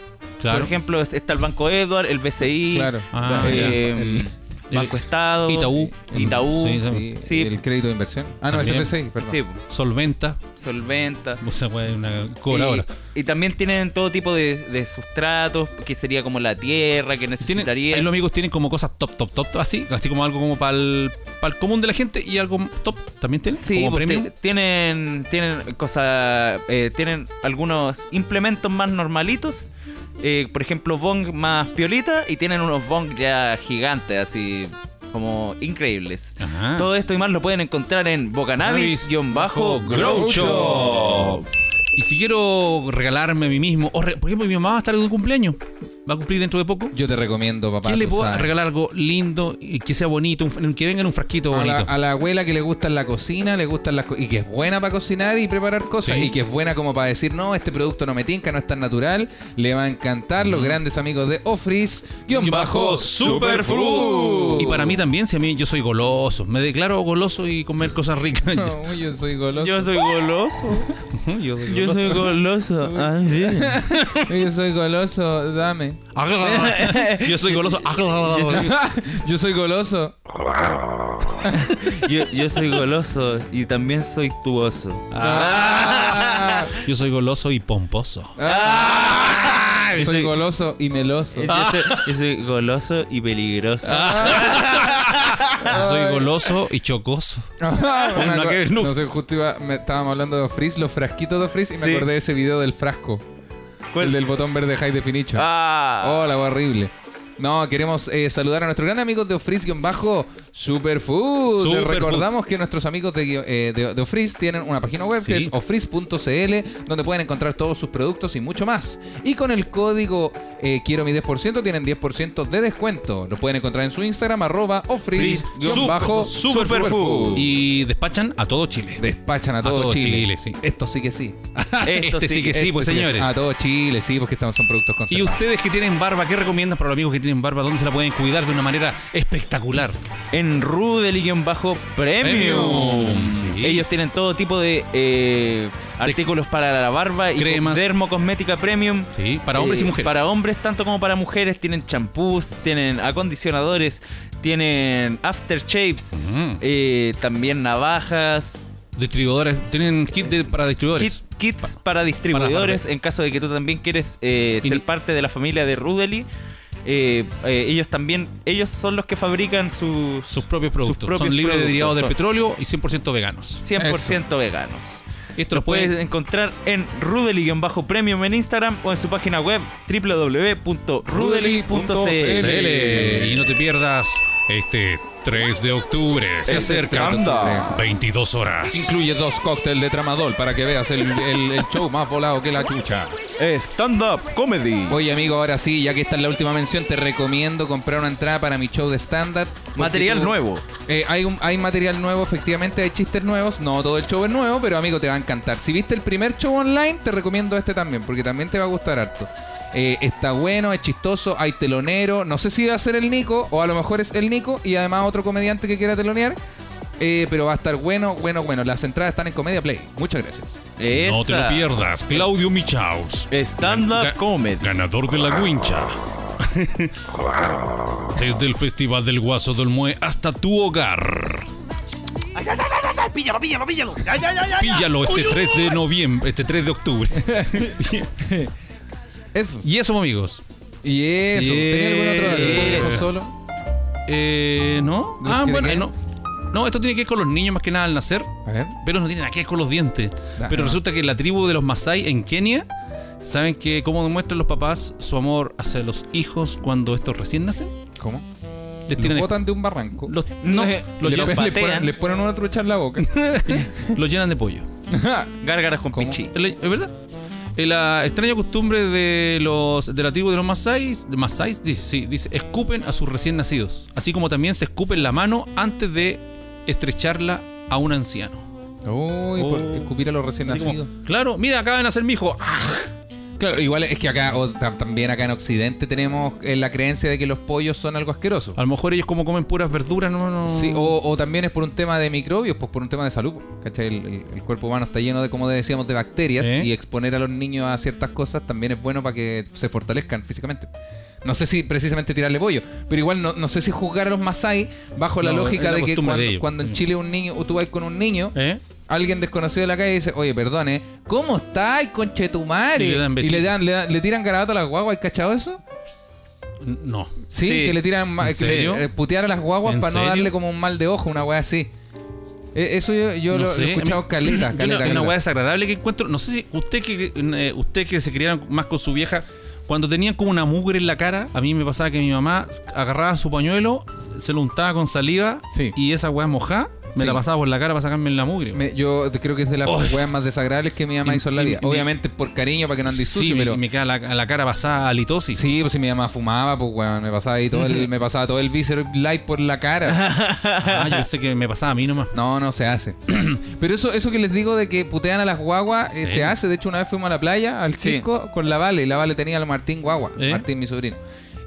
S2: Por ejemplo, es- está el Banco Edward, el BCI,
S3: Claro.
S1: Ah,
S2: eh,
S1: ya.
S2: Banco Estado,
S1: Itaú.
S2: Itaú,
S1: Sí,
S3: Sí,
S2: sí.
S3: El crédito de inversión. Ah, no, es
S1: También.
S3: SPC, perdón.
S2: sí, pues,
S1: Solventa.
S2: Solventa.
S1: O sea, puede una cobradora.
S2: Y, y también tienen todo tipo de, de sustratos, que sería como la tierra que
S1: Tienen,
S2: necesitaría.
S1: ahí los amigos tienen como cosas top, top, top, top, así, así como algo como para el, común de la gente y algo top también tienen.
S2: Sí,
S1: como
S2: pues,
S1: premium.
S2: te- tienen, tienen cosas, eh, tienen algunos implementos más normalitos, eh, por ejemplo bong más piolita y tienen unos bong ya gigantes, así como increíbles.
S1: Ajá.
S2: Todo esto y más lo pueden encontrar en
S1: Grow
S2: Bocanabis-Grow
S1: Shop. Y si quiero regalarme a mí mismo, o re- por ejemplo, mi mamá va a estar de un cumpleaños, va a cumplir dentro de poco.
S3: Yo te recomiendo, papá.
S1: ¿Quién le
S3: tú
S1: puedo
S3: sabes.
S1: regalar algo lindo y que sea bonito, un- en- que venga en un frasquito
S3: A
S1: bonito?
S3: la, a la abuela que le gusta la cocina, le gustan las co- y que es buena para cocinar y preparar cosas
S1: Sí.
S3: y que es buena como para decir, "No, este producto no me tinca, no es tan natural." Le va a encantar los grandes amigos de Ofris guión
S1: Guión
S3: bajo Superfruit.
S1: Y para mí también, si a mí yo soy goloso, me declaro goloso y comer cosas ricas.
S3: No, yo soy goloso.
S2: Yo soy goloso.
S1: yo soy
S2: Yo soy goloso. Ah, sí.
S3: Yo soy goloso, dame.
S1: goloso. yo soy goloso.
S3: yo soy goloso.
S2: Yo, yo soy goloso y también soy tu oso.
S3: Ah.
S1: Yo soy goloso y pomposo.
S3: Ah.
S2: Yo
S3: soy
S2: soy-
S3: goloso y meloso.
S2: Yo, soy, yo soy
S1: Ah.
S2: goloso y peligroso.
S1: Yo soy goloso y chocoso.
S3: Me
S1: No,
S3: acu-
S1: que no.
S3: no sé, justo iba, me- estábamos hablando de Ofris, los frasquitos de Ofris, y me
S2: Sí.
S3: acordé de ese video del frasco.
S2: ¿Cuál?
S3: El del botón verde High Definition.
S2: Ah.
S3: Oh, la wea horrible. No, queremos eh, saludar a nuestros grandes amigos de Ofris-Superfood. Superfood. Les
S1: Superfood.
S3: recordamos que nuestros amigos de, guio- eh, de, de Ofriz tienen una página web que
S1: Sí.
S3: es ofriz.cl donde pueden encontrar todos sus productos y mucho más. Y con el código eh, quiero mi 10% tienen 10% de descuento. Lo pueden encontrar en su Instagram arroba ofriz-superfood.
S2: Superfood.
S1: Y despachan a todo Chile.
S3: Despachan a todo,
S1: todo
S3: Chile.
S1: Chile, sí.
S3: Esto sí que sí.
S1: Este, sí que sí, pues
S3: Esto
S1: señores.
S3: A todo Chile, sí, porque estamos, son productos
S1: Y
S3: conservados.
S1: ustedes que tienen barba, ¿qué recomiendan para los amigos que tienen barba? ¿Dónde se la pueden cuidar de una manera espectacular?
S2: En Rudel-Premium.
S1: Sí.
S2: Ellos tienen todo tipo de eh, artículos para la barba y
S1: Cremas.
S2: dermocosmética premium.
S1: Sí, para hombres
S2: Eh,
S1: y mujeres.
S2: Para hombres tanto como para mujeres. Tienen champús, tienen acondicionadores, tienen aftershaves,
S1: Mm.
S2: eh, también navajas.
S1: Distribuidores. Tienen kit de- para distribuidores.
S2: Kit- kits para distribuidores en caso de que tú también quieres eh,
S1: Y-
S2: ser parte de la familia de Rudely. Eh, eh, ellos también, ellos son los que fabrican sus,
S1: Sus propios productos.
S2: propios
S1: son libres de
S2: productos,
S1: derivados del
S2: son
S1: petróleo y 100% veganos.
S2: 100% veganos.
S1: Esto
S2: Los
S1: lo
S2: puedes
S1: pueden.
S2: encontrar en Rudely-Premium en Instagram o en su página web www.rudely.cl.
S1: CL, eh, Y no te pierdas este 3 de octubre. Se acerca.
S2: Anda.
S1: 22 horas.
S3: Incluye dos cócteles de tramadol para que veas el, el- el show más volado que la chucha.
S2: Stand-up comedy.
S3: Oye, amigo, ahora sí, ya que esta es la última mención, te recomiendo comprar una entrada para mi show de stand-up. porque
S2: Material
S3: tú-
S2: nuevo.
S3: Eh, hay, un- hay material nuevo, efectivamente, hay chistes nuevos. No todo el show es nuevo, pero amigo, te va a encantar. Si viste el primer show online, te recomiendo este también, porque también te va a gustar harto. Eh, está bueno, es chistoso, hay telonero. No sé si va a ser el Nico, o a lo mejor es el Nico, y además otro comediante que quiera telonear. Eh, pero va a estar bueno, bueno, bueno. Las entradas están en Comedia Play. Muchas gracias.
S1: No te lo
S2: Esa.
S1: pierdas. Claudio Michaus.
S2: Stand-up
S1: Ga-
S2: comedy.
S1: Ganador de la guincha. Desde el Festival del Guaso del Mue hasta tu hogar. Píllalo, píllalo, píllalo. este 3 de noviembre, este 3 de octubre.
S3: Eso.
S1: Y eso, amigos.
S3: Y eso. ¿Tenía algún otro dato?
S1: Yeah.
S3: ¿Tenía solo?
S1: Eh, ¿No?
S3: ¿De
S1: Ah,
S3: qué, de
S1: bueno,
S3: qué?
S1: eh, no. No, esto tiene que ver con los niños más que nada al nacer.
S3: A ver.
S1: Pero no tiene nada que ver con los dientes.
S3: Ah,
S1: Pero
S3: no.
S1: resulta que la tribu de los Masai en Kenia, ¿saben que cómo demuestran los papás su amor hacia los hijos cuando estos recién nacen?
S3: ¿Cómo?
S1: Les
S3: Los
S1: tiran
S3: botan de un barranco.
S1: Los, no,
S2: Le-
S1: los,
S3: Le
S1: llenan,
S3: pe- le
S2: patean.
S3: ponen- le ponen una trucha en la boca.
S1: los llenan de pollo.
S2: Gárgaras con
S3: ¿Cómo?
S2: pichi.
S1: ¿Es la- es verdad? Eh, La extraña costumbre de los de la tribu de los Masáis, de Masáis dice, sí, dice, escupen a sus recién nacidos, así como también se escupen la mano antes de estrecharla a un anciano.
S3: Uy, por escupir a los recién
S1: Oh. Así como,
S3: nacidos.
S1: claro, mira, acaba de nacer mi hijo. Ah,
S3: Claro, igual es que acá, o tam- también acá en Occidente, tenemos eh, la creencia de que los pollos son algo asqueroso.
S1: A lo mejor ellos como comen puras verduras, no, no.
S3: Sí, o, o también es por un tema de microbios, pues por un tema de salud. pues, ¿Cachai? El, el- el cuerpo humano está lleno de, como decíamos, de bacterias
S1: ¿Eh?
S3: y exponer a los niños a ciertas cosas también es bueno para que se fortalezcan físicamente. No sé si precisamente tirarle pollo, pero igual no, no sé si juzgar a los masai bajo la
S1: No,
S3: lógica
S1: es la
S3: de que
S1: costumbre de
S3: cuando,
S1: ellos. Mm.
S3: cuando en Chile un niño, o tú vas con un niño,
S1: ¿Eh?
S3: alguien desconocido de la calle dice, oye, perdone, ¿cómo estáis, conchetumare?
S1: Y le dan
S3: Y
S1: besito.
S3: le, dan, le, dan- le tiran garabato a las guaguas, ¿hay cachado eso?
S1: No.
S3: Sí,
S2: Sí.
S3: que le tiran ma-
S1: ¿En
S3: que-
S1: serio?
S3: eh, putear a las guaguas
S1: ¿En
S3: para no
S1: serio?
S3: darle como un mal de ojo, una weá así. E- Eso yo, yo
S1: No
S3: lo,
S1: sé,
S3: lo he
S1: a
S3: escuchado
S1: mí-
S3: caleta,
S1: yo
S3: caleta,
S1: una-
S3: caleta.
S1: Una hueá desagradable que encuentro. No sé si usted que eh, usted que se criaron más con su vieja, cuando tenían como una mugre en la cara, a mí me pasaba que mi mamá agarraba su pañuelo, se lo untaba con saliva
S3: Sí.
S1: y esa hueá mojada me
S3: Sí.
S1: la pasaba por la cara para sacarme la mugre.
S3: Me- yo creo que es de las
S1: Oh.
S3: weas más desagradables que mi mamá
S1: Y-
S3: hizo en la
S1: y-
S3: vida.
S1: y-
S3: Obviamente por cariño, para que no ande
S1: Sí,
S3: sucio,
S1: me-
S3: pero...
S1: me queda la, la cara pasada a litosis.
S3: Sí, pues si mi mamá fumaba, pues weón, me pasaba ahí todo el, me pasaba todo el víscero light por la cara.
S1: Ah, yo sé que me pasaba a mí nomás.
S3: No, no se hace. se hace. Pero eso, eso que les digo de que putean a las guaguas eh,
S1: Sí.
S3: se hace. De hecho, una vez fuimos a la playa, al
S2: Sí.
S3: circo, con la Vale. Y la Vale tenía al Martín Guagua,
S1: ¿Eh?
S3: Martín, mi sobrino.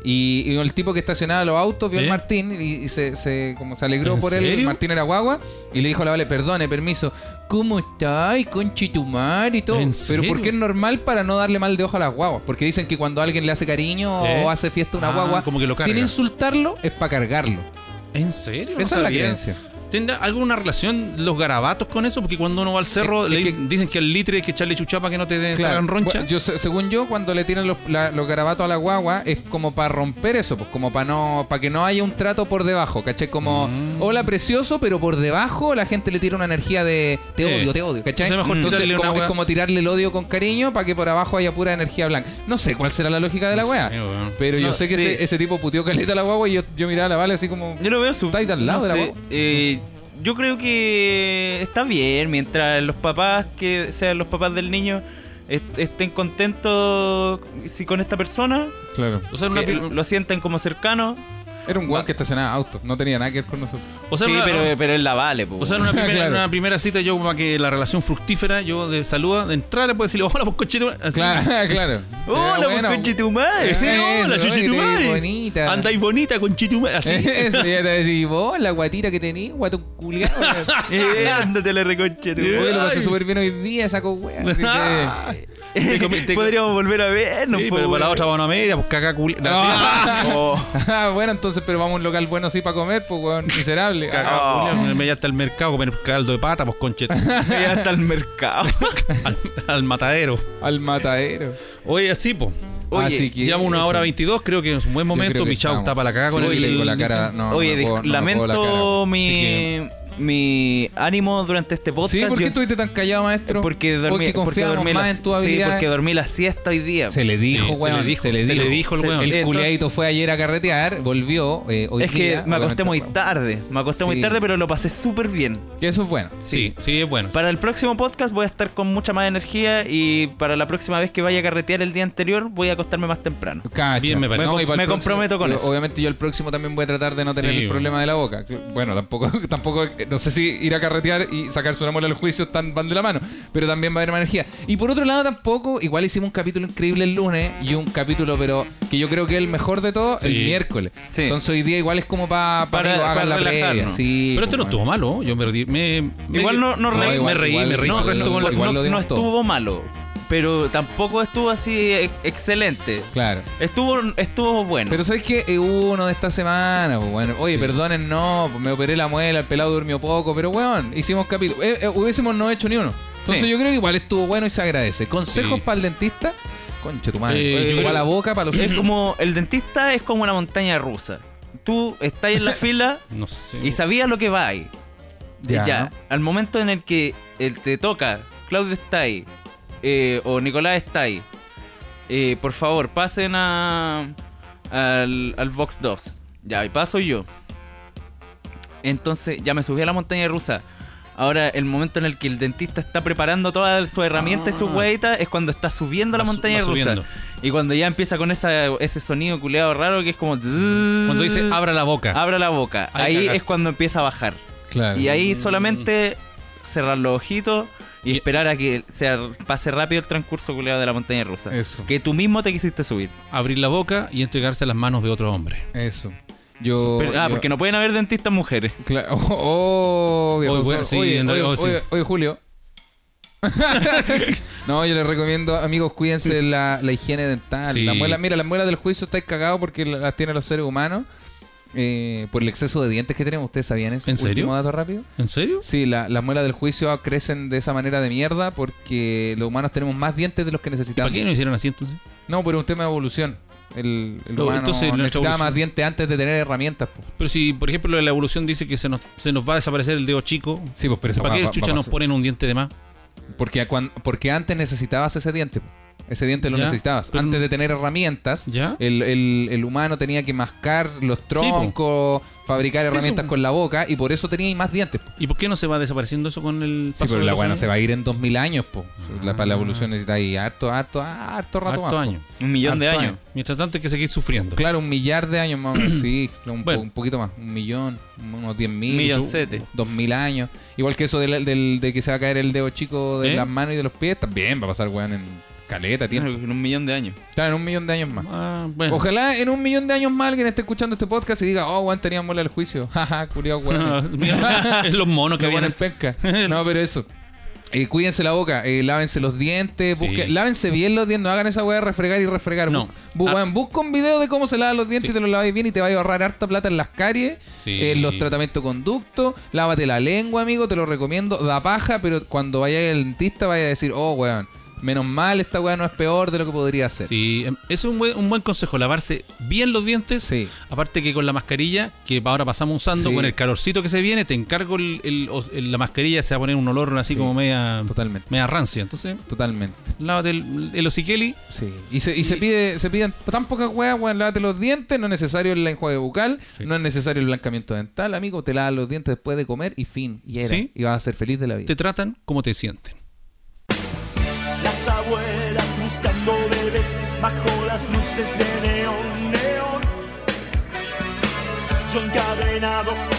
S3: Y, y el tipo que estacionaba los autos vio
S1: ¿Eh?
S3: al Martín y, y se, se- como se alegró
S1: ¿En
S3: por él.
S1: serio?
S3: Martín era guagua y le dijo a la Vale, perdone, permiso. ¿Cómo estáis, conchitumar y todo?
S1: ¿En
S3: Pero
S1: serio?
S3: porque es normal para no darle mal de ojo a las guaguas. Porque dicen que cuando alguien le hace cariño
S1: ¿Eh?
S3: o hace fiesta a una
S1: Ah,
S3: guagua,
S1: como que lo
S3: sin
S1: carga.
S3: insultarlo, es para cargarlo.
S1: ¿En serio? No
S3: Esa es la
S1: sabía.
S3: creencia.
S1: ¿Tendrá alguna relación los garabatos con eso? Porque cuando uno va al cerro,
S3: Es-
S1: le
S3: es
S1: dicen- dicen que al litre hay que echarle chuchapa que no te den
S3: Claro.
S1: sacan roncha.
S3: Bueno, yo, se- según yo, cuando le tiran los, la- los garabatos a la guagua, es como para romper eso, pues como para no, para que no haya un trato por debajo, ¿cachai? Como,
S1: Mm.
S3: hola precioso, pero por debajo la gente le tira una energía de te
S1: Eh.
S3: odio, te odio, ¿cachai?
S1: Entonces mejor tirarle
S3: como,
S1: una
S3: es
S1: wea-
S3: como tirarle el odio con cariño para que por abajo haya pura energía blanca. No sé cuál será la lógica de la
S1: No
S3: wea.
S1: sé, weón.
S3: pero yo
S2: No,
S3: sé que
S2: sí.
S3: ese, ese tipo puteó caleta a la guagua y yo, yo miraba a la vale así como.
S2: Yo lo veo su.
S3: Está ahí de al lado de la
S2: sé,
S3: guagua.
S2: eh, yo creo que está bien mientras los papás, que sean los papás del niño, est- estén contentos si con esta persona,
S3: Claro.
S1: O sea, una
S2: que
S1: pi-
S2: lo sientan como cercano.
S3: Era un guau que estacionaba auto, no tenía nada que ver con nosotros.
S1: o sea,
S2: sí,
S1: una-
S2: pero, pero él la vale. po.
S1: O sea, en una primera,
S3: Claro.
S1: en una primera cita, yo para que la relación fructífera, yo de saluda, de entrada le puedo decirle, hola, pues coche,
S3: Claro, claro.
S2: ¡Hola,
S3: Eh,
S2: pues,
S3: bueno.
S2: conche tu madre!
S3: Eh,
S1: hola,
S3: eso,
S1: chuchi
S3: oye,
S1: tu
S3: te ves
S1: madre.
S3: bonita.
S1: Andáis bonita, conchitumare. Así.
S3: Eso, ya te decís, vos, "Oh, la guatira que tenís, guatón culiado.
S2: Eh, ándate la reconche tu
S3: Lo
S2: madre.
S3: pasé súper bien hoy día, saco wea. así que-
S1: Te comi- te-
S2: Eh, Podríamos volver a vernos.
S1: Sí,
S2: po,
S1: pero para la
S2: weón.
S1: otra vamos a media, pues caca cul...
S2: Oh,
S3: Ah, bueno, entonces, pero vamos a un local bueno sí para comer, pues, weón, miserable.
S1: Caca
S2: Oh.
S1: culia, me voy hasta el mercado a comer caldo de pata, pues conche.
S2: voy hasta el mercado.
S1: al, al matadero.
S3: Al matadero.
S1: Oye, así, pues.
S2: Oye,
S3: Así que
S1: Llevamos una
S3: eso.
S1: hora veintidós, creo que es un buen
S3: Yo
S1: momento.
S3: creo que
S1: Michau está
S3: estamos.
S1: para la caga con
S3: Sí,
S1: el...
S3: con la cara. No, no
S2: Oye,
S3: me
S2: dis-
S3: puedo- no me
S2: lamento
S3: puedo la cara.
S2: mi, mi ánimo durante este podcast.
S3: Sí, ¿por qué
S2: Yo-
S3: estuviste tan callado, maestro?
S2: porque dormí,
S3: porque confiamos
S2: dormí
S3: más
S2: la,
S3: en tu
S2: sí,
S3: habilidad.
S2: porque dormí la siesta hoy día.
S3: Se le dijo,
S1: Sí, se
S3: weón.
S1: le dijo, se le dijo el
S2: Se-
S1: weón.
S3: El
S2: Entonces-
S3: culiadito fue ayer a carretear, volvió eh, hoy
S2: es que
S3: día,
S2: me
S3: obviamente,
S2: acosté muy
S3: fue-
S2: tarde. Me acosté muy
S3: Sí.
S2: tarde, pero lo pasé súper bien.
S3: Y eso es bueno.
S1: Sí, sí, es bueno.
S2: Para el próximo podcast voy a estar con mucha más energía y para la próxima vez que vaya a carretear el día anterior voy a acostarme más temprano.
S3: Cacha.
S1: Bien, me parece.
S3: No,
S2: Me
S3: y para el
S2: com- me
S3: próximo-
S2: comprometo con
S3: yo-
S2: eso.
S3: Obviamente yo el próximo también voy a tratar de no tener
S1: Sí,
S3: el
S1: bueno.
S3: problema de la boca. Que- Bueno, tampoco, tampoco, no sé si ir a carretear y sacarse una muela al juicio están, van de la mano, pero también va a haber más energía. Y por otro lado tampoco, igual hicimos un capítulo increíble el lunes y un capítulo, pero que yo creo que es el mejor de todo, el
S1: Sí.
S3: miércoles.
S2: Sí.
S3: Entonces hoy día igual es como pa-
S2: Para-
S3: para que hagan
S2: para
S3: la
S2: relajarnos.
S3: previa. Sí,
S1: Pero este no
S3: pues,
S1: estuvo malo, yo me reí. Me, me-
S2: Igual no, no
S3: No,
S2: reí,
S3: igual-
S1: me reí,
S3: igual-
S1: me reí.
S3: no,
S1: sobre
S3: pero
S1: todo con la-
S3: igual-
S2: no,
S3: lo
S2: no
S3: dimos todo.
S2: estuvo malo, pero tampoco estuvo así e- excelente.
S3: Claro.
S2: Estuvo, estuvo bueno.
S3: Pero ¿sabes qué? Eh, hubo uno de esta semana, pues, bueno. Oye,
S1: Sí.
S3: perdonen, no, pues, me operé la muela, el pelado durmió poco, pero weón, hicimos capítulo. Eh, eh, hubiésemos no hecho ni uno. Entonces
S2: Sí.
S3: yo creo que igual estuvo bueno y se agradece. Consejos
S1: Sí.
S3: para el dentista, concha tu
S1: Eh,
S3: madre.
S1: yo
S3: para
S1: creo-
S3: la boca, para los
S2: es como el dentista es como una montaña rusa. Tú estás en la fila
S1: No sé.
S2: y sabías lo que va ahí. Y
S3: Ya.
S2: Ya. Al momento en el que él te toca, Claudio está ahí, eh, o Nicolás está ahí, eh, por favor, pasen a, al, al Vox 2. Ya, y paso yo. Entonces, ya me subí a la montaña rusa. Ahora, el momento en el que el dentista está preparando todas sus herramientas y sus
S1: Ah.
S2: hueitas es cuando está subiendo la
S1: Va su-
S2: montaña
S1: va
S2: rusa.
S1: subiendo.
S2: Y cuando ya empieza con esa, ese sonido culeado raro que es como. Cuando
S1: Cuando dice abra la boca.
S2: Abra la boca.
S1: Ahí
S2: Ahí
S1: cagaste.
S2: es cuando empieza a bajar.
S3: Claro.
S2: Y ahí solamente cerrar los ojitos y
S1: Y-
S2: esperar a que sea, pase rápido el transcurso culeado de la montaña rusa.
S3: Eso.
S2: Que tú mismo te quisiste subir.
S1: Abrir la boca y entregarse a las manos de otro hombre.
S3: Eso. Yo.
S2: Pero- ah,
S3: Oh, yo-
S2: porque no pueden haber dentistas mujeres.
S3: Claro. Oh, oh, viejo
S1: Oye,
S3: zorro.
S1: bueno, sí,
S3: oye,
S1: en
S3: oye,
S1: realidad,
S3: oye,
S1: sí.
S3: oye, Julio. no, yo les recomiendo, amigos, cuídense la, la higiene dental.
S1: Sí.
S3: La muela, mira, las muelas del juicio estáis cagados porque la- las tienen los seres humanos. eh, por el exceso de dientes que tenemos, ¿ustedes sabían eso?
S1: ¿En serio?
S3: Último dato rápido.
S1: ¿En serio?
S3: Sí, la- las muelas del juicio crecen de esa manera de mierda porque los humanos tenemos más dientes de los que necesitamos.
S1: ¿Para qué no hicieron así entonces?
S3: No, por un tema de evolución. El, el
S1: No,
S3: humano
S1: entonces nuestra
S3: necesitaba más
S1: evolución-
S3: dientes antes de tener herramientas. po.
S1: Pero si, por ejemplo, la evolución dice que se nos, se nos va a desaparecer el dedo chico,
S3: Sí, pues, pero esa
S1: ¿para
S3: weá
S1: qué
S3: va- va
S1: chucha
S3: a
S1: nos
S3: pasar.
S1: ponen un diente de más?
S3: Porque, cuan- porque antes necesitabas ese diente. po. Ese diente lo
S1: Ya,
S3: necesitabas.
S1: pero-
S3: antes de tener herramientas,
S1: Ya.
S3: El, el- el humano tenía que mascar los troncos, fabricar herramientas
S1: po.
S3: con la boca y por eso tenía más dientes. po.
S1: ¿Y por qué no se va desapareciendo eso con el
S3: Sí,
S1: paso
S3: pero
S1: de
S3: la
S1: los
S3: weá no
S1: años?
S3: se va a ir en 2000 años. Po. La, para la evolución necesita ahí harto, harto, harto rato
S1: Mm. Harto
S3: más. po.
S1: año.
S2: Un millón de
S3: Harto
S2: años.
S3: año.
S1: Mientras tanto hay que seguir sufriendo.
S3: Claro, un millar de años más o menos. Sí, un, po-
S1: Bueno.
S3: un poquito más. Un millón, unos 10 mil.
S2: Milloncete.
S3: Dos mil años. Igual que eso del, del- de que se va a caer el dedo chico de
S1: ¿Eh?
S3: las manos y de los pies, también va a pasar, weón, en caleta, tiempo.
S2: En Un millón de años.
S3: Claro, en un millón de años más.
S1: Ah, bueno.
S3: Ojalá en un millón de años más alguien esté escuchando este podcast y diga, oh, weón, teníamos muela al juicio. Jaja, culiao, weón.
S1: es los monos que
S3: Que
S1: vienen.
S3: en penca. No, pero eso. Eh, cuídense la boca, eh, lávense los dientes,
S1: Sí.
S3: busquen- lávense bien los dientes, no hagan esa weá de refregar y refregar.
S1: No.
S3: Bu- bu-
S1: Ah.
S3: weón, busca un video de cómo se lavan los dientes
S1: Sí.
S3: y te los laváis bien y te va a ahorrar harta plata en las caries, eh,
S1: Sí.
S3: en los tratamientos conductos. Lávate la lengua, amigo, te lo recomiendo. Da paja, pero cuando vayas al dentista vaya a decir, oh, weón, menos mal, esta weá no es peor de lo que podría ser.
S1: Sí, em, eso es un buen, un buen consejo, lavarse bien los dientes.
S3: Sí.
S1: Aparte que con la mascarilla, que ahora pasamos usando,
S3: Sí.
S1: con el calorcito que se viene, te encargo el- el- o- el- la mascarilla, se va a poner un olor así como media,
S3: Totalmente.
S1: media rancia. Entonces,
S3: Totalmente.
S1: lávate el, el hociqueli.
S3: Sí. Y se, y se pide, se piden tan pocas weas, weón, lávate los dientes, no es necesario el enjuague bucal,
S1: Sí.
S3: no es necesario el blancamiento dental, amigo, te lavas los dientes después de comer y fin. Y era.
S1: Sí.
S3: Y vas a ser feliz de la vida.
S1: te tratan como te sienten.
S4: Las abuelas buscando bebés bajo las luces de neón, neón. Yo encadenado